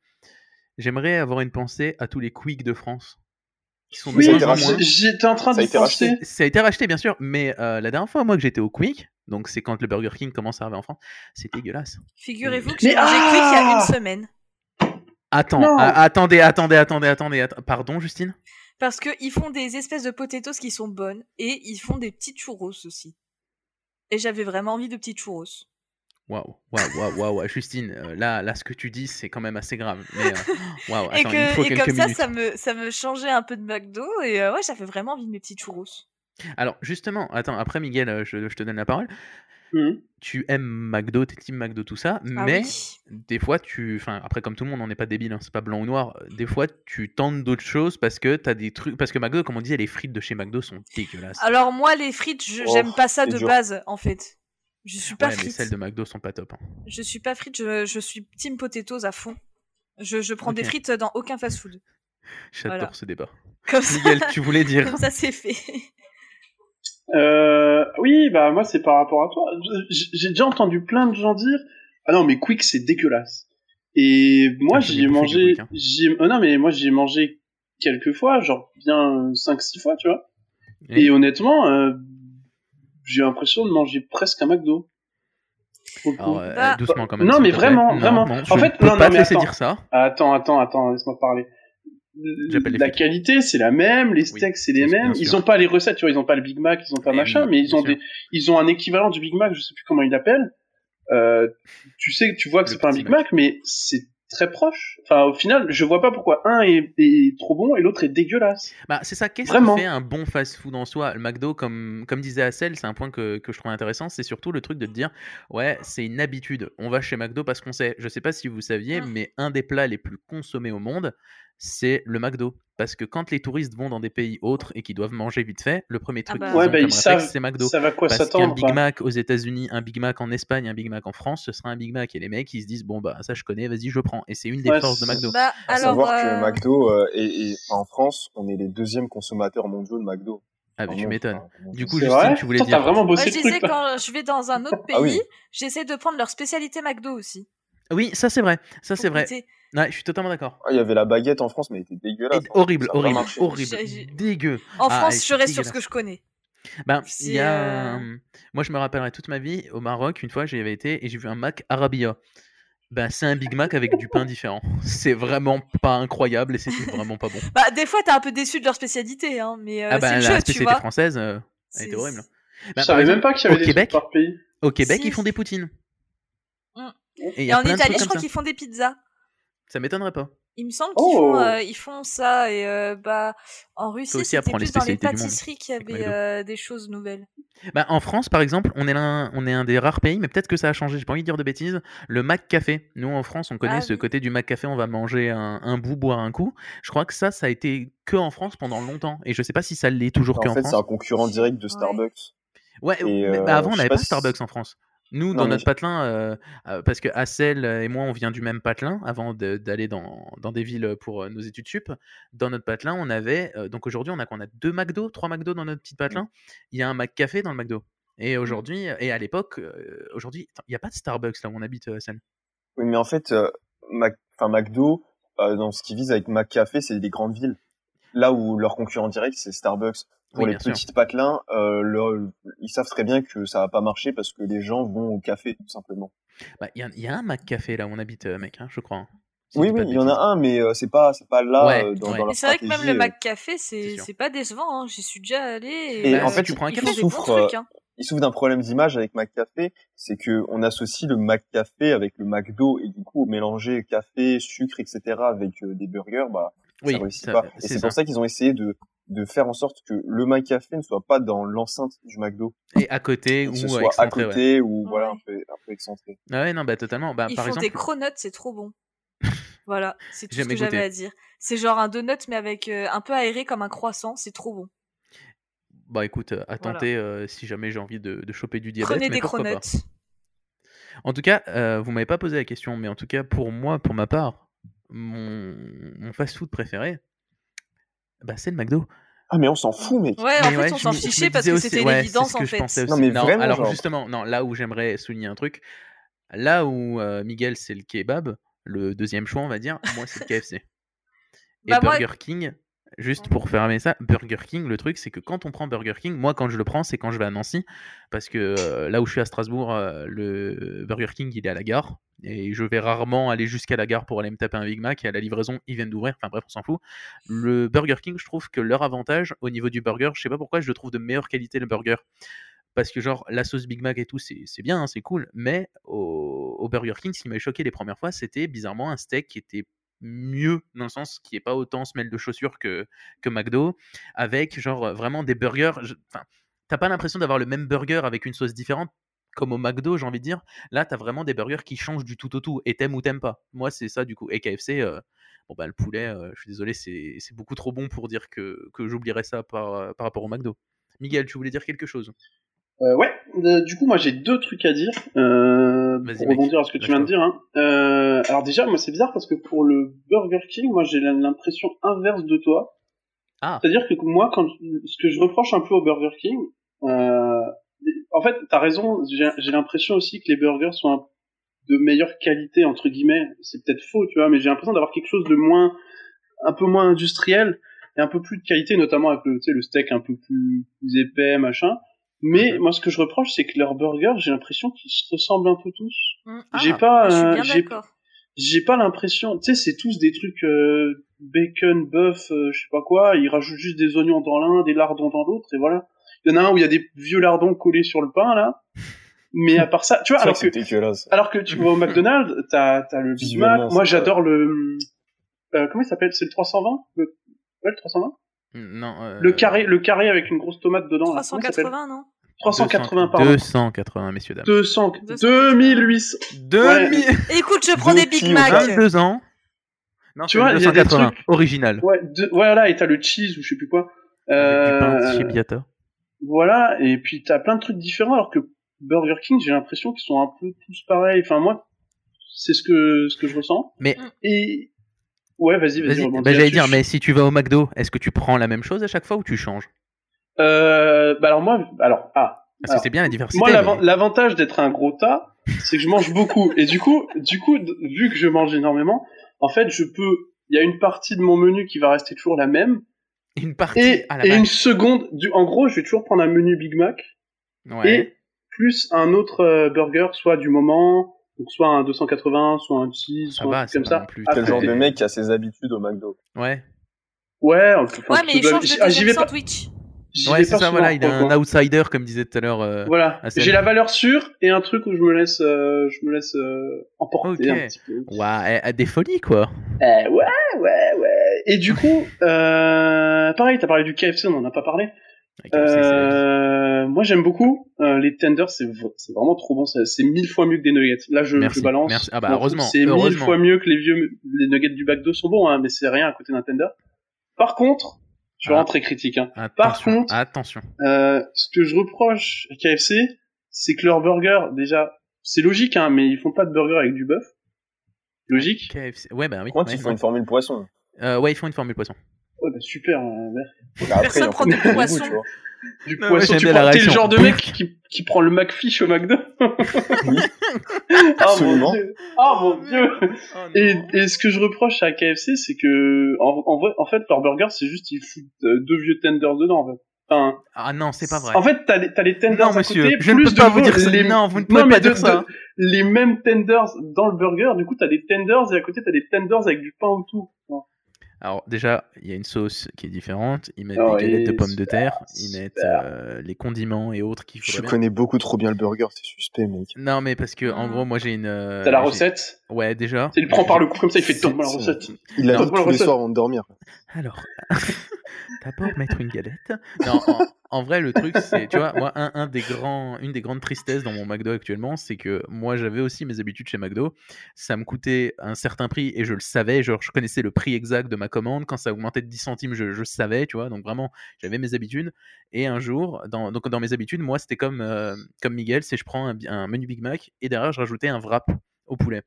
j'aimerais avoir une pensée à tous les Quick de France. Qui sont de ça a Oui, été moins en racheté. moins. j- j'étais en train Ça a de été penser. racheté. Ça a été racheté, bien sûr, mais euh, la dernière fois, moi, que j'étais au Quick, donc c'est quand le Burger King commence à arriver en France, c'est dégueulasse. Figurez-vous que Mais j'ai mangé ah quick il y a une semaine. Attends, Non. a- attendez, attendez, attendez, attendez. att- Pardon, Justine Parce que ils font des espèces de potatoes qui sont bonnes et ils font des petits churros aussi. Et j'avais vraiment envie de petits churros. Waouh, waouh, waouh, waouh, waouh, Justine, euh, là, là, ce que tu dis, c'est quand même assez grave. Mais, euh, waouh, et attends, il me que, faut et quelques comme ça, minutes. ça me, ça me changeait un peu de McDo et euh, ouais, j'avais vraiment envie de mes petits churros. Alors, justement, attends, après, Miguel, euh, je- je te donne la parole. Mhm. tu aimes McDo, t'es team McDo, tout ça, Ah mais oui. des fois, tu. Enfin, après, comme tout le monde, on n'est pas débile, hein, c'est pas blanc ou noir. Des fois, tu tentes d'autres choses parce que t'as des trucs. Parce que McDo, comme on disait, les frites de chez McDo sont dégueulasses. Alors moi, les frites, je- Oh, j'aime pas ça c'est de dur. base, en fait. Je suis pas ouais, mais frite. celles de McDo sont pas top. hein. Je suis pas frite, je, je suis team potatoes à fond. Je, je prends des Ok. frites dans aucun fast-food. J'adore Voilà. ce débat. Comme ça, Miguel, tu voulais dire. comme ça c'est fait. Euh, oui, bah moi c'est par rapport à toi. J- J'ai déjà entendu plein de gens dire ah non mais Quick c'est dégueulasse. Et moi Ah, j'en ai j'y ai bouffé du mangé, Quick, hein. j'y ai- oh non mais moi j'y ai mangé quelques fois, genre bien 5-6 fois tu vois. Et honnêtement, euh, j'ai l'impression de manger presque un McDo. Pour le coup. Alors, euh, Bah- doucement quand même. Non, s'il mais te plaît. vraiment, Non, vraiment. non, En je fait, peux non, non, pas te mais laisser attends. dire ça. Ah, Attends, attends, attends, laisse-moi parler. J'appelle les La flics. qualité, c'est la même, les Oui, steaks, c'est les bien mêmes. Ils sûr. ont pas les recettes, tu vois, ils ont pas le Big Mac, ils ont pas Eh machin, oui, mais ils bien ont sûr. des, ils ont un équivalent du Big Mac, je sais plus comment il l'appelle. Euh, tu sais, tu vois que Le c'est pas un petit Big Mac. Mac, mais c'est très proche. Enfin, au final, je vois pas pourquoi un est, est trop bon et l'autre est dégueulasse. Bah, c'est ça, qu'est-ce Vraiment. qui fait un bon fast-food en soi Le McDo, comme, comme disait Assel, c'est un point que, que je trouve intéressant, c'est surtout le truc de te dire, ouais, c'est une habitude, on va chez McDo parce qu'on sait, je sais pas si vous saviez, Ah. Mm. mais un des plats les plus consommés au monde, c'est le McDo. Parce que quand les touristes vont dans des pays autres et qu'ils doivent manger vite fait, le premier Ah truc bah. qu'ils Ouais, ont bah, comme ils réflexe, savent- c'est McDo. Ça va quoi Parce qu'un s'attendre Big quoi. Mac aux États-Unis, un Big Mac en Espagne, un Big Mac en France, ce sera un Big Mac. Et les mecs, ils se disent, bon, bah, ça, je connais, vas-y, je prends. Et c'est une des Ouais, forces de c'est- McDo. Bah À alors, savoir euh, que McDo euh, et, et- en France, on est les deuxièmes consommateurs mondiaux de McDo. Ah, bah, Enfin, tu bon, m'étonnes. enfin, bon, Du je coup, sais. C'est Justine, vrai tu voulais Toi, dire. t'as vraiment moi bossé je le disais truc. là. quand je vais dans un autre pays, Ah oui. j'essaie de prendre leur spécialité McDo aussi. Oui, ça, c'est vrai. Ça, pour c'est vrai. goûter. Ouais, je suis totalement d'accord. Ah, il y avait la baguette en France, mais elle était Et dégueulasse. hein. horrible, Ça a pas horrible, marché. horrible, J'ai- j'ai- dégueu. En Ah, France, elle je était reste sur ce que dégueulasse. je connais. Ben, C'est, il y euh a. Moi, je me rappellerai toute ma vie au Maroc. Une fois, j'y avais été et j'ai vu un Mac Arabia. Ben, c'est un Big Mac avec du pain différent. C'est vraiment pas incroyable et c'est vraiment pas bon. Bah, des fois, t'es un peu déçu de leur spécialité, hein, mais euh, ah ben, c'est la le jeu, tu spécialité vois. française, euh, elle C'est- était horrible. Ben, Je par savais exemple, même pas qu'il y avait au des Québec, trucs par pays. au Québec, Si. ils font des poutines. Mm. Et il y Et a en plein de Italie, trucs je comme crois ça. qu'ils font des pizzas. Ça m'étonnerait pas. Il me semble Oh. qu'ils font, euh, ils font ça. Et euh, bah, en Russie, aussi c'était apprends les plus dans les spécialités du monde, pâtisseries qu'il y avec avait McDo. euh, des choses nouvelles. Bah, en France, par exemple, on est, l'un, on est un des rares pays, mais peut-être que ça a changé, j'ai pas envie de dire de bêtises, le Mac Café. Nous, en France, on connaît Ah ce oui. côté du Mac Café, on va manger un, un bout, boire un coup. Je crois que ça, ça a été que en France pendant longtemps. Et je sais pas si ça l'est toujours Bah, qu'en En fait, c'est un France. concurrent direct de Starbucks. Ouais, et, mais- euh, bah, avant, je on sais n'avait pas pas si- Starbucks en France. Nous, Non, dans mais notre je- patelin, euh, euh, parce que Hassel et moi, on vient du même patelin avant de- d'aller dans, dans des villes pour euh, nos études sup. Dans notre patelin, on avait. euh, donc aujourd'hui, on a, qu'on a deux McDo, trois McDo dans notre petit Mmh. patelin. Il y a un McCafé dans le McDo. Et aujourd'hui, et à l'époque, euh, aujourd'hui, attends, il n'y a pas de Starbucks là où on habite, euh, Hassel. Oui, mais en fait, euh, Mac... enfin, McDo, euh, dans ce qu'ils visent avec McCafé, c'est les grandes villes. Là où leur concurrent direct, c'est Starbucks. Pour Oui, les bien sûr. petites patelins, euh, leur- ils savent très bien que ça va pas marcher parce que les gens vont au café, tout simplement. Bah, Il y, a- il y a un McCafé là où on habite, euh, mec, hein, je crois. hein, si je oui, dis oui, pas de il y en a bêtises. un, mais euh, c'est pas, c'est pas là Ouais, euh, ouais. dans, dans Mais leur c'est vrai que même stratégie, le euh, Mac Café, c'est c'est sûr. c'est pas décevant. hein. J'y suis déjà allée. Et Bah, en si fait, tu prends un euh, ils café, font des bons souffre, euh, trucs. Hein. il souffre d'un problème d'image avec McCafé, c'est que on associe le McCafé avec le McDo et du coup mélanger café, sucre, etc. avec euh, des burgers, bah Oui, ça réussit ça- euh, pas. Et c'est c'est pour ça. ça qu'ils ont essayé de de faire en sorte que le McCafé ne soit pas dans l'enceinte du McDo, Et à côté qu'il ou se euh, soit à excentré, ouais. côté ou voilà Ouais. un peu un peu excentré. Ah ouais, non, bah totalement. Bah, Ils par font exemple, des cronuts, c'est trop bon. Voilà, c'est tout J'ai ce que jamais goûté. j'avais à dire. C'est genre un donut, mais avec euh, un peu aéré comme un croissant. C'est trop bon. Bah écoute, euh, à Voilà. tenter euh, si jamais j'ai envie de, de choper du diabète. Prenez mais des pourquoi cronuts. pas. En tout cas, euh, vous m'avez pas posé la question, mais en tout cas, pour moi, pour ma part, mon, mon fast-food préféré, bah, c'est le McDo. Ah mais on s'en fout mec. Ouais, Mais en fait, ouais, on je s'en m'y- je me fichait parce disais que aussi- c'était ouais, l'évidence c'est ce en que je fait. pensais Non, aussi. mais Non, vraiment, alors genre. justement, non, là où j'aimerais souligner un truc, là où euh, Miguel c'est le kebab, le deuxième choix on va dire, moi c'est le KFC. Et Bah, moi- Burger King, juste Ouais. pour fermer ça, Burger King, le truc c'est que quand on prend Burger King, moi quand je le prends c'est quand je vais à Nancy, parce que euh, là où je suis à Strasbourg, euh, le Burger King il est à la gare. Et je vais rarement aller jusqu'à la gare pour aller me taper un Big Mac. Et à la livraison, ils viennent d'ouvrir. Enfin bref, on s'en fout. Le Burger King, je trouve que leur avantage au niveau du burger, je sais pas pourquoi, je le trouve de meilleure qualité le burger parce que genre la sauce Big Mac et tout c'est c'est bien hein, c'est cool mais au, au Burger King ce qui m'avait choqué les premières fois c'était bizarrement un steak qui était mieux dans le sens qui est pas autant semelle de chaussures que que McDo avec genre euh, vraiment des burgers je- enfin t'as pas l'impression d'avoir le même burger avec une sauce différente comme au McDo j'ai envie de dire là t'as vraiment des burgers qui changent du tout au tout et t'aimes ou t'aimes pas moi c'est ça du coup et KFC euh, bon bah le poulet euh, je suis désolé c'est c'est beaucoup trop bon pour dire que que j'oublierais ça par par rapport au McDo Miguel tu voulais dire quelque chose Euh, ouais, euh, du coup, moi j'ai deux trucs à dire euh, Vas-y, pour mec, rebondir à ce que tu viens de lâche-toi. dire. Hein. Euh, alors, déjà, moi c'est bizarre parce que pour le Burger King, moi j'ai l'impression inverse de toi. Ah. C'est-à-dire que moi, quand ce que je reproche un peu au Burger King, euh, en fait, t'as raison, j'ai j'ai l'impression aussi que les burgers sont un- de meilleure qualité, entre guillemets. C'est peut-être faux, tu vois, mais j'ai l'impression d'avoir quelque chose de moins, un peu moins industriel et un peu plus de qualité, notamment avec le, tu sais, le steak un peu plus, plus épais, machin. Mais Mhm. moi, ce que je reproche, c'est que leurs burgers, j'ai l'impression qu'ils se ressemblent un peu tous. Mm. j'ai Ah, pas, Je euh, suis bien j'ai- d'accord. j'ai pas l'impression, tu sais, c'est tous des trucs euh, bacon, bœuf, euh, je sais pas quoi. Ils rajoutent juste des oignons dans l'un, des lardons dans l'autre, et voilà. Il y en a un où il y a des vieux lardons collés sur le pain là. Mais à part ça, tu vois, C'est vrai alors que que c'est dégueulasse. alors que tu vas au McDonald's, t'as t'as le Big Visuellement, Mac. Moi, c'est pas- j'adore le euh, comment il s'appelle C'est le 320 le... Ouais, le 320 Non. euh, Le carré, le carré avec une grosse tomate dedans. là. Comment il s'appelle 380, non 380 200, pardon. 280, messieurs, dames. 200, 280. 2800. Ouais. Demi- Eh, Écoute, je prends Deux des Big kilos. Mac. 22 ans. Non, c'est Tu vois, le il y a des 280, original. Ouais, deux- voilà, et t'as le cheese ou je sais plus quoi. Avec du pain Euh, chez Biata. Voilà, et puis t'as plein de trucs différents, alors que Burger King, j'ai l'impression qu'ils sont un peu tous pareils. Enfin, moi, c'est ce que, ce que je ressens. Mais- Et. Ouais, vas-y, vas-y, Vas-y, rebondis bah, j'allais là-dessus. dire, mais si tu vas au McDo, est-ce que tu prends la même chose à chaque fois ou tu changes Euh, bah alors, moi, alors, ah. Parce Alors, que c'est bien la diversité. Moi, l'avan- mais- l'avantage d'être un gros tas, c'est que je mange beaucoup. Et du coup, du coup, d- vu que je mange énormément, en fait, je peux. Il y a une partie de mon menu qui va rester toujours la même, Une partie et, à la et une base. seconde. Du, en gros, je vais toujours prendre un menu Big Mac Ouais. et plus un autre euh, burger, soit du moment, donc soit un 280, soit un cheese, Ça soit va, un truc c'est comme pas ça. non plus Après- Quel genre de c'est- mec qui a ses habitudes au McDo Ouais, Ouais, enfin, Ouais, je mais te il donne- change j'y- de ah, j'y vais deuxième pas. sandwich. j'y ouais vais c'est pas ça, souvent, voilà, il est quoi, un quoi. outsider, comme disait tout à l'heure. euh, Voilà, Ah, c'est- j'ai la valeur sûre et un truc où je me laisse, euh, je me laisse euh, emporter Ok. un petit peu. Ouah, eh, eh, des folies, quoi. Euh, ouais, ouais, ouais. Et du coup, euh, pareil, t'as parlé du KFC, on en a pas parlé. Avec un sexe à la vie. Euh, moi j'aime beaucoup Euh, les tenders, c'est v- c'est vraiment trop bon, c'est c'est mille fois mieux que des nuggets. Là je, Merci, je balance. merci. Ah bah, Bon, heureusement, C'est mille heureusement. fois mieux que les vieux les nuggets du bac 2 sont bons, hein, mais c'est rien à côté d'un tender. Par contre, je suis Ah. vraiment très critique. Hein. Attention, contre- attention. Euh, ce que je reproche à KFC, c'est que leur burger, déjà, c'est logique, hein, mais ils font pas de burger avec du bœuf. Logique. KFC. Ouais, bah oui. Quand ouais, ils font ouais. une formule poisson. Euh, ouais, ils font une formule poisson. Ouais, bah, super. hein, ouais. Bah, après, Personne il en prend faut du pour le goût, poisson. tu vois. Du Ouais, poisson, j'aime tu bien la prends, t'es le réaction. genre de mec qui, qui prend le McFish au McDo. Ah mon Absolument. dieu. Ah mon dieu. Et, et ce que je reproche à KFC, c'est que en, en vrai, en fait, leur burger, c'est juste ils foutent euh, deux vieux tenders dedans. En fait, Enfin, Ah non, c'est pas vrai. en fait, t'as les, t'as les tenders non, à monsieur, côté, je plus ne peux pas de vous dire ça. les, Non, vous ne Non, pouvez mais pas de- dire ça. hein. les mêmes tenders dans le burger. Du coup, t'as des tenders et à côté, t'as des tenders avec du pain autour. Enfin, Alors déjà, il y a une sauce qui est différente. Ils mettent Ah des ouais, galettes de pommes de terre. Ils super. mettent euh, les condiments et autres qui Je connais beaucoup trop bien le burger, c'est suspect, mec. Non, mais parce que en Hmm. gros, moi j'ai une. euh, Ah. T'as la j'ai- recette. Ouais, déjà. Il le prend par le cou comme ça, il fait C'est- tomber la c'est- recette. Il la Non, lit voilà, tous les ça- soirs avant de dormir. Alors, d'abord mettre une galette. Non, en, en vrai, le truc, c'est, tu vois, moi, un, un des grands, une des grandes tristesses dans mon McDo actuellement, c'est que moi, j'avais aussi mes habitudes chez McDo. Ça me coûtait un certain prix et je le savais. Genre, je connaissais le prix exact de ma commande. Quand ça augmentait de 10 centimes, je, je savais, tu vois. Donc, vraiment, j'avais mes habitudes. Et un jour, dans, donc, dans mes habitudes, moi, c'était comme, euh, comme Miguel, c'est je prends un, bi- un menu Big Mac et derrière, je rajoutais un wrap au poulet.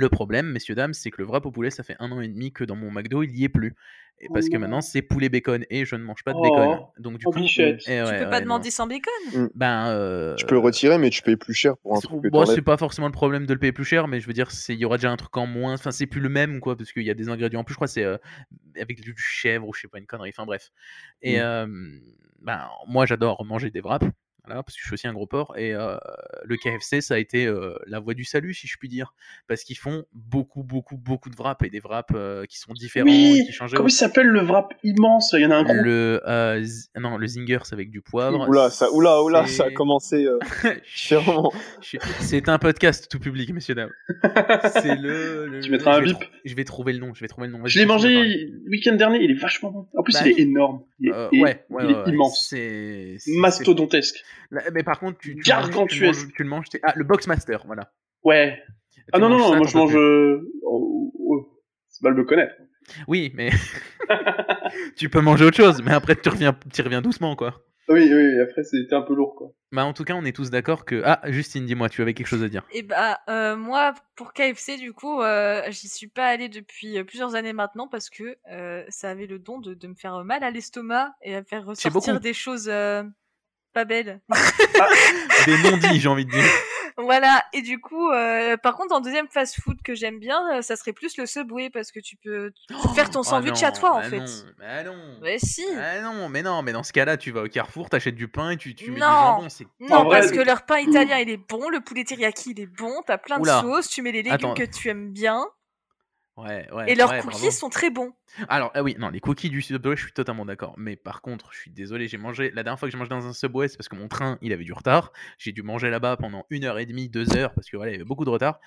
Le problème, messieurs, dames, c'est que le wrap au poulet, ça fait un an et demi que dans mon McDo, il y est plus. Et Oh parce que non. maintenant, c'est poulet bacon et je ne mange pas de Oh. bacon. Donc, du Oh, coup, bichette. eh tu ouais, peux ouais, pas non. demander sans bacon. Ben, euh, Tu peux le retirer, mais tu payes plus cher pour un truc que Bon, t'enlèves. c'est pas forcément le problème de le payer plus cher, mais je veux dire, c'est- il y aura déjà un truc en moins. Enfin, c'est plus le même, quoi, parce qu'il y a des ingrédients. En plus, je crois que c'est euh, avec du du chèvre ou je sais pas, une connerie. Enfin, bref. Et Mm. euh, ben, moi, j'adore manger des wraps, voilà, parce que je suis aussi un gros porc. Et euh, le KFC, ça a été euh, la voie du salut, si je puis dire, parce qu'ils font beaucoup, beaucoup, beaucoup de wraps et des wraps euh, qui sont différents Oui, et qui changent. Comment il s'appelle le wrap immense Il y en a un gros. le euh, z- non le zinger c'est avec du poivre Oula, ça, oula, oula, c'est- ça a commencé euh, différemment. Chut, c'est un podcast tout public messieurs dames c'est le, le- Tu mettras je un vais bip. trou- je vais trouver le nom je vais trouver le nom Vas-y, Je l'ai mangé continue à le week-end dernier, il est vachement bon. En plus, Bah il est oui. énorme. Il est, parler. Euh, il- ouais, ouais, il est ouais, ouais, immense. c'est c'est- Mastodontesque. c'est- Là, mais par contre tu, tu, manges- Gargantuesque. tu manges- tu le manges t'es- ah le boxmaster voilà Ouais. Ah Tu non, non, manges non, ça, moi t'en je peux mange. plus. euh, oh, oh, C'est mal me connaître. oui mais tu peux manger autre chose mais après tu reviens tu reviens doucement quoi Ah Oui, oui, après c'était un peu lourd quoi. bah en tout cas on est tous d'accord que ah Justine dis-moi tu avais quelque chose à dire Et bah euh, moi pour KFC du coup euh, j'y suis pas allée depuis euh, plusieurs années maintenant parce que euh, ça avait le don de, de me faire euh, mal à l'estomac et à me faire beaucoup. ressortir des choses euh, pas belles. des non-dits j'ai envie de dire voilà et du coup euh, par contre en deuxième fast food que j'aime bien euh, ça serait plus le Subway parce que tu peux, tu peux faire ton Oh sandwich non, à toi en bah fait. non, bah non. Mais si. Ah non, mais non, mais dans ce cas-là, tu vas au Carrefour, t'achètes du pain et tu, tu mets du Non. jambon. C'est Non, En vrai, parce que le- leur pain italien, il est bon, le poulet teriyaki, il est bon, t'as plein de Oula. sauces, tu mets les légumes Attends. que tu aimes bien, ouais, ouais. et leurs ouais, cookies bravo. sont très bons. Alors ah oui, non, les cookies du Subway, je suis totalement d'accord. Mais par contre, je suis désolé, j'ai mangé la dernière fois que j'ai mangé dans un Subway, c'est parce que mon train, il avait du retard. J'ai dû manger là-bas pendant une heure et demie, deux heures, parce que voilà, il y avait beaucoup de retard.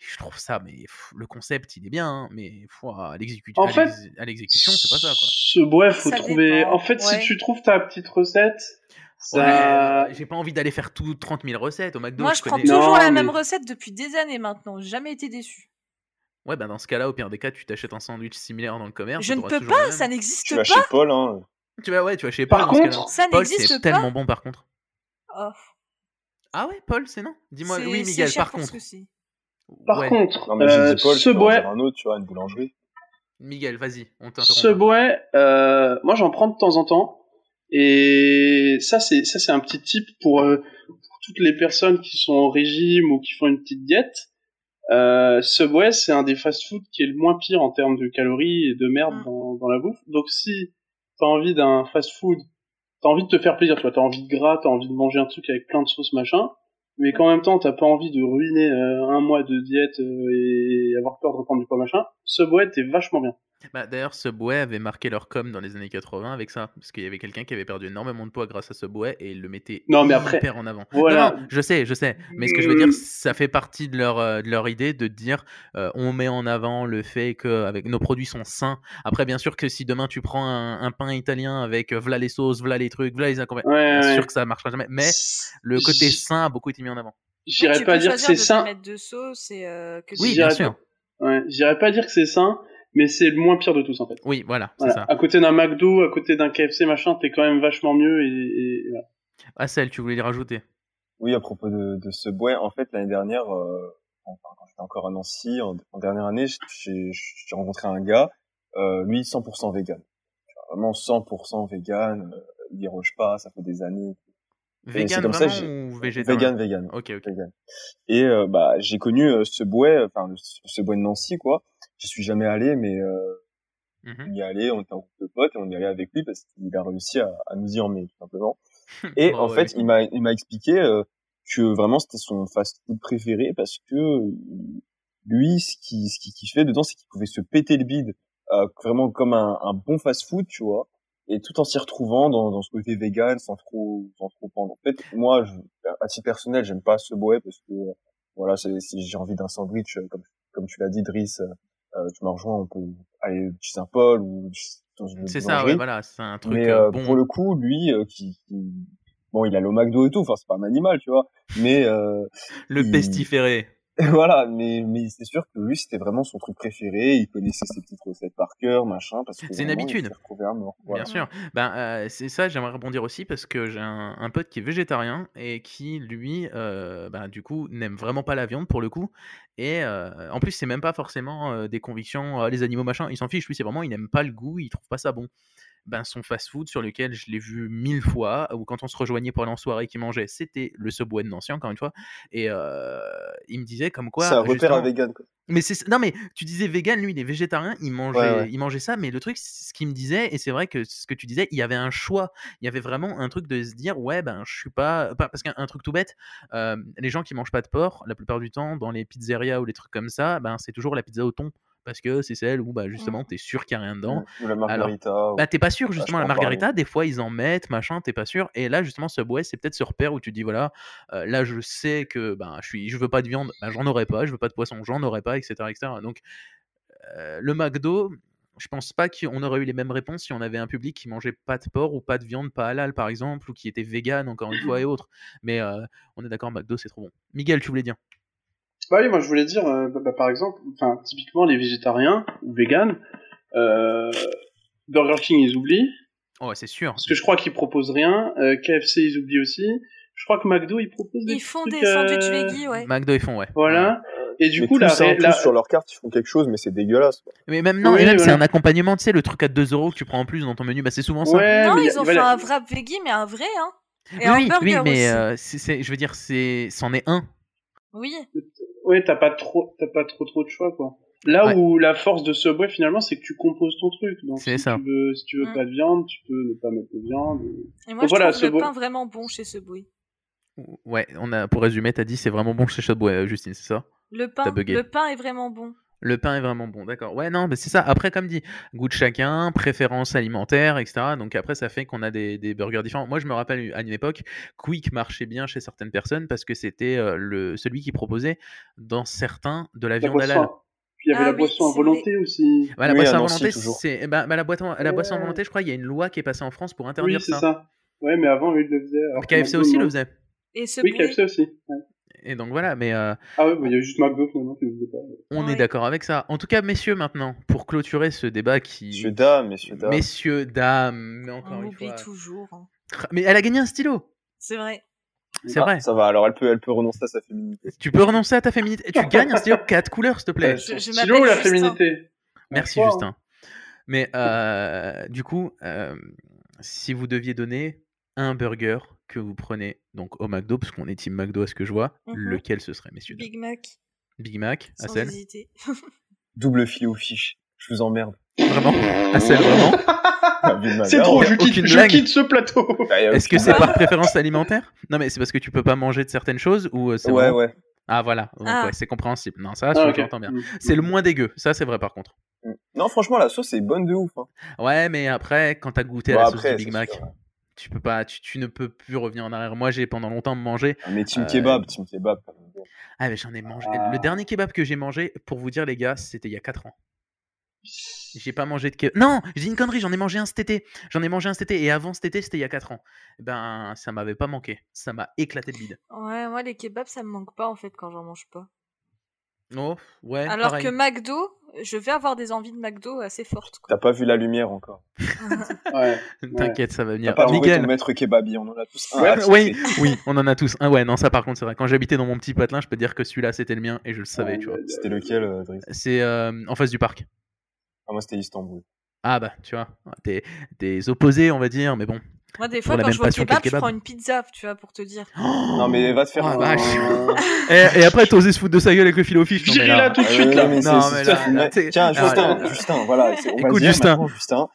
Je trouve ça, mais pff, le concept, il est bien, hein, mais pff, ouah, à l'exécu- En à fait, l'exé- à l'exécution, c'est pas ça, quoi. Ce bref, faut Ça trouver. dépend, En fait, si ouais. tu trouves ta petite recette, ça. Ouais, j'ai pas envie d'aller faire tout 30 000 recettes au McDo. Moi, je prends connais- toujours Non, la mais- même recette depuis des années maintenant, j'ai jamais été déçue. Ouais, bah dans ce cas-là, au pire des cas, tu t'achètes un sandwich similaire dans le commerce. Je ne t'auras peux toujours le pas, même. ça Tu n'existe vas pas. chez Paul, hein. Tu vas, ouais, tu vas chez Paul. Par dans ce contre, cas-là. Ça Paul, n'existe c'est pas. tellement bon par contre. Oh, Ah ouais, Paul, c'est non Dis-moi, c'est- oui, c'est Miguel, cher par pour ce contre. que c'est. par Ouais, contre, Non, mais j'ai euh, dit Paul, ce je peux en bois, dire un autre, tu vois, une boulangerie. Miguel, vas-y, on t'interrompt. ce bois, euh, moi j'en prends de temps en temps. Et ça, c'est ça, c'est un petit tip pour, euh, pour toutes les personnes qui sont en régime ou qui font une petite diète. Euh, Subway, c'est un des fast-food qui est le moins pire en termes de calories et de merde Mm. dans, dans la bouffe. Donc si t'as envie d'un fast-food, t'as envie de te faire plaisir, tu vois, t'as envie de gras, t'as envie de manger un truc avec plein de sauces, machin, mais qu'en même temps, t'as pas envie de ruiner euh, un mois de diète euh, et avoir peur de reprendre du poids, machin, Subway, t'es vachement bien. Bah, D'ailleurs, Subway avait marqué leur com dans les années 80 avec ça, parce qu'il y avait quelqu'un qui avait perdu énormément de poids grâce à Subway et il le mettait Non, mais après, hyper en avant. voilà. Non, non, je sais, je sais, mais ce que je veux dire, ça fait partie de leur, euh, de leur idée de dire euh, on met en avant le fait que avec, nos produits sont sains. Après, bien sûr que si demain tu prends un, un pain italien avec euh, v'là les sauces, v'là les trucs, v'là les inconvénients, Ouais, bien ouais. sûr que ça marchera jamais, mais le côté J- sain a beaucoup été mis en avant. J'irais Tu pas peux dire que choisir c'est de pas sain. mettre de sauce et euh, que Oui, tu- bien J'irais sûr. Ouais, j'irais pas dire que c'est sain, mais c'est le moins pire de tous en fait. Oui, voilà, c'est Voilà. ça. À côté d'un McDo, à côté d'un KFC, machin, t'es quand même vachement mieux et, et- et voilà. Ah, celle, tu voulais les rajouter Oui, à propos de, de Subway, en fait, l'année dernière, euh, enfin, quand j'étais encore à Nancy, en, en dernière année, j'ai j'ai rencontré un gars, euh, lui, 100% vegan. Vraiment 100% vegan, euh, il déroge pas, ça fait des années. Vegan comme ça, vraiment j'ai- ou végétal Vegan, vegan. Ok, ok. vegan. Et euh, bah j'ai connu euh, ce bois, enfin le- ce bois de Nancy quoi. J'y suis jamais allé, mais euh, Mhm. on y est allé, on était en groupe de potes et on y allait avec lui parce qu'il a réussi à, à nous y emmener tout simplement. Et Bon, en Bah ouais, fait, avec- il m'a il m'a expliqué euh, que vraiment c'était son fast-food préféré parce que euh, lui, ce qui ce qui kiffait dedans, c'est qu'il pouvait se péter le bide euh, vraiment comme un, un bon fast-food, tu vois. Et tout en s'y retrouvant dans, dans ce côté vegan, sans trop, sans trop prendre. En fait, moi, je, à titre personnel, j'aime pas ce boé parce que, euh, voilà, c'est- si j'ai envie d'un sandwich, euh, comme, comme tu l'as dit, Driss, euh, euh, tu m'as rejoint, on peut aller chez Saint-Paul ou dans une C'est boulangerie. ça, ouais, voilà, c'est un truc Mais euh, euh, bon. pour le coup, lui, euh, qui, qui- bon, il a le McDo et tout, enfin, c'est pas un animal, tu vois. Mais euh, Le il- pestiféré. voilà, mais mais c'est sûr que lui, c'était vraiment son truc préféré. Il connaissait ses petites recettes par cœur, machin, parce que C'est une vraiment, il habitude. s'est retrouvé à mort. Voilà. Bien sûr. Ben, euh, c'est ça, j'aimerais rebondir aussi parce que j'ai un, un pote qui est végétarien et qui, lui, euh, ben, du coup, n'aime vraiment pas la viande pour le coup. Et euh, en plus, c'est même pas forcément euh, des convictions, euh, les animaux, machin, il s'en fiche. Lui, c'est vraiment, il n'aime pas le goût, il trouve pas ça bon. Ben, son fast-food sur lequel je l'ai vu mille fois, ou quand on se rejoignait pour aller en soirée qui mangeait, c'était le Subway de Nancy, encore une fois. Et euh, il me disait comme quoi. C'est un repère justement- à vegan. quoi. mais c'est non mais tu disais vegan lui il est végétarien il mangeait Ouais, ouais. il mangeait ça mais le truc c- ce qu'il me disait et c'est vrai que ce que tu disais il y avait un choix il y avait vraiment un truc de se dire ouais ben je suis pas pas- parce qu'un un truc tout bête euh, les gens qui mangent pas de porc la plupart du temps dans les pizzerias ou les trucs comme ça ben c'est toujours la pizza au thon parce que c'est celle où Mmh. bah justement t'es sûr qu'il y a rien dedans Ou la margarita. ou- bah t'es pas sûr justement je la peux en parler. margarita des fois ils en mettent machin t'es pas sûr et là justement Subway c'est peut-être ce repère où tu dis voilà euh, là je sais que ben je suis je veux pas de viande ben, j'en aurai pas je veux pas de poisson j'en aurai pas etc etc donc euh, le McDo je pense pas qu'on aurait eu les mêmes réponses si on avait un public qui mangeait pas de porc ou pas de viande pas halal par exemple ou qui était vegan encore une fois et autres mais euh, on est d'accord McDo c'est trop bon Miguel tu voulais dire Bah oui, moi je voulais dire, euh, bah, bah, par exemple, enfin typiquement les végétariens ou véganes, euh, Burger King ils oublient, oh c'est sûr parce que je crois qu'ils proposent rien, euh, KFC ils oublient aussi, je crois que McDo ils proposent des Ils font trucs, des euh, sandwichs veggie, ouais. McDo ils font ouais Voilà. Et du mais coup plus la, ça, ré- plus la- sur leur carte, ils font quelque chose, mais c'est dégueulasse. quoi. mais même non Oui, et même c'est voilà. un accompagnement tu sais le truc à 2 euros que tu prends en plus dans ton menu bah c'est souvent ça Ouais, non, mais ils y a- ont voilà. fait un wrap veggie, mais un vrai, hein. Et oui, un burger oui, mais aussi. euh, c'est- c'est- je veux dire, c'est, c'en est un. Oui. Ouais, t'as pas trop, t'as pas trop trop de choix quoi. Là Ouais. où la force de Subway finalement, c'est que tu composes ton truc. Donc C'est si ça. tu veux, si tu veux Mm. pas de viande, tu peux ne pas mettre de viande. Et moi, je Voilà, trouve ce le beau- pain vraiment bon chez ce bruit. Ouais, on a, pour résumer, t'as dit c'est vraiment bon chez Subway, euh, Justine, c'est ça Le pain, bugué. le pain est vraiment bon. Le pain est vraiment bon, d'accord. Ouais, non, mais c'est ça. Après, comme dit, goût de chacun, préférence alimentaire, etc. Donc après, ça fait qu'on a des, des burgers différents. Moi, je me rappelle à une époque, Quick marchait bien chez certaines personnes parce que c'était euh, le, celui qui proposait dans certains de la La viande halal. boisson. Puis il y avait Ah la oui, boisson à c'est volonté aussi. Bah, la Oui, boisson à à Nancy, volonté, toujours. c'est, bah, bah, la, boisson, la boisson à Ouais. volonté, je crois, il y a une loi qui est passée en France pour Oui, interdire c'est ça. ça. Ouais, mais avant eux, ils le faisaient. alors que KFC McDo, aussi non. le faisait. Et ce Oui, bruit, KFC aussi. ouais. Et donc voilà, mais euh, Ah ouais, bah, il y a juste McDo finalement qui le faisait pas. On est Ouais. d'accord avec ça. En tout cas, messieurs, maintenant, pour clôturer ce débat qui. Messieurs, dames, messieurs, dames. Messieurs, dames, mais encore on une oublie fois. toujours. hein. Mais elle a gagné un stylo C'est vrai. C'est Ah, vrai. Ça va, alors elle peut, elle peut renoncer à sa féminité. Tu peux renoncer à ta féminité. Et tu gagnes un stylo quatre couleurs, s'il te plaît. Euh, son je stylo m'appelle ou la Justin. féminité. Ah, Merci, hein. Bonsoir. Justin. Mais euh, du coup, euh, si vous deviez donner un burger que vous prenez donc au McDo, parce qu'on est team McDo à ce que je vois, Mhm. lequel ce serait, messieurs dames Big Mac, Big Mac, sans Hassel hésiter. Double filet aux fiches. je vous emmerde. Vraiment Axel, vraiment Ah La vie de ma C'est mère, hein. trop, ouais. y a je quitte, Bah, aucune je blague. quitte ce plateau. Ah, y a Est-ce que aucune- c'est par préférence alimentaire Non, mais c'est parce que tu peux pas manger de certaines choses ou euh, c'est Ouais, vraiment- ouais. Ah voilà, Donc, Ah. ouais, c'est compréhensible. Non, ça, Ah, je ok. j'entends bien. C'est le moins dégueu, ça c'est vrai par contre. Mm. Non, franchement, la sauce est bonne de ouf. hein. Ouais, mais après, quand t'as goûté Bon, à la après, sauce du Big c'est Mac, sûr. tu peux pas, tu, tu ne peux plus revenir en arrière. Moi, j'ai pendant longtemps mangé. Ah, Mais team Euh, kebab, team kebab. quand même. Ah, mais j'en ai mangé. Ah. Le dernier kebab que j'ai mangé, pour vous dire les gars, c'était il y a 4 ans. J'ai pas mangé de kebab. Non, j'ai dit une connerie, j'en ai mangé un cet été. J'en ai mangé un cet été et avant cet été, c'était il y a 4 ans. Ben, ça m'avait pas manqué. Ça m'a éclaté le bide. Ouais, moi les kebabs ça me manque pas en fait quand j'en mange pas. Oh, ouais, Alors pareil. que McDo, je vais avoir des envies de McDo assez fortes. Quoi. T'as pas vu la lumière encore. Ouais. T'inquiète, ça va T'as venir. pas trouvé Miguel, ton maître kebabi, on en a tous un. Ouais, Ah, mais c'est- oui, oui, on en a tous. Ah ouais, non, ça par contre, c'est vrai. Quand j'habitais dans mon petit patelin, je peux te dire que celui-là, c'était le mien et je le savais, tu vois. C'était lequel, euh, Driss C'est euh, en face du parc. Ah, Moi, c'était Istanbul. Ah bah, tu vois, des, des opposés, on va dire, mais bon. Moi des Pour fois la quand même je vois passion que le kebab, je kebab. prends une pizza, tu vois, pour te dire. Non, mais va te faire. Oh, la un- vache. Et, et après, t'as osé se foutre de sa gueule avec le fil au fiche. non, mais J'irai là- Ah. là tout de Ah, suite, ouais, là. mais c'est- Non, c'est mais ça, là, c'est une- là, t'sais- Tiens, alors, Justin, là, là. Justin, voilà. c'est- On va Écoute, dire Justin. maintenant, Justin.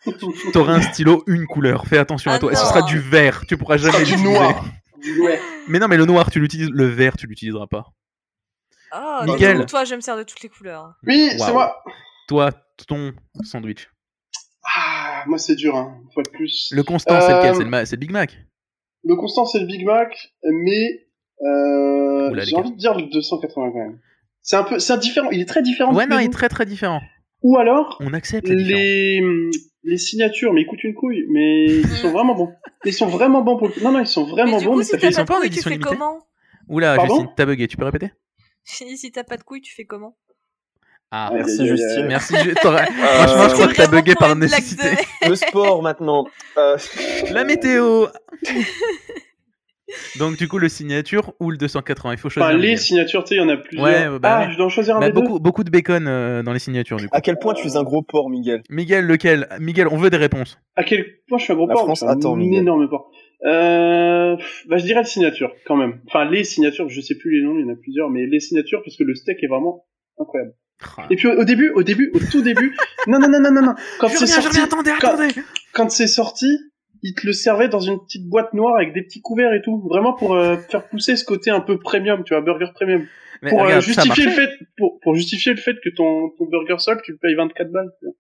T'auras un stylo, une couleur. Fais attention à Ah toi. Et ce non. sera du vert. Tu pourras jamais du l'utiliser. noir. Ouais. Mais non, mais le noir, tu l'utilises. Le vert, tu l'utiliseras pas. Oh, Nickel. pour toi, je me sers de toutes les couleurs. Oui, c'est Waouh. moi. Toi, ton sandwich. Ah, moi, c'est dur, hein. Une fois de plus. Le constant, c'est lequel C'est le, ma- c'est le Big Mac. Le constant, c'est le Big Mac, mais euh, Oula, les j'ai gars. envie de dire le 280 quand même. C'est un peu, c'est un différent. Il est très différent. de Ouais, tous non, les il est autres. très très différent. Ou alors On accepte la différence. les les signatures, mais ils coûtent une couille, mais ils sont vraiment bons. Ils sont vraiment bons pour. le- Non, non, ils sont Ah, vraiment mais du bons. coup, mais si ça t'as ils fait... sont pas pas en de couilles, tu édition fais limitée comment Oula, Pardon Justine, t'as bugué, tu peux répéter J'ai dit, Si t'as pas de couilles, tu fais comment Ah, Ouais. Aïe, Merci, aïe, aïe. Justine. merci. je- t'aurais- Euh, Franchement, Ah, je crois que t'as vraiment bugué pour par une blague de- nécessité. Le sport maintenant. Euh, La météo Donc, du coup, le signature ou le 280, il faut choisir. Enfin, les Miguel. signatures, tu sais, il y en a plusieurs. Ouais, bah ah, ouais. je dois en choisir un Bah, des Ah. beaucoup, beaucoup de bacon euh, dans les signatures, du coup. à quel point tu es un gros porc, Miguel Miguel, lequel Miguel, on veut des réponses. deux. À quel point je suis un gros La porc France je suis attend, un Miguel. énorme porc. Euh, pff, bah, je dirais le signature quand même. Enfin, les signatures, je sais plus les noms, il y en a plusieurs, mais les signatures parce que le steak est vraiment incroyable. Ah. Et puis au, au début, au début, au tout début, non non non non non non, quand je c'est reviens, je sorti, reviens, attendez, quand- attendez quand c'est sorti, ils te le servaient dans une petite boîte noire avec des petits couverts et tout, vraiment pour euh, faire pousser ce côté un peu premium, tu vois, burger premium, Mais pour euh, regarde, ça justifier le marchait. fait, pour, pour justifier le fait que ton ton burger sol, tu le payes 24 balles. tu vois.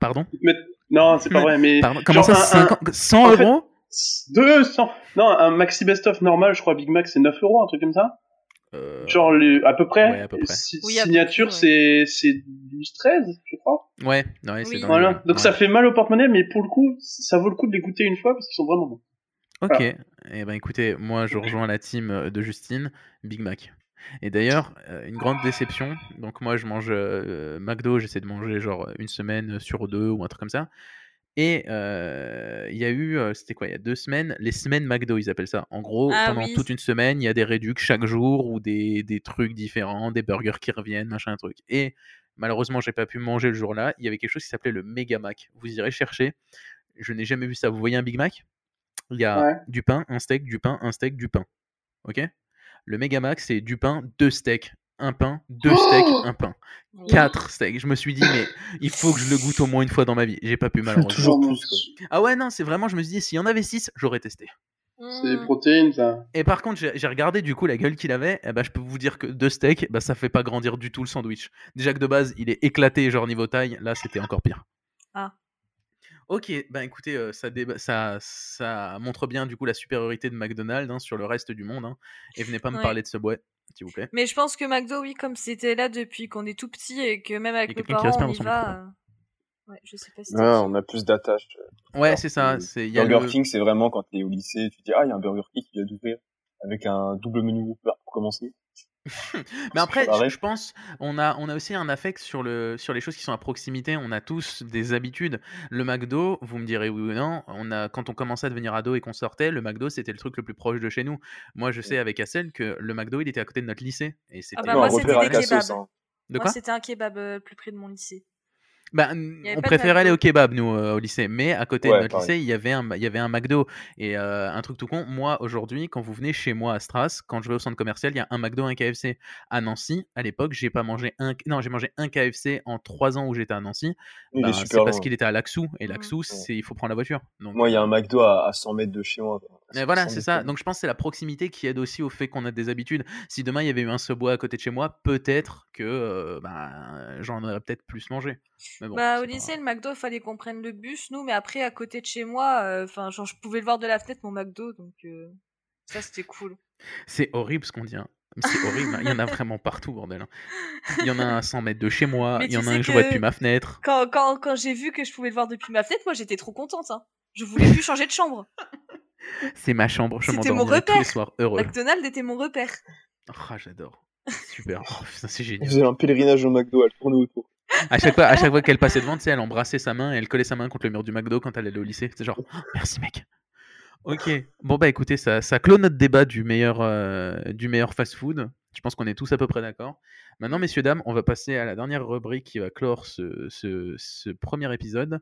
Pardon, Ils te mettent- Non, c'est pas Mais- vrai, mais pardon. Comment genre ça, un- 50 100 en fait- euros 200, non, un maxi best of normal, je crois, Big Mac c'est 9 euros, un truc comme ça. Euh, Genre le- à peu près. ouais, à peu près. Si- Oui, à peu signature, près, c'est c'est 12 13, je crois. Ouais, ouais, c'est Oui. dans les- Voilà, donc ouais. ça fait mal au porte-monnaie, mais pour le coup, ça vaut le coup de les goûter une fois parce qu'ils sont vraiment bons. Ah. Ok, et ben écoutez, moi je rejoins la team euh, de Justine, Big Mac. Et d'ailleurs, euh, une grande déception, donc moi je mange euh, McDo, j'essaie de manger genre une semaine sur deux ou un truc comme ça. Et euh, il y a eu, euh, c'était quoi, il y a deux semaines, les semaines McDo, ils appellent ça. En gros, Ah pendant oui. toute une semaine, il y a des réducts chaque jour ou des, des trucs différents, des burgers qui reviennent, machin, truc. Et malheureusement, j'ai pas pu manger le jour-là. Il y avait quelque chose qui s'appelait le Mega Mac. Vous irez chercher. Je n'ai jamais vu ça. Vous voyez un Big Mac Il y a Ouais. du pain, un steak, du pain, un steak, du pain. Ok Le Mega Mac, c'est du pain, deux steaks. Un pain, deux steaks, un pain. Mmh. Quatre steaks. Je me suis dit, mais il faut que je le goûte au moins une fois dans ma vie. J'ai pas pu malheureusement. Toujours Vraiment, plus, quoi. Ah ouais, non, c'est vraiment, je me suis dit, s'il y en avait 6, j'aurais testé. C'est des Mmh. protéines, ça. Et par contre, j'ai j'ai regardé du coup la gueule qu'il avait, et bah, je peux vous dire que deux steaks, bah, ça fait pas grandir du tout le sandwich. Déjà que de base, il est éclaté, genre niveau taille, là c'était encore pire. Ah. Ok, bah écoutez, euh, ça, déba- ça, ça montre bien du coup la supériorité de McDonald's hein, sur le reste du monde. hein. et venez pas me Ouais. parler de Subway, s'il vous plaît. Mais je pense que McDo, oui, comme c'était là depuis qu'on est tout petit et que même Il y a avec nos quelqu'un qui parents, respire on y dans son va. euh, Ouais, je sais pas si Ah, Ouais, t'as- on a plus d'attache. Ouais, Alors, c'est ça. le c'est- il y a Burger le- King, c'est vraiment quand t'es au lycée, tu te dis, ah, il y a un Burger King qui vient d'ouvrir avec un double menu pour commencer. Mais après, Pareil. je, je pense, on a, on a aussi un affect sur, le, sur les choses qui sont à proximité. On a tous des habitudes. Le McDo, vous me direz oui ou non, on a, quand on commençait à devenir ado et qu'on sortait, le McDo, c'était le truc le plus proche de chez nous. Moi, je sais avec Hassel que le McDo, il était à côté de notre lycée. Et c'était bah, Non, moi, un c'était repère à des Cassos, kebabs. hein. De Moi, quoi c'était un kebab euh, plus près de mon lycée. Bah, y avait on pas de préférait aller McDo. au kebab, nous, euh, au lycée. Mais à côté Ouais, de notre pareil. lycée, il y, avait un, il y avait un McDo. Et euh, un truc tout con, moi, aujourd'hui, quand vous venez chez moi à Stras, quand je vais au centre commercial, il y a un McDo, un KFC. À Nancy, à l'époque, j'ai pas mangé un... Non, j'ai mangé un KFC en trois ans où j'étais à Nancy. Il Bah, est c'est super parce long. qu'il était à Laxou. Et Mhm. Laxou, c'est il faut prendre la voiture. Donc, Moi, il y a un McDo à, à 100 mètres de chez moi. mais voilà, c'est ça. Donc je pense que c'est la proximité qui aide aussi au fait qu'on a des habitudes. Si demain il y avait eu un Subway à côté de chez moi, peut-être que euh, bah, j'en aurais peut-être plus mangé. Mais bon, bah, c'est au pas lycée, le McDo, fallait qu'on prenne le bus, nous, mais après, à côté de chez moi, euh, enfin, genre, je pouvais le voir de la fenêtre, mon McDo, donc euh, ça, c'était cool. grave. c'est horrible ce qu'on dit. hein. Mais C'est horrible. hein. Il y en a vraiment partout, bordel. hein. Il y en a un à 100 mètres de chez moi. Mais il y tu en a sais un que je vois que- depuis ma fenêtre. Quand, quand, quand j'ai vu que je pouvais le voir depuis ma fenêtre, moi, j'étais trop contente. Hein. Je voulais plus changer de chambre. C'est ma chambre. Je C'était mon m'endormirai tous les repère. soirs heureux. McDonald's était mon repère. Ah, j'adore. Super. Oh, putain, c'est Vous génial. faisait un pèlerinage au McDo, elle tournait autour. À chaque fois, à chaque fois qu'elle passait devant, tu sais, elle embrassait sa main et elle collait sa main contre le mur du McDo quand elle allait au lycée. C'est genre, Ah, merci mec. Ok. Bon bah écoutez, ça, ça clôt notre débat du meilleur, euh, du meilleur fast-food. Je pense qu'on est tous à peu près d'accord. Maintenant, messieurs dames, on va passer à la dernière rubrique qui va clore ce, ce- ce premier épisode,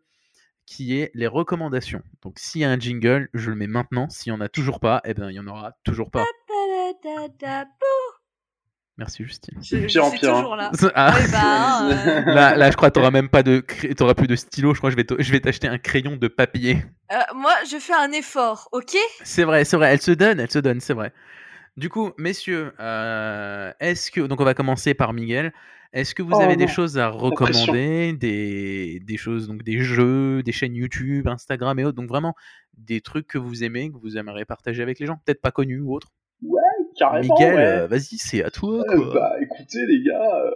qui est les recommandations. Donc s'il y a un jingle, je le mets maintenant. S'il y en a toujours pas, eh ben il y en aura toujours pas. Ta-da-da-da, pou- Merci Justine. Je, je pire en suis pire, hein. toujours là. Ah. Ouais, bah, hein, Là, là, je crois que t'auras même pas de, cra- t'auras plus de stylo. Je crois que je vais, te- je vais t'acheter un crayon de papier. euh, euh, moi, je fais un effort, ok C'est vrai, c'est vrai, elle se donne, elle se donne, c'est vrai. Du coup, messieurs, euh, est-ce que donc on va commencer par Miguel. Est-ce que vous Oh avez des non, choses à recommander, des, des choses donc des jeux, des chaînes YouTube, Instagram et autres, donc vraiment des trucs que vous aimez, que vous aimeriez partager avec les gens, peut-être pas connus ou autres. Carrément, Miguel, ouais. euh, vas-y, c'est à toi. Euh, quoi. bah écoutez les gars, euh,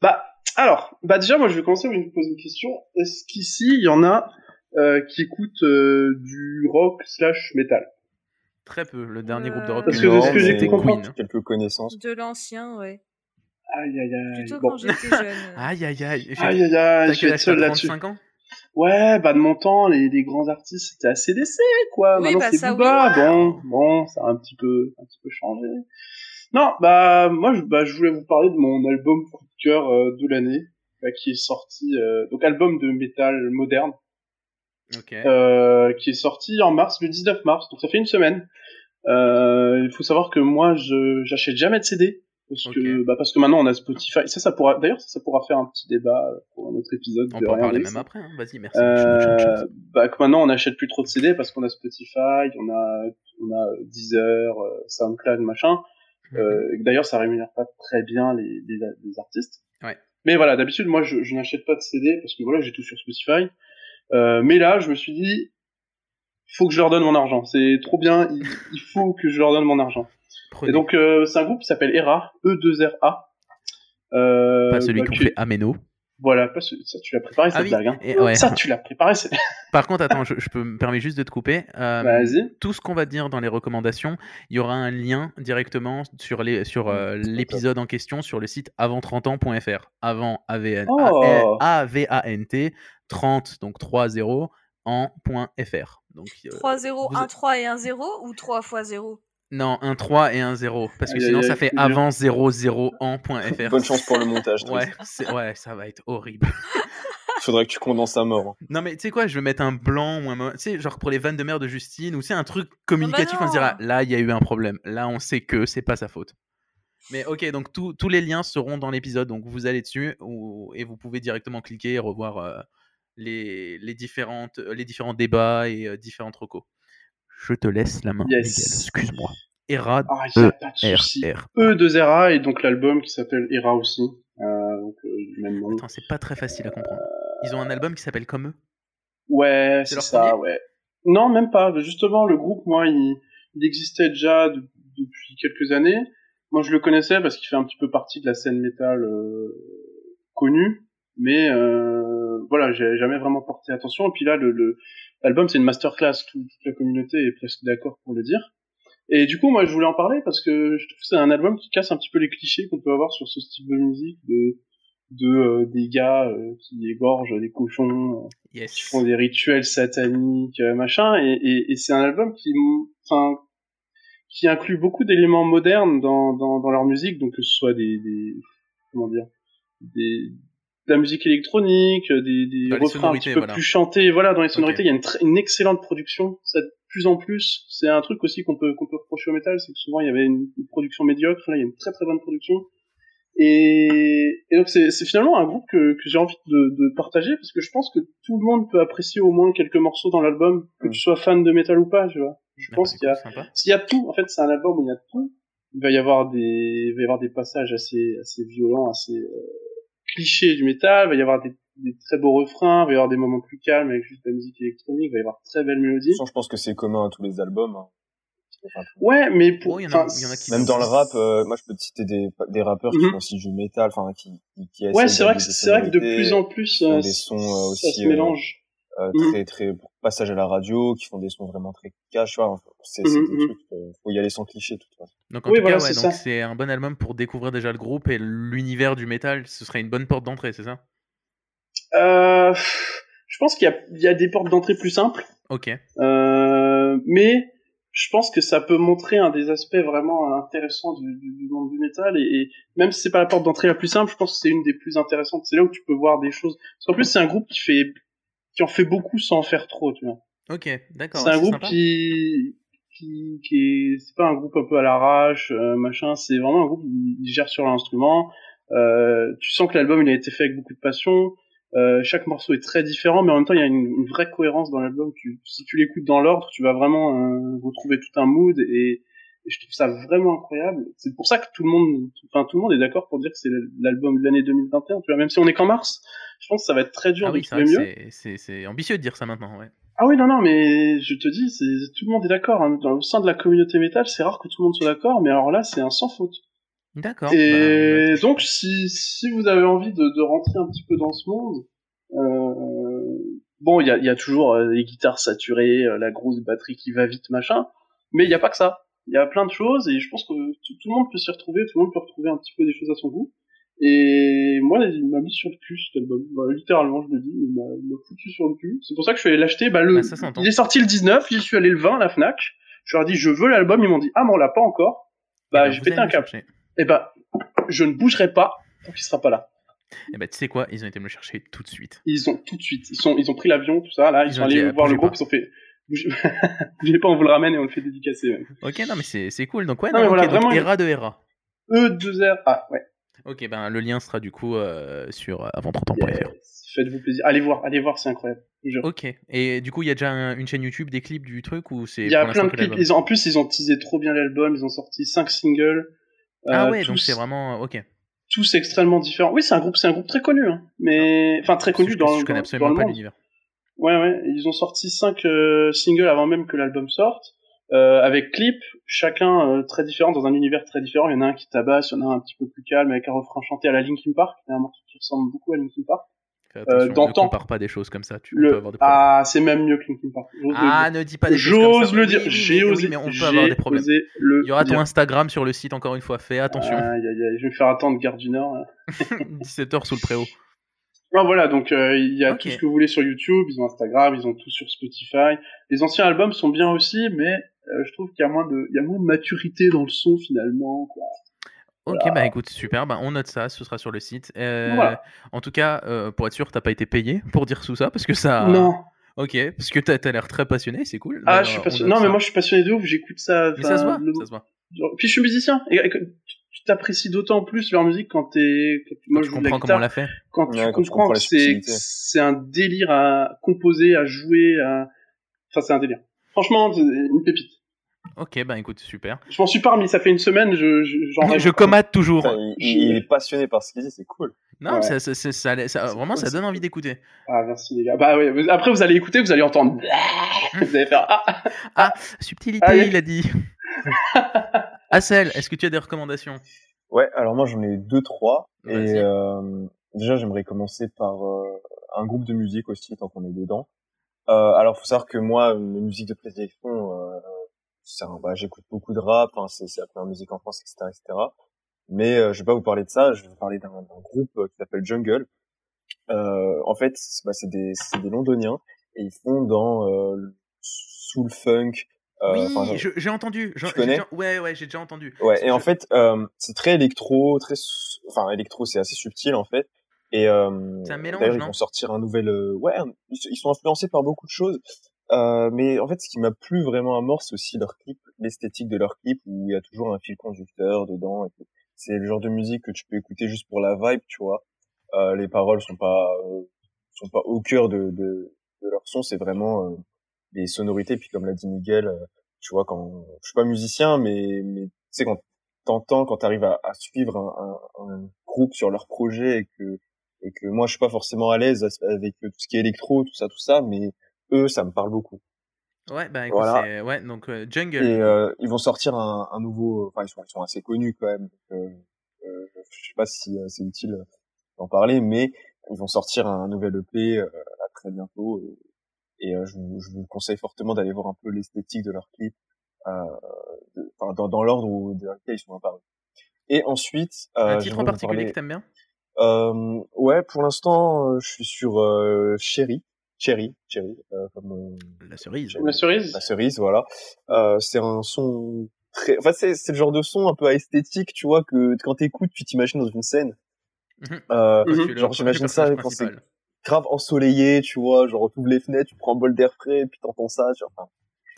bah alors, bah déjà moi je vais commencer, je vais vous poser une question. Est-ce qu'ici il y en a euh, qui écoutent euh, du rock slash metal Très peu. Le dernier Euh, groupe de rock Parce que que j'ai de ce que écouté, j'ai c'était compris- Queen. Quelques connaissances. De l'ancien, ouais. Aïe aïe aïe. Plutôt Bon. quand j'étais jeune. Aïe aïe aïe. j'ai- Aïe aïe t'as aïe, je quel vais être âge, t'as seul là-dessus. 35 ans Ouais, bah de mon temps, les, les grands artistes c'était ACDC quoi. Oui, Maintenant bah, c'est ça, oui. Booba. Bon, bon, ça a un petit peu, un petit peu changé. Non, bah moi je, bah, je voulais vous parler de mon album coup de cœur euh, de l'année, bah, qui est sorti, euh, donc album de métal moderne. Ok. euh, qui est sorti en mars, le 19 mars, donc ça fait une semaine. Euh, il faut savoir que moi, je j'achète jamais de CD parce que Ok. bah parce que maintenant on a Spotify. Ça, ça pourra. D'ailleurs, ça, ça pourra faire un petit débat euh, pour un autre épisode. On de peut en Rien parler de même ça. après. hein. Vas-y, merci. Euh, bah que maintenant on n'achète plus trop de CD parce qu'on a Spotify, on a on a euh, Deezer, euh, SoundCloud, machin. Mhm. Euh, et que D'ailleurs, ça rémunère pas très bien les, les, les artistes. Ouais. Mais voilà, d'habitude, moi, je, je n'achète pas de CD parce que voilà, j'ai tout sur Spotify. Euh, mais là, je me suis dit, faut que je leur donne mon argent. C'est trop bien. Il, il faut que je leur donne mon argent. Prenez. Et donc, euh, c'est un groupe qui s'appelle ERA, E2RA. Euh, pas celui bah, qu'on qui- fait Ameno. Voilà, pas ce- ça, tu l'as préparé cette oui, blague. Hein. et ouais. Ça, tu l'as préparé. cette- Par contre, attends, je, je peux me permets juste de te couper. Euh, Bah, Vas-y. tout ce qu'on va dire dans les recommandations, il y aura un lien directement sur les Mmh, sur euh, l'épisode en question sur le site avant30ans.fr. Avant A V N Oh. A V A N T 30 donc 30 en point .fr. Donc euh, 3, 0, vous- 1, 3 et 1, 0 ou 3 fois 0 non, un 3 et un 0 parce que Aïe, sinon aïe, ça aïe, fait c'est dur. avant 00 en point .fr. Bonne chance pour le montage. Ouais, Il c'est- ouais, ça va être horrible. Faudrait que tu condenses à mort. hein. Non mais tu sais quoi, je vais mettre un blanc ou un mo- tu sais genre pour les vannes de merde de Justine ou c'est un truc communicatif on se dira non. là il y a eu un problème. Là on sait que c'est pas sa faute. Mais OK, donc tous- tous les liens seront dans l'épisode donc vous allez dessus ou- et vous pouvez directement cliquer et revoir euh, les, les différentes euh, les différents débats et euh, différentes recos. Je te laisse la main Yes. Miguel, excuse-moi. Era Ah, il y a pas de R souci. E R. E2RA et donc l'album qui s'appelle ERA aussi. Euh, donc, euh, du même nom. Attends, c'est pas très facile à comprendre. Ils ont un album qui s'appelle comme eux. Ouais, C'est c'est leur ça, premier ouais. Non, même pas. Justement, le groupe, moi, il, il existait déjà de- depuis quelques années. Moi, je le connaissais parce qu'il fait un petit peu partie de la scène métal euh, connue. Mais euh, voilà, j'ai jamais vraiment porté attention. Et puis là, le- le, l'album, c'est une masterclass. Tout- toute la communauté est presque d'accord pour le dire. Et du coup, moi, je voulais en parler parce que je trouve que c'est un album qui casse un petit peu les clichés qu'on peut avoir sur ce style de musique de, de euh, des gars euh, qui égorgent des cochons Yes. qui font des rituels sataniques, euh, machin, et, et- et c'est un album qui, m- enfin, qui inclut beaucoup d'éléments modernes dans, dans, dans leur musique, donc que ce soit des, des comment dire, des, de la musique électronique, euh, des, des Dans les refrains un sonorités, petit peu voilà. plus chantés. Voilà, dans les sonorités, Ok. il y a une, tr- une excellente production. Ça, de plus en plus, c'est un truc aussi qu'on peut, qu'on peut reprocher au métal, c'est que souvent il y avait une, une production médiocre. Là, il y a une très très bonne production. Et, et donc c'est c'est finalement un groupe que, que j'ai envie de, de partager parce que je pense que tout le monde peut apprécier au moins quelques morceaux dans l'album, que Mm. tu sois fan de métal ou pas, tu vois. Je Ah, pense bah, qu'il y a écoute, sympa. s'il y a tout, en fait, c'est un album où il y a tout. Il va y avoir des, il va y avoir des passages assez, assez violents, assez euh, clichés du métal. Il va y avoir des, des très beaux refrains. Il va y avoir des moments plus calmes avec juste de la musique électronique. Il va y avoir de très belles mélodies. Je pense que c'est commun à tous les albums. hein. Enfin, Ouais, mais pour, Oh, il y en a- enfin, il y en a qui- Même dans le rap, euh, moi je peux te citer des, des rappeurs qui Mhm. font aussi du métal, enfin qui, qui, qui ouais, essaient c'est vrai que d'avoir des c'est vrai que de sonorités, plus en plus, qui font euh, des sons, euh, ça aussi, se euh, mélange. euh, Mhm. très très passage à la radio, qui font des sons vraiment très cash, tu vois, enfin, c'est c'est Mhm, des mhm. trucs, euh, faut y aller sans cliché de toute façon. Donc en Oui, tout voilà, cas, ouais, c'est donc ça. c'est un bon album pour découvrir déjà le groupe et l'univers du métal. Ce serait une bonne porte d'entrée, c'est ça Euh, pff, je pense qu'il y a, il y a des portes d'entrée plus simples. Ok. Euh, mais je pense que ça peut montrer un des aspects vraiment intéressants du, du, du monde du métal et, et même si c'est pas la porte d'entrée la plus simple, je pense que c'est une des plus intéressantes. C'est là où tu peux voir des choses. Parce qu'en plus c'est un groupe qui fait qui en fait beaucoup sans en faire trop, tu vois. Ok, d'accord. C'est un groupe sympa. qui qui, qui est, c'est pas un groupe un peu à l'arrache, euh, machin. C'est vraiment un groupe qui gère sur l'instrument. Euh, tu sens que l'album il a été fait avec beaucoup de passion. Euh, chaque morceau est très différent, mais en même temps il y a une, une vraie cohérence dans l'album. Tu- Si tu l'écoutes dans l'ordre, tu vas vraiment euh, retrouver tout un mood et, et je trouve ça vraiment incroyable. C'est pour ça que tout le monde, enfin tout le monde est d'accord pour dire que c'est l'album de l'année 2021. Tu vois, même si on est qu'en mars, je pense que ça va être très dur Ah de oui, c'est trouver vrai mieux. que c'est- c'est- c'est ambitieux de dire ça maintenant, ouais. Ah oui, non, non, mais je te dis, c'est tout le monde est d'accord. hein. Dans- Au sein de la communauté métal, c'est rare que tout le monde soit d'accord, mais alors là, c'est un sans faute. D'accord. bah, on Et va- donc, si, si vous avez envie de, de rentrer un petit peu dans ce monde, euh, bon, il y a, il y a toujours euh, les guitares saturées, euh, la grosse batterie qui va vite, machin, mais il n'y a pas que ça. Il y a plein de choses, et je pense que tout, tout le monde peut s'y retrouver, tout le monde peut retrouver un petit peu des choses à son goût. Et moi, il m'a mis sur le cul cet album. Bah, littéralement, je le dis, il m'a il m'a foutu sur le cul. C'est pour ça que je suis allé l'acheter. Bah, le, Bah, ça s'entend. il est sorti le 19, j'y suis allé le 20 à la Fnac. Je leur ai dit, je veux l'album, ils m'ont dit, ah, mais on l'a pas encore. Bah, Eh ben, j'ai vous pété allez un le câble chercher. eh ben, je ne bougerai pas tant qu'il sera pas là. Eh ben, tu sais quoi Ils ont été me le chercher tout de suite. Ils ont tout de suite, ils sont, ils ont pris l'avion, tout ça, là, ils, Ils sont ont allés dit, euh, voir le bougez groupe, pas. ils ont fait, bougez bougez pas, on vous le ramène et on le fait dédicacer. Même. Ok, non, mais c'est c'est cool. Donc, ouais, Non, non, mais ok, voilà, donc, vraiment, il- Hera de Hera. E 2 r ah ouais, Ok, ben, le lien sera du coup euh, sur euh, avant30ans.fr. faites-vous plaisir, allez voir, allez voir, c'est incroyable. je jure. Ok. Et du coup, il y a déjà un- une chaîne YouTube, des clips du truc ou c'est Il y a pour l'instant plein de que clips, l'album ils ont- en plus ils ont teasé trop bien l'album, ils ont sorti 5 singles. Ah euh, ouais, donc tous- c'est vraiment ok. tous extrêmement différents. Oui, c'est un groupe, c'est un groupe très connu, hein, mais enfin très connu je, dans, je dans, connais dans absolument le pas monde. l'univers. Ouais, ouais. Ils ont sorti cinq euh, singles avant même que l'album sorte, euh, avec clips, chacun euh, très différent, dans un univers très différent. Il y en a un qui tabasse, il y en a un un petit peu plus calme, avec un refrain chanté à la Linkin Park, il y a un morceau qui ressemble beaucoup à Linkin Park. Fais attention, ne Euh, d'antan. compare pas des choses comme ça. Tu on peut Le... avoir des problèmes. Ah, c'est même mieux que Linkin Park. J'ose le Ah, dire. ne dis pas des choses comme ça. J'ose le Oui, dire, oui, j'ai mais- oui, osé, mais on peut j'ai avoir des problèmes. osé le Il y aura ton dire. Ah. Instagram sur le site encore une fois. Fais attention. Aïe, aïe, aïe, je vais me faire attendre Gare du Nord. là. 17h sous le préau. Ah, voilà, donc euh, il y a Ok. tout ce que vous voulez sur YouTube, ils ont Instagram, ils ont tout sur Spotify. Les anciens albums sont bien aussi, mais euh, je trouve qu'il y a moins de, il y a moins de maturité dans le son finalement. Quoi. Ok, bah écoute, super. Bah, on note ça. Ce sera sur le site. Euh, Voilà. En tout cas, euh, pour être sûr, t'as pas été payé pour dire tout ça parce que ça. Non, Ok, parce que t'as as, l'air très passionné. C'est cool. ah, Alors, je suis on passionné. note Non, mais ça. moi je suis passionné de ouf, j'écoute ça. Mais ça se voit. enfin, le- Ça se voit. genre- Puis je suis musicien. Et, et que tu- tu t'apprécies d'autant plus leur musique quand t'es, quand tu- moi tu je joue de la comprends comment on guitare, l'a fait. quand Ouais, tu quand tu comprends comprends que les c'est, subtilités. c'est un délire à composer, à jouer, à, enfin c'est un délire. Franchement, c'est une pépite. Ok, bah écoute, super. Je m'en suis pas remis, ça fait une semaine, je, je- j'en rêve. Je commate toujours. Putain, il, je- il est passionné par ce qu'il dit, c'est cool. Non, Ouais. ça, ça, ça- ça- ça- C'est vraiment, cool, ça c'est donne envie cool. d'écouter. Ah, merci les gars. Bah ouais, vous- après vous allez écouter, vous allez entendre. vous allez faire ah. Subtilité, Allez. il a dit. Hassel, est-ce que tu as des recommandations Ouais, alors moi j'en ai deux trois Vas-y. et euh, déjà j'aimerais commencer par euh, un groupe de musique aussi tant qu'on est dedans. Euh, alors faut savoir que moi mes musiques de prédilection, euh, c'est un- bah, j'écoute beaucoup de rap, hein, c'est c'est la première musique en France, etc., etc. Mais euh, je vais pas vous parler de ça, je vais vous parler d'un d'un groupe euh, qui s'appelle Jungle. Euh, en fait, c'est bah, c'est des, c'est des Londoniens et ils font dans euh, le soul funk. euh, enfin, Oui, je- j'ai entendu. je- tu j'ai connais déjà- Ouais, ouais, j'ai déjà entendu. Ouais, Je- et en fait, euh, c'est très électro, très, s- enfin électro, c'est assez subtil en fait. Et euh, C'est un mélange, d'ailleurs, ils non vont sortir un nouvel. euh, ouais, un- ils, se- ils sont influencés par beaucoup de choses. Euh, mais en fait, ce qui m'a plu vraiment à mort, c'est aussi leur clip, l'esthétique de leur clip où il y a toujours un fil conducteur dedans. et tout. C'est le genre de musique que tu peux écouter juste pour la vibe, tu vois. Euh, les paroles sont pas euh, sont pas au cœur de de, de leur son, c'est vraiment euh, les sonorités. Puis comme l'a dit Miguel, euh, tu vois, quand je suis pas musicien, mais mais tu sais quand t'entends, quand t'arrives à, à suivre un, un, un groupe sur leur projet et que et que moi je suis pas forcément à l'aise avec euh, tout ce qui est électro, tout ça, tout ça, mais eux ça me parle beaucoup. Ouais, bah écoute, Voilà. c'est- ouais, donc euh, Jungle. Et du coup. euh, ils vont sortir un, un nouveau, euh, enfin ils sont, ils sont assez connus quand même. donc, euh, euh, je sais pas si euh, c'est utile d'en parler, mais ils vont sortir un nouvel EP euh, là, très bientôt. euh, et euh, je, vous, je vous conseille fortement d'aller voir un peu l'esthétique de leur clip, euh, de- enfin, dans, dans l'ordre où dans lequel ils sont apparus. Et ensuite, euh, un je titre vais en vous particulier parler- que t'aimes bien euh, ouais, pour l'instant, euh, je suis sur euh, Cherry, Cherry, Cherry, euh, comme euh, La cerise. Cherry. La cerise Bah, la cerise, voilà. Euh, c'est un son très, enfin c'est c'est le genre de son un peu esthétique, tu vois, que quand t'écoutes, tu t'imagines dans une scène. Mhm. Euh, Toi, tu es le- Genre, le j'imagine ça personnage quand c'est principal. grave ensoleillé, tu vois, genre t'ouvres les fenêtres, tu prends un bol d'air frais, puis t'entends ça. Genre, enfin,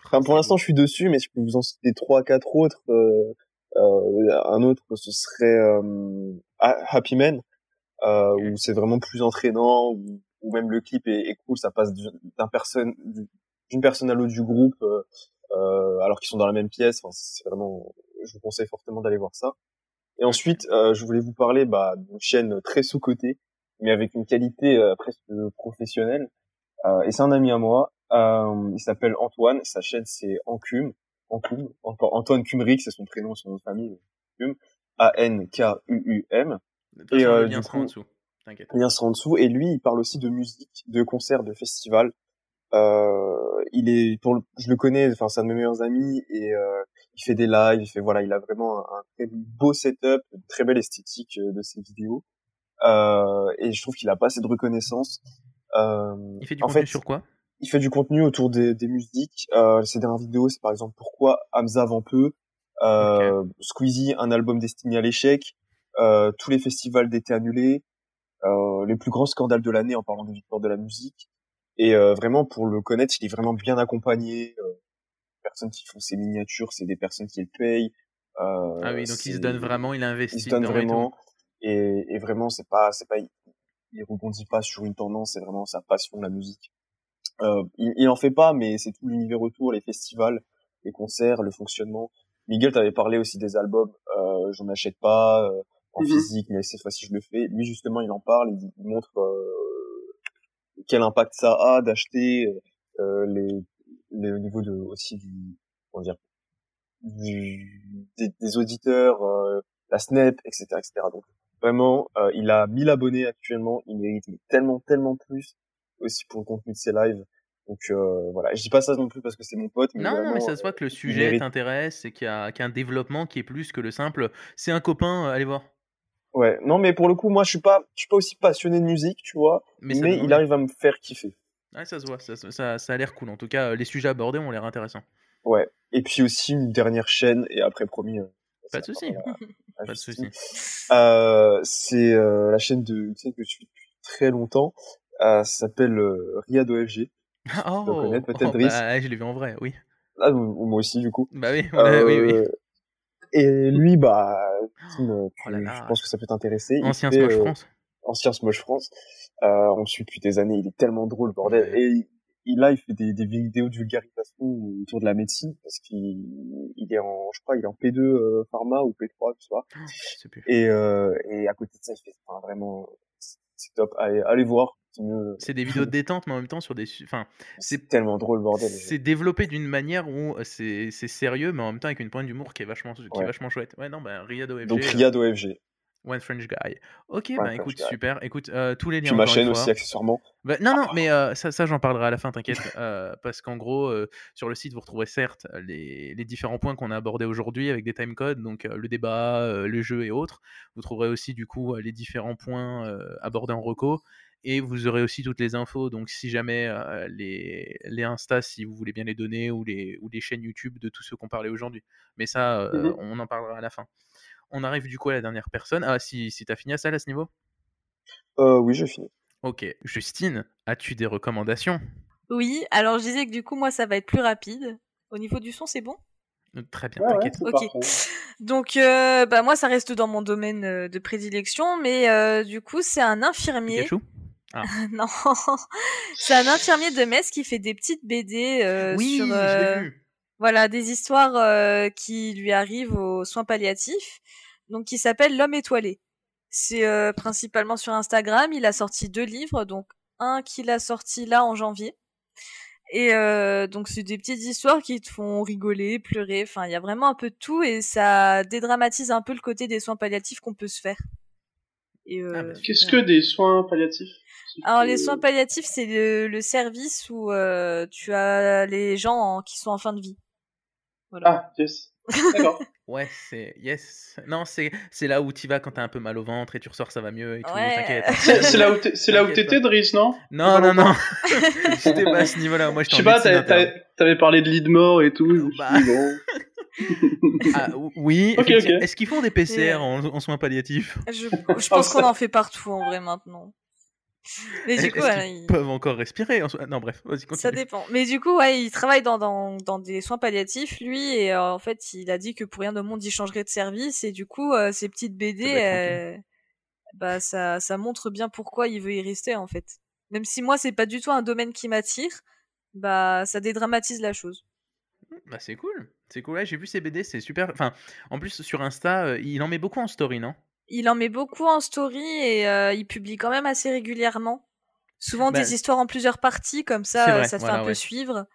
Enfin, pour l'instant, je suis dessus, mais je peux vous en citer trois, quatre autres. Euh, euh, un autre, ce serait euh, Ha- Happy Man, euh, où c'est vraiment plus entraînant, où, où même le clip est, est cool, ça passe du- d'un personne, du- d'une personne à l'autre du groupe, euh, euh, alors qu'ils sont dans la même pièce. Enfin, c'est vraiment, je vous conseille fortement d'aller voir ça. Et ensuite, euh, je voulais vous parler bah, d'une chaîne très sous-cotée, mais avec une qualité euh, presque professionnelle. Euh, et c'est un ami à moi. Euh, il s'appelle Antoine. Sa chaîne c'est Ancume. Ancume. Ant- Antoine Kumric, c'est son prénom, son nom de famille. Ancume. A N K U U M. De toute façon, Et, euh, le du lien sera en coup- dessous. T'inquiète. Le lien sera en dessous. Et lui, il parle aussi de musique, de concerts, de festivals. Euh, il est pour le- je le connais enfin c'est un de mes meilleurs amis et euh, il fait des lives il fait voilà il a vraiment un, un très beau setup une très belle esthétique euh, de ses vidéos euh, et je trouve qu'il a pas assez de reconnaissance euh, Il fait du en contenu fait sur quoi il fait du contenu autour des, des musiques. Euh, ses dernières vidéos, c'est par exemple pourquoi Hamza vend peu, euh, Squeezie, un album destiné à l'échec, euh, tous les festivals d'été annulés, euh, les plus grands scandales de l'année en parlant des victoires de la musique. Et euh, vraiment, pour le connaître, il est vraiment bien accompagné. Euh, les personnes qui font ses miniatures, c'est des personnes qui le payent. Euh, Ah oui, donc il se c'est- donne vraiment, il investit il se donne dedans vraiment et, et vraiment c'est pas c'est pas il rebondit pas sur une tendance c'est vraiment sa passion la musique euh, il, il en fait pas mais c'est tout l'univers autour les festivals les concerts le fonctionnement Miguel t'avais parlé aussi des albums euh, j'en achète pas euh, en Mhm. physique mais cette fois-ci je le fais lui justement il en parle il, il montre euh, quel impact ça a d'acheter euh, les le niveau de aussi du comment dire du- des, des auditeurs, euh, la Snap, etc., etc. Donc vraiment, euh, il a 1000 abonnés actuellement, il mérite mais tellement, tellement plus aussi pour le contenu de ses lives. Donc euh, voilà, je dis pas ça non plus parce que c'est mon pote, mais Non, non, mais vraiment, euh, ça se voit que le sujet mérite. t'intéresse et qu'il y, a qu'il y a un développement qui est plus que le simple. C'est un copain, euh, allez voir. euh, ouais. Non, mais pour le coup, moi, je suis pas, je suis pas aussi passionné de musique, tu vois, Mais mais, ça donne il envie. arrive à me faire kiffer. Ouais, ça se voit, ça, se- ça- ça a l'air cool. En tout cas, euh, les sujets abordés ont l'air intéressants. Ouais. Et puis aussi une dernière chaîne et après promis. euh, Pas de ça souci. parlera à- à Pas de Justine. souci. Euh, c'est euh, la chaîne de une chaîne que je suis depuis très longtemps. Euh, ça s'appelle euh, Riyad OFG. dois Oh, connaître peut-être oh, Driss. bah, je l'ai vu en vrai, oui. Ah, ou- ou moi aussi du coup. Bah oui, on a- oui, oui. Euh, Et lui, bah, Tim, euh, Oh là tu- là. je pense que ça peut t'intéresser. Il Ancien fait, Smosh euh, France. ancien Smosh France. Euh, on le suit depuis des années. Il est tellement drôle, bordel. Ouais. Et il- il, là, il fait des, des vidéos de vulgarisation autour de la médecine parce qu'il il est en, je crois, il est en P2 euh, pharma ou P3, tu vois. Oh, je sais plus. Et, euh, et à côté de ça, il fait enfin, vraiment, c'est c'est top. Allez, allez voir. C'est mieux. C'est des vidéos de détente, mais en même temps sur des. su- Enfin, C'est tellement drôle, bordel. c'est développé d'une manière où euh, c'est c'est sérieux, mais en même temps avec une pointe d'humour qui est vachement, qui est Ouais. vachement chouette. Ouais, non, bah, Riyad OFG, Donc euh, Riyad OFG. One French Guy. Ok, One bah French écoute, Guy. super. Écoute, euh, tous les liens Puis ma encore une chaîne fois. aussi, accessoirement. Bah, non, non, mais euh, ça, ça j'en parlerai à la fin, t'inquiète. euh, parce qu'en gros, euh, sur le site, vous retrouverez certes les, les différents points qu'on a abordés aujourd'hui avec des timecodes, donc euh, le débat, euh, le jeu et autres. Vous trouverez aussi, du coup, euh, les différents points euh, abordés en reco. Et vous aurez aussi toutes les infos, donc si jamais euh, les, les Insta, si vous voulez bien les donner, ou les, ou les chaînes YouTube de tous ceux qu'on parlait aujourd'hui. Mais ça, euh, Mhm. on en parlera à la fin. On arrive du coup à la dernière personne. Ah, si, si t'as fini à ça à ce niveau Euh, oui, j'ai fini. Ok. Justine, as-tu des recommandations Oui, alors je disais que du coup, moi, ça va être plus rapide. Au niveau du son, c'est bon Mmh, Très bien, Ouais, ouais, t'inquiète. c'est Ok. parfait. Donc, euh, bah, moi, ça reste dans mon domaine euh, de prédilection, mais euh, du coup, c'est un infirmier. Pikachu non, c'est un infirmier de Metz qui fait des petites BD euh, Oui, sur. je euh, l'ai vu. voilà, des histoires euh, qui lui arrivent aux soins palliatifs, donc qui s'appelle L'homme étoilé. C'est euh, principalement sur Instagram. Il a sorti deux livres, donc un qu'il a sorti là en janvier. Et euh, donc c'est des petites histoires qui te font rigoler, pleurer. Enfin, il y a vraiment un peu de tout et ça dédramatise un peu le côté des soins palliatifs qu'on peut se faire. Et euh, Ah, bah, super. Qu'est-ce que des soins palliatifs alors les soins palliatifs, c'est le, le service où euh, tu as les gens en- qui sont en fin de vie. Ah, yes. D'accord. Ouais, c'est. Yes. Non, c'est c'est là où tu vas quand t'as un peu mal au ventre et tu ressors, ça va mieux et tout. Ouais. T'inquiète. c'est c'est là où t'es- c'est là où t'étais, Driss, non Non, non, non. J'étais pas à ce niveau-là. Moi, Je j'étais sais en pas, médecine t'avais- interne. t'avais t'avais parlé de lit de mort et tout. je me suis Bah. dit, bon. Ah, ou- oui. Ok, effectivement. ok. Est-ce qu'ils font des PCR euh, en, en soins palliatifs Je, je pense qu'on en fait partout en vrai maintenant. Eh, Mais Est-ce du coup, qu'ils voilà, il- peuvent encore respirer en soins- Non, bref, vas-y, ça continue. dépend. Mais du coup, ouais, il travaille dans, dans, dans des soins palliatifs, lui, et euh, en fait, il a dit que pour rien au monde, il changerait de service, et du coup, euh, ces petites BD, Ça doit être euh, bah, ça, ça montre bien pourquoi il veut y rester, en fait. Même si moi, c'est pas du tout un domaine qui m'attire, bah, ça dédramatise la chose. Bah, c'est cool. C'est cool. Ouais, j'ai vu ces BD, c'est super. Enfin, en plus, sur Insta, euh, il en met beaucoup en story, non Il en met beaucoup en story et euh, il publie quand même assez régulièrement. Souvent Bah, des histoires en plusieurs parties, comme c'est ça, euh, vrai, ça te fait voilà, un peu ouais. suivre.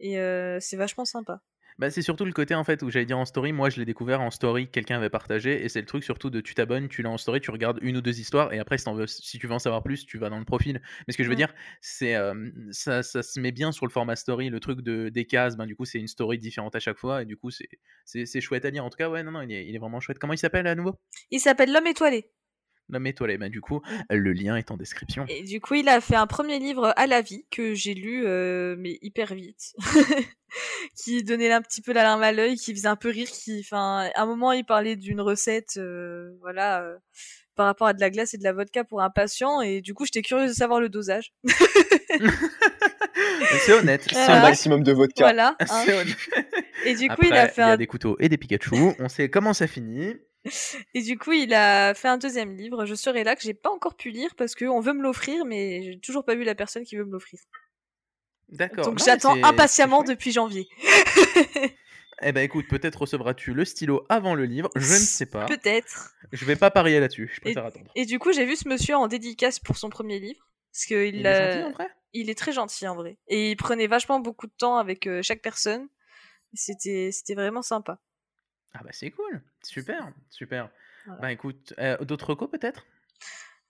Et euh, c'est vachement sympa. Bah, c'est surtout le côté en fait où j'allais dire en story. Moi, je l'ai découvert en story, quelqu'un avait partagé, et c'est le truc surtout de tu t'abonnes, tu l'as en story, tu regardes une ou deux histoires, et après, si, t'en veux- si tu veux en savoir plus, tu vas dans le profil. Mais ce que je veux Mm. dire, c'est euh, ça, ça se met bien sur le format story, le truc de, des cases. Ben, du coup, c'est une story différente à chaque fois, et du coup, c'est c'est c'est chouette à lire. En tout cas, ouais, non, non, il est, il est vraiment chouette. Comment il s'appelle à nouveau Il s'appelle L'homme étoilé. L'homme étoilé. Ben, du coup, le lien est en description. Et du coup, il a fait un premier livre à la vie que j'ai lu, euh, mais hyper vite. qui donnait un petit peu la larme à l'œil, qui faisait un peu rire. Qui, enfin, à un moment, il parlait d'une recette, euh, voilà, euh, par rapport à de la glace et de la vodka pour un patient. Et du coup, j'étais curieuse de savoir le dosage. Euh, c'est honnête. C'est Un Ah. honnête. maximum de vodka. Voilà. hein. C'est honnête. Et du coup, Après, il a fait un des couteaux et des Pikachu. On sait comment ça finit. Et du coup, il a fait un deuxième livre, Je serai là, que j'ai pas encore pu lire parce qu'on veut me l'offrir, mais j'ai toujours pas vu la personne qui veut me l'offrir. D'accord. Donc Non, mais j'attends c'est- c'est impatiemment chouette. depuis janvier. Eh ben écoute, peut-être recevras-tu le stylo avant le livre, je ne sais pas. Peut-être. Je vais pas parier là-dessus, je préfère attendre. Et du coup, j'ai vu ce monsieur en dédicace pour son premier livre. Parce qu'il Il est gentil hein. en vrai il est très gentil en vrai. Et il prenait vachement beaucoup de temps avec euh, chaque personne. C'était c'était vraiment sympa. Ah bah c'est cool, super, super. Voilà. Bah écoute, euh, d'autres recos peut-être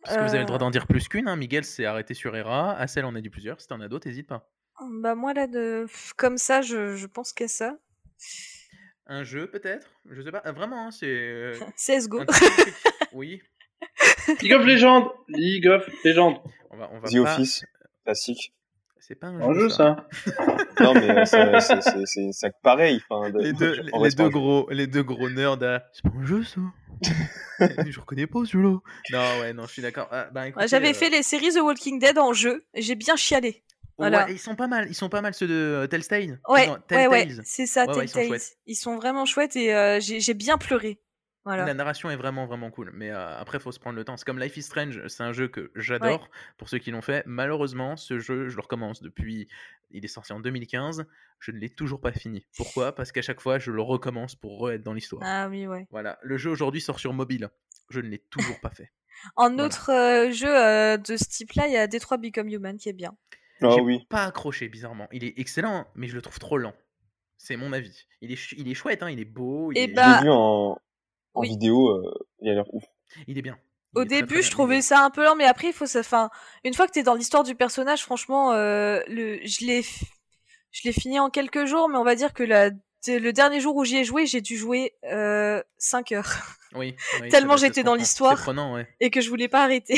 Parce que vous avez le Euh, droit d'en dire plus qu'une, hein. Miguel s'est arrêté sur Hera, Assel en a dit plusieurs, si t'en as d'autres, n'hésite pas. Bah moi là, de... comme ça, je, je pense qu'à ça. Un jeu peut-être Je sais pas, Ah, vraiment, hein, c'est... euh, CSGO. un truc- oui, Bah. League of Legends League of Legends. on va, on va The pas... Office, classique. C'est pas Un un jeu, ça. Non, mais euh, c'est- c'est c'est- c'est- c'est pareil. Enfin, de- Les deux, les, en les reste deux pas- gros, les deux gros nerds à... C'est pas un jeu ça Eh, Je reconnais pas celui-là Non ouais, non, je suis d'accord. Ah, bah, Ouais, écoutez, J'avais euh, fait les séries The Walking Dead en jeu. et J'ai bien chialé. Voilà. Ouais, ils sont pas mal, ils sont pas mal ceux de euh, Telltale. Ouais, Non, ouais, Telltales. ouais, c'est ça, Ouais, ouais, ils sont Telltales. ils, chouettes. sont vraiment chouettes et euh, j'ai j'ai bien pleuré. Voilà. La narration est vraiment vraiment cool, mais euh, après faut se prendre le temps. C'est comme Life is Strange, c'est un jeu que j'adore pour ceux qui l'ont fait. Malheureusement, ce jeu, je le recommence depuis il est sorti en 2015, je ne l'ai toujours pas fini. Pourquoi Parce qu'à chaque fois, je le recommence pour re-être dans l'histoire. Ah oui, ouais. Voilà, le jeu aujourd'hui sort sur mobile. Je ne l'ai toujours pas fait. En Voilà. autre euh, jeu euh, de ce type-là, il y a Detroit Become Human qui est bien. Ah J'ai oui. pas accroché bizarrement. Il est excellent, hein, mais je le trouve trop lent. C'est mon avis. Il est, ch- il est chouette, hein, il est beau, il, Eh est, Je bah, l'ai vu en, en oui. vidéo, euh, il a l'air ouf. il est bien. Il Au est très, très début, je bien, il est- trouvais ça un peu lent, mais après, il faut ça. Enfin, une fois que t'es dans l'histoire du personnage, franchement, euh, le, je l'ai, f- je l'ai fini en quelques jours, mais on va dire que la, le dernier jour où j'y ai joué, j'ai dû jouer euh, 5 heures Oui, oui, Tellement ça doit- ça se j'étais dans comprend. l'histoire. C'est prenant, ouais. et que je voulais pas arrêter.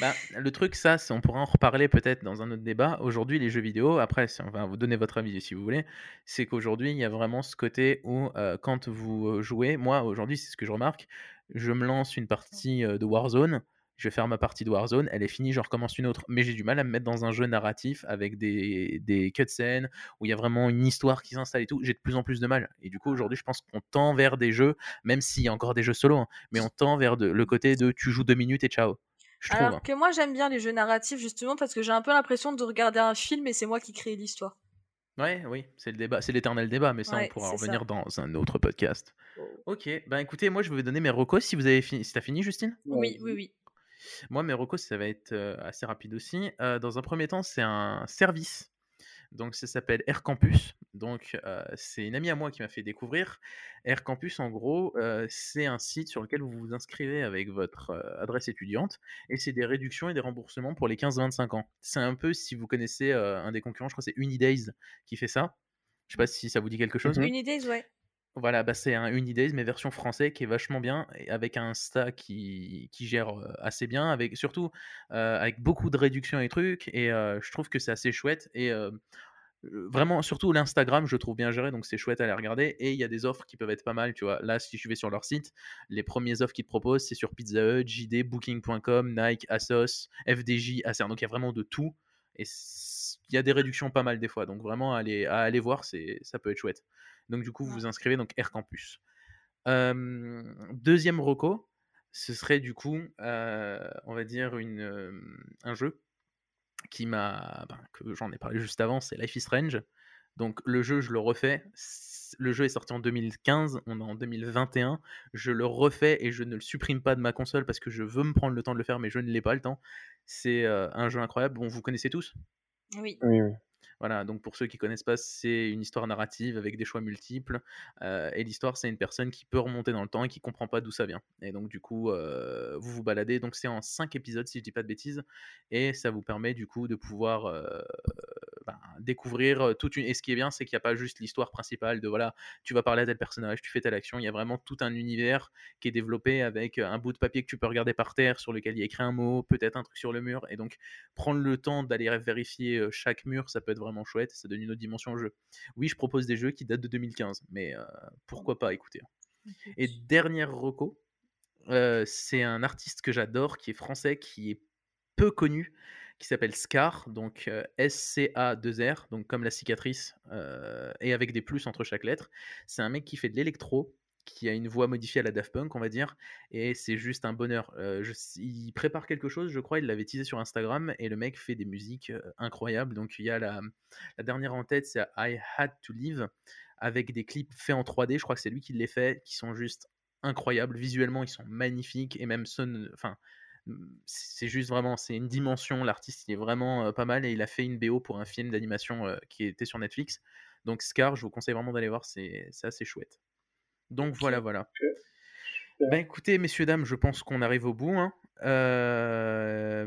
Bah, le truc, ça, c'est- on pourra en reparler peut-être dans un autre débat. Aujourd'hui, les jeux vidéo, après, si on va vous donner votre avis si vous voulez, c'est qu'aujourd'hui, il y a vraiment ce côté où, euh, quand vous euh, jouez, moi, aujourd'hui, c'est ce que je remarque, je me lance une partie euh, de Warzone, je vais faire ma partie de Warzone, elle est finie, j'en recommence une autre. Mais j'ai du mal à me mettre dans un jeu narratif avec des, des cutscenes où il y a vraiment une histoire qui s'installe et tout. J'ai de plus en plus de mal. Et du coup, aujourd'hui, je pense qu'on tend vers des jeux, même s'il y a encore des jeux solo, hein, mais on tend vers de- le côté de tu joues deux minutes et ciao. Je trouve. Alors que moi j'aime bien les jeux narratifs justement parce que j'ai un peu l'impression de regarder un film et c'est moi qui crée l'histoire. Ouais, oui, c'est le débat, c'est l'éternel débat, mais ça Ouais, on pourra c'est en ça. Oh. revenir dans un autre podcast. Ok, ben écoutez, moi je vais vous donner mes recos si vous avez fini, si t'as fini Justine. Oui, oui, oui. Moi mes recos ça va être euh, assez rapide aussi. Euh, dans un premier temps c'est un service, donc ça s'appelle Air Campus. Donc euh, c'est une amie à moi qui m'a fait découvrir Air Campus. En gros euh, c'est un site sur lequel vous vous inscrivez avec votre euh, adresse étudiante et c'est des réductions et des remboursements pour les 15-25 ans. C'est un peu si vous connaissez euh, un des concurrents, je crois que c'est Unidays qui fait ça. Je sais pas si ça vous dit quelque chose. Une idée, ouais. Voilà, bah c'est un Unidays, mais version français qui est vachement bien, et avec un Insta qui, qui gère euh, assez bien, avec surtout euh, avec beaucoup de réductions et trucs, et euh, je trouve que c'est assez chouette. Et euh, euh, vraiment, surtout l'Instagram, je le trouve bien géré, donc c'est chouette à aller regarder. Et il y a des offres qui peuvent être pas mal, tu vois. Là, si je vais sur leur site, les premières offres qu'ils te proposent, c'est sur Pizza Hut, JD, Booking.com, Nike, Asos, FDJ, Acer. Donc il y a vraiment de tout, et c- il y a des réductions pas mal des fois, donc vraiment à aller, à aller voir, c'est- ça peut être chouette. Donc du coup, vous Ouais. vous inscrivez donc Air Campus. Euh, deuxième reco, ce serait du coup, euh, on va dire une, euh, un jeu qui m'a, ben, que j'en ai parlé juste avant, c'est Life is Strange. Donc le jeu, je le refais. C- Le jeu est sorti en 2015, on est en 2021. Je le refais et je ne le supprime pas de ma console parce que je veux me prendre le temps de le faire, mais je ne l'ai pas le temps. C'est euh, un jeu incroyable. Bon, vous connaissez tous. Oui. Oui, oui. Voilà, donc pour ceux qui connaissent pas, c'est une histoire narrative avec des choix multiples. euh, et l'histoire, c'est une personne qui peut remonter dans le temps et qui comprend pas d'où ça vient. Et donc, du coup, euh, vous vous baladez. Donc, c'est en 5 épisodes, si je dis pas de bêtises. Et ça vous permet, du coup, de pouvoir euh, ben, découvrir euh, toute une. Et ce qui est bien, c'est qu'il n'y a pas juste l'histoire principale de voilà, tu vas parler à tel personnage, tu fais telle action. Il y a vraiment tout un univers qui est développé avec euh, un bout de papier que tu peux regarder par terre, sur lequel il y a écrit un mot, peut-être un truc sur le mur. Et donc, prendre le temps d'aller vérifier euh, chaque mur, ça peut être vraiment chouette, ça donne une autre dimension au jeu. Oui, je propose des jeux qui datent de 2015, mais euh, pourquoi pas, écoutez. Et dernière reco, euh, c'est un artiste que j'adore, qui est français, qui est peu connu, qui s'appelle Scar, donc SCA2R, donc comme la cicatrice, euh, et avec des plus entre chaque lettre. C'est un mec qui fait de l'électro, qui a une voix modifiée à la Daft Punk, on va dire, et c'est juste un bonheur. Euh, je s- il prépare quelque chose, je crois, il l'avait teasé sur Instagram, et le mec fait des musiques euh, incroyables. Donc il y a la, la dernière en tête, c'est I Had to Live, avec des clips faits en 3D, je crois que c'est lui qui les fait, qui sont juste incroyables. Visuellement, ils sont magnifiques, et même son... Enfin, mm, c'est juste vraiment, c'est une dimension, l'artiste, il est vraiment euh, pas mal, et il a fait une BO pour un film d'animation euh, qui était sur Netflix. Donc Scar, je vous conseille vraiment d'aller voir, c'est c'est assez chouette. Donc voilà, voilà. Ben écoutez, messieurs, dames, je pense qu'on arrive au bout. hein. Euh,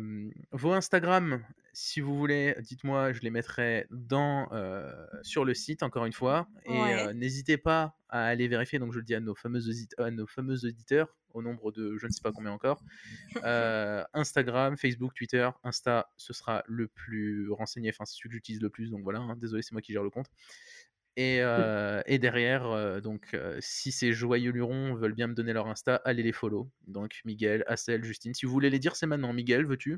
vos Instagram, si vous voulez, dites-moi, je les mettrai dans, euh, sur le site, encore une fois. Et Ouais. euh, n'hésitez pas à aller vérifier, donc je le dis à nos, fameux audite- à nos fameux auditeurs, au nombre de je ne sais pas combien encore. Euh, Instagram, Facebook, Twitter, Insta, ce sera le plus renseigné, enfin c'est celui que j'utilise le plus, donc voilà, hein, désolé, c'est moi qui gère le compte. Mmh. Et, euh, et derrière, euh, donc, euh, si ces joyeux lurons veulent bien me donner leur Insta, allez les follow. Donc, Miguel, Assel, Justine. Si vous voulez les dire, c'est maintenant. Miguel, veux-tu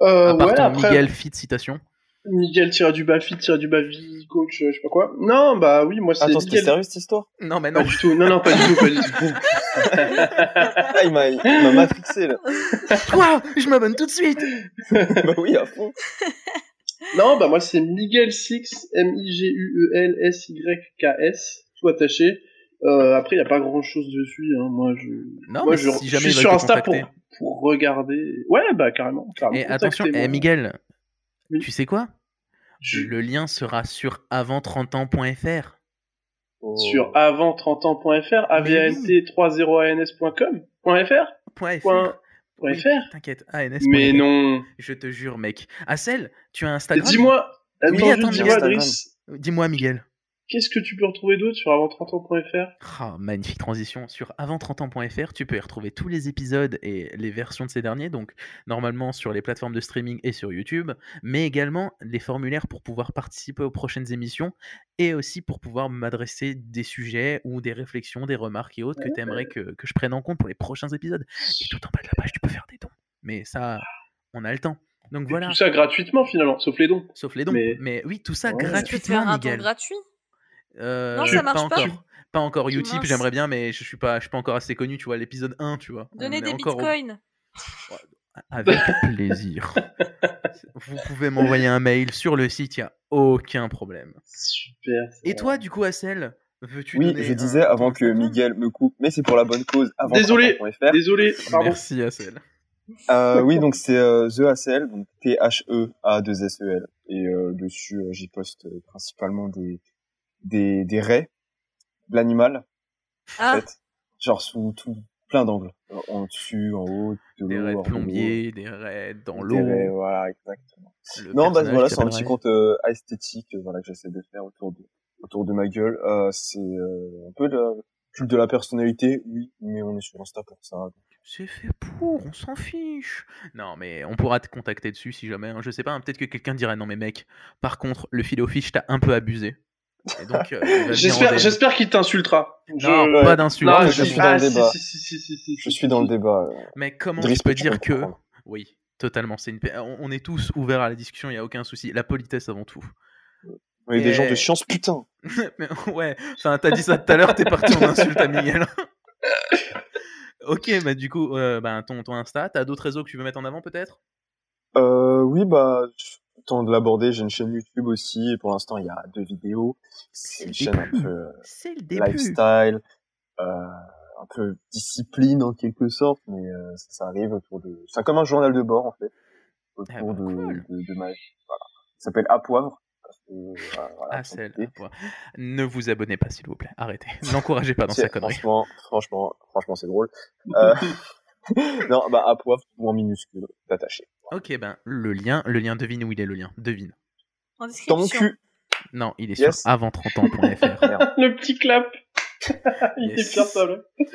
Euh, À part ouais, ton après, Miguel Fit citation. Miguel tire du bas fit, tire du bas vie, coach, euh, je sais pas quoi. Non, bah oui, moi c'est Attends, c'était Miguel. sérieux cette histoire Non, mais Pas non. du tout. Non, non, pas du tout, pas du tout. Ah, il m'a il m'a matrixé là. Toi, je m'abonne tout de suite. bah oui, à fond. Non, bah moi c'est Miguel Six, E M-I-G-U-E-L-S-Y-K-S, tout attaché. Euh, après, il n'y a pas grand chose dessus. Hein. Moi, je, Non, moi, mais je, si je jamais suis ils veulent sur te Insta pour, contacter. pour regarder. Ouais, bah carrément. carrément. Et attention, Contactez-moi. eh, Miguel, Oui. tu sais quoi Je- Le lien sera sur avant30ans.fr. Oh. sur avant30ans.fr, avalt30ans.com, .fr, Point Point- .fr. point Oui, .fr. T'inquiète, ANS. Mais non. Je te jure, mec. Assel, tu as un Instagram Dis-moi, Oui, attends, attends, juste, dis-moi, Miguel. Driss, Dis-moi, Miguel. qu'est-ce que tu peux retrouver d'autre sur avant30ans.fr Ah, magnifique transition. Sur avant30ans.fr, tu peux y retrouver tous les épisodes et les versions de ces derniers, donc normalement sur les plateformes de streaming et sur YouTube, mais également les formulaires pour pouvoir participer aux prochaines émissions et aussi pour pouvoir m'adresser des sujets ou des réflexions, des remarques et autres que tu aimerais que, que je prenne en compte pour les prochains épisodes. Et tout en bas de la page, tu peux faire des dons. Mais ça, on a le temps. Donc voilà. Tout ça gratuitement finalement, sauf les dons. Sauf les dons. Mais, Mais- oui, tout ça Ouais. Tu peux faire gratuitement, un don Miguel. gratuit Euh, Non, ça pas marche pas. encore. Pas encore Mince. Utip, j'aimerais bien, mais je suis pas, je suis pas encore assez connu, tu vois, l'épisode 1, tu vois. Donner On est des encore au- bitcoins Avec plaisir. Vous pouvez m'envoyer un mail sur le site, il n'y a aucun problème. Super. ça. Et toi, du coup, Assel, veux-tu Oui, donner je un- disais avant que Miguel me coupe, mais c'est pour la bonne cause. Avant Désolé. 30, .fr. Désolé, pardon. Merci, Assel. Euh, oui, donc c'est euh, The Hassel, donc E T-H-E-A-2-S-E-L. Et euh, dessus, euh, j'y poste euh, principalement des, des, des raies, de l'animal, en Ah, fait. Genre sous tout, plein d'angles. En- En dessus, en haut, de Des l'eau, raids hors de l'eau, plombiers, des raids dans des raies, l'eau. Voilà, exactement. le Non, bah personnage voilà, qui c'est un appellerait. petit compte euh, esthétique euh, voilà, que j'essaie de faire autour de, autour de ma gueule. Euh, c'est euh, un peu de, culte de la personnalité, oui, mais on est sur Insta pour ça. C'est fait pour, on s'en fiche. Non, mais on pourra te contacter dessus si jamais. hein. Je sais pas, hein, peut-être que quelqu'un dira non, mais mec, par contre, le filet au fiche t'a un peu abusé. Et donc, euh, il va venir en J'espère, DM. j'espère qu'il t'insultera. Je- Non, Ouais. pas hein, d'insulte. Non, Ah, mais je je si, suis dans le ah, si, débat. si, si, si, si, si, Je si, suis dans le si. débat. euh. Mais comment Driss, tu peux tu dire comprends. que. Oui, totalement. C'est une... pa- on- On est tous ouverts à la discussion, il n'y a aucun souci. La politesse avant tout. On est des gens Et- de science, putain. Mais ouais, enfin, t'as dit ça tout à l'heure, t'es parti en insulte à Miguel. ok, bah du coup, euh, bah, ton, ton Insta, t'as d'autres réseaux que tu veux mettre en avant peut-être Euh, oui, bah, je- temps de l'aborder, j'ai une chaîne YouTube aussi, et pour l'instant, il y a deux vidéos. C'est C'est le une chaîne un début. peu euh, C'est le lifestyle, euh, un peu discipline en quelque sorte, mais euh, ça, ça arrive autour de... C'est comme un journal de bord, en fait, autour Ah bah, de, cool. de, de ma vie. Voilà. Ça s'appelle À Poivre. parce que, euh, voilà, Ah, sans celle. quitter. voilà. Ne vous abonnez pas, s'il vous plaît. Arrêtez. N'encouragez pas dans C'est- sa connerie. Franchement, franchement, franchement, c'est drôle. Euh, non, bah, À Poivre, tout en minuscule, tout attaché. Ok, ben, le lien, le lien, devine où il est le lien. Devine. en Dans mon description. cul Non, il est Yes. sur avant30ans.fr. Le petit clap. Il Yes. était fier, ça, là.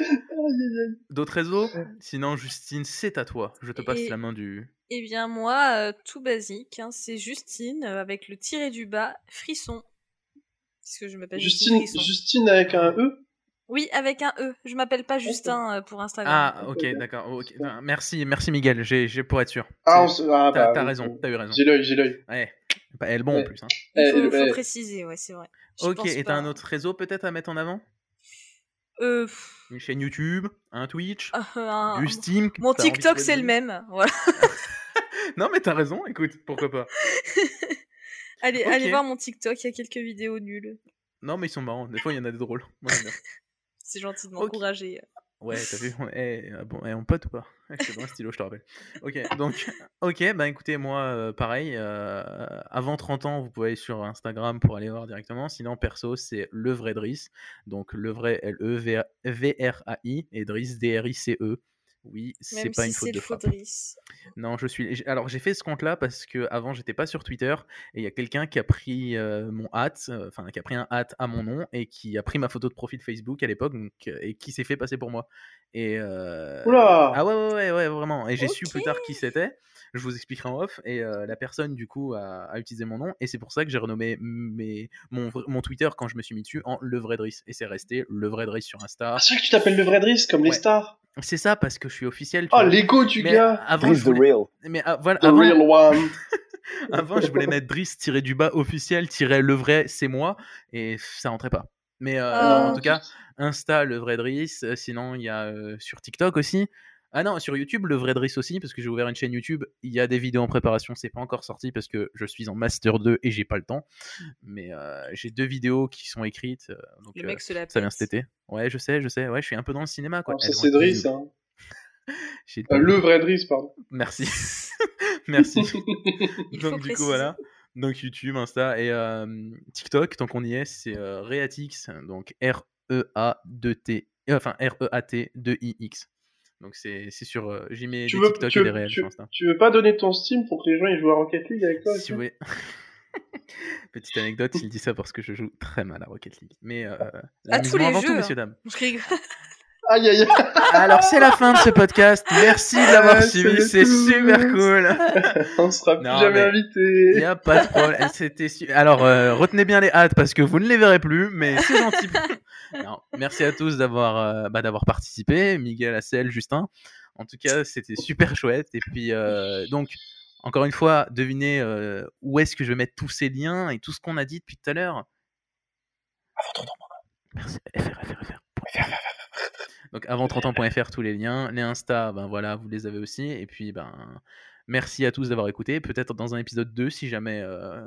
D'autres réseaux Sinon, Justine, c'est à toi. Je te passe Et- la main du. Eh bien moi, euh, tout basique, hein, c'est Justine euh, avec le tiré du bas, frisson. Parce que je m'appelle Justine, Justine, Frisson. Justine avec un E. Oui, avec un E. Je m'appelle pas Justin euh, pour Instagram. Ah, ok, d'accord. ok. Non, Merci, merci Miguel. J'ai, j'ai pour être sûr. Ah, on C'est- se- ah, t'as, bah, t'as oui, raison. oui. T'as eu raison. J'ai l'œil, j'ai l'œil. Ouais. Bah, elle est bon en Ouais. plus. hein. Il faut, Eh, faut eh, préciser, ouais, c'est vrai. Je Ok, pense et t'as pas. un autre réseau peut-être à mettre en avant Euh, pff, Une chaîne YouTube, un Twitch, euh, un- du Steam. que Mon t'as envie de TikTok, c'est le produire. même. Voilà. Non, mais t'as raison. Écoute, pourquoi pas allez, Ok. allez voir mon TikTok, il y a quelques vidéos nulles. Non, mais ils sont marrants. Des fois, il y en a des drôles. Moi, j'aime bien. C'est gentil de Ok. m'encourager. euh, Ouais, t'as vu on, eh, euh, bon, eh, on pote ou pas Eh, Je te donne un stylo, je te rappelle. Ok, donc, ok, bah écoutez, moi, euh, pareil, euh, avant 30 ans, vous pouvez aller sur Instagram pour aller voir directement. Sinon, perso, c'est le vrai Driss. Donc, le vrai E L-E-V-R-A-I et Driss, D-R-I-C-E. E. Oui, c'est Même pas si une c'est faute de le frappe. faudrice. Non, je suis. j'- Alors, j'ai fait ce compte-là parce que avant, j'étais pas sur Twitter et il y a quelqu'un qui a pris euh, mon hâte, enfin, qui a pris un hâte à mon nom et qui a pris ma photo de profil Facebook à l'époque donc, euh, et qui s'est fait passer pour moi. Et. euh, Oula Ah ouais, ouais, ouais, ouais, vraiment. Et j'ai su Ok. plus tard qui c'était. Je vous expliquerai en off. Et euh, la personne, du coup, a, a utilisé mon nom et c'est pour ça que j'ai renommé mes, mon, vr- mon Twitter quand je me suis mis dessus en Le Vrai Driss. Et c'est resté Le Vrai Driss sur Insta. Ah, c'est vrai que tu t'appelles le vrai Driss, comme les Ouais. stars. C'est ça parce que je suis officiel. tu Oh, vois. l'ego du Mais gars. avant, je Driss the voulais- Real. mais ah, voilà, The avant- real one. Avant, je voulais mettre Driss tiré du bas officiel tiré le vrai c'est moi et ça rentrait pas. Mais euh, Ah. non, en tout cas, Insta le vrai Driss. euh, Sinon, il y a euh, sur TikTok aussi. Ah non, sur YouTube le vrai Driss aussi parce que j'ai ouvert une chaîne YouTube. Il y a des vidéos en préparation. C'est pas encore sorti parce que je suis en master 2 et j'ai pas le temps. Mais euh, j'ai deux vidéos qui sont écrites. euh, donc, Le euh, mec se la ça vient pète. cet été. Ouais, je sais, je sais. Ouais, je suis un peu dans le cinéma quoi. Eh, Non, ça, Elles vont c'est être Driss, visibles. hein. J'ai- Euh, Le vrai Driss, pardon. Merci, merci. Il faut Donc du coup préciser. voilà. Donc YouTube, Insta et euh, TikTok, tant qu'on y est, c'est euh, Reatix, donc R E A 2 T, euh, enfin R E A T 2 I X. Donc c'est c'est sur euh, j'y mets Tu des veux, TikTok tu, et des veux, réels tu, sur Insta. tu veux pas donner ton Steam pour que les gens ils jouent à Rocket League avec toi Si vous voulez. Petite anecdote, il dit ça parce que je joue très mal à Rocket League. Mais euh, l'amusement tous les avant tout, jeux, messieurs dames. Je rigole. Aïe aïe aïe Alors c'est la fin de ce podcast. Merci de l'avoir Ouais, suivi, c'est salut tout le super monde. cool. On sera plus Non, jamais mais- Il invité n'y a pas de problème. C'était su- Alors, euh, retenez bien les hâtes parce que vous ne les verrez plus, mais c'est gentil. Non, merci à tous d'avoir euh, bah, d'avoir participé. Miguel, Assel, Justin. En tout cas, c'était super chouette. Et puis, euh, donc, encore une fois, devinez euh, où est-ce que je vais mettre tous ces liens et tout ce qu'on a dit depuis tout à l'heure. Avant 30 ans. Merci. FR, FR, FR. Donc avant 30ans.fr tous les liens, les Insta, ben voilà, vous les avez aussi. Et puis ben merci à tous d'avoir écouté. Peut-être dans un épisode 2 si jamais euh,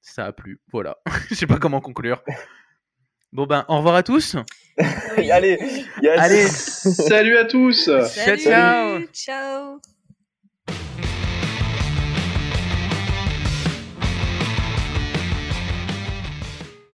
ça a plu. Voilà. Je sais pas comment conclure. Bon ben au revoir à tous. Allez, yes. Allez. Salut à tous Ciao, ciao. Ciao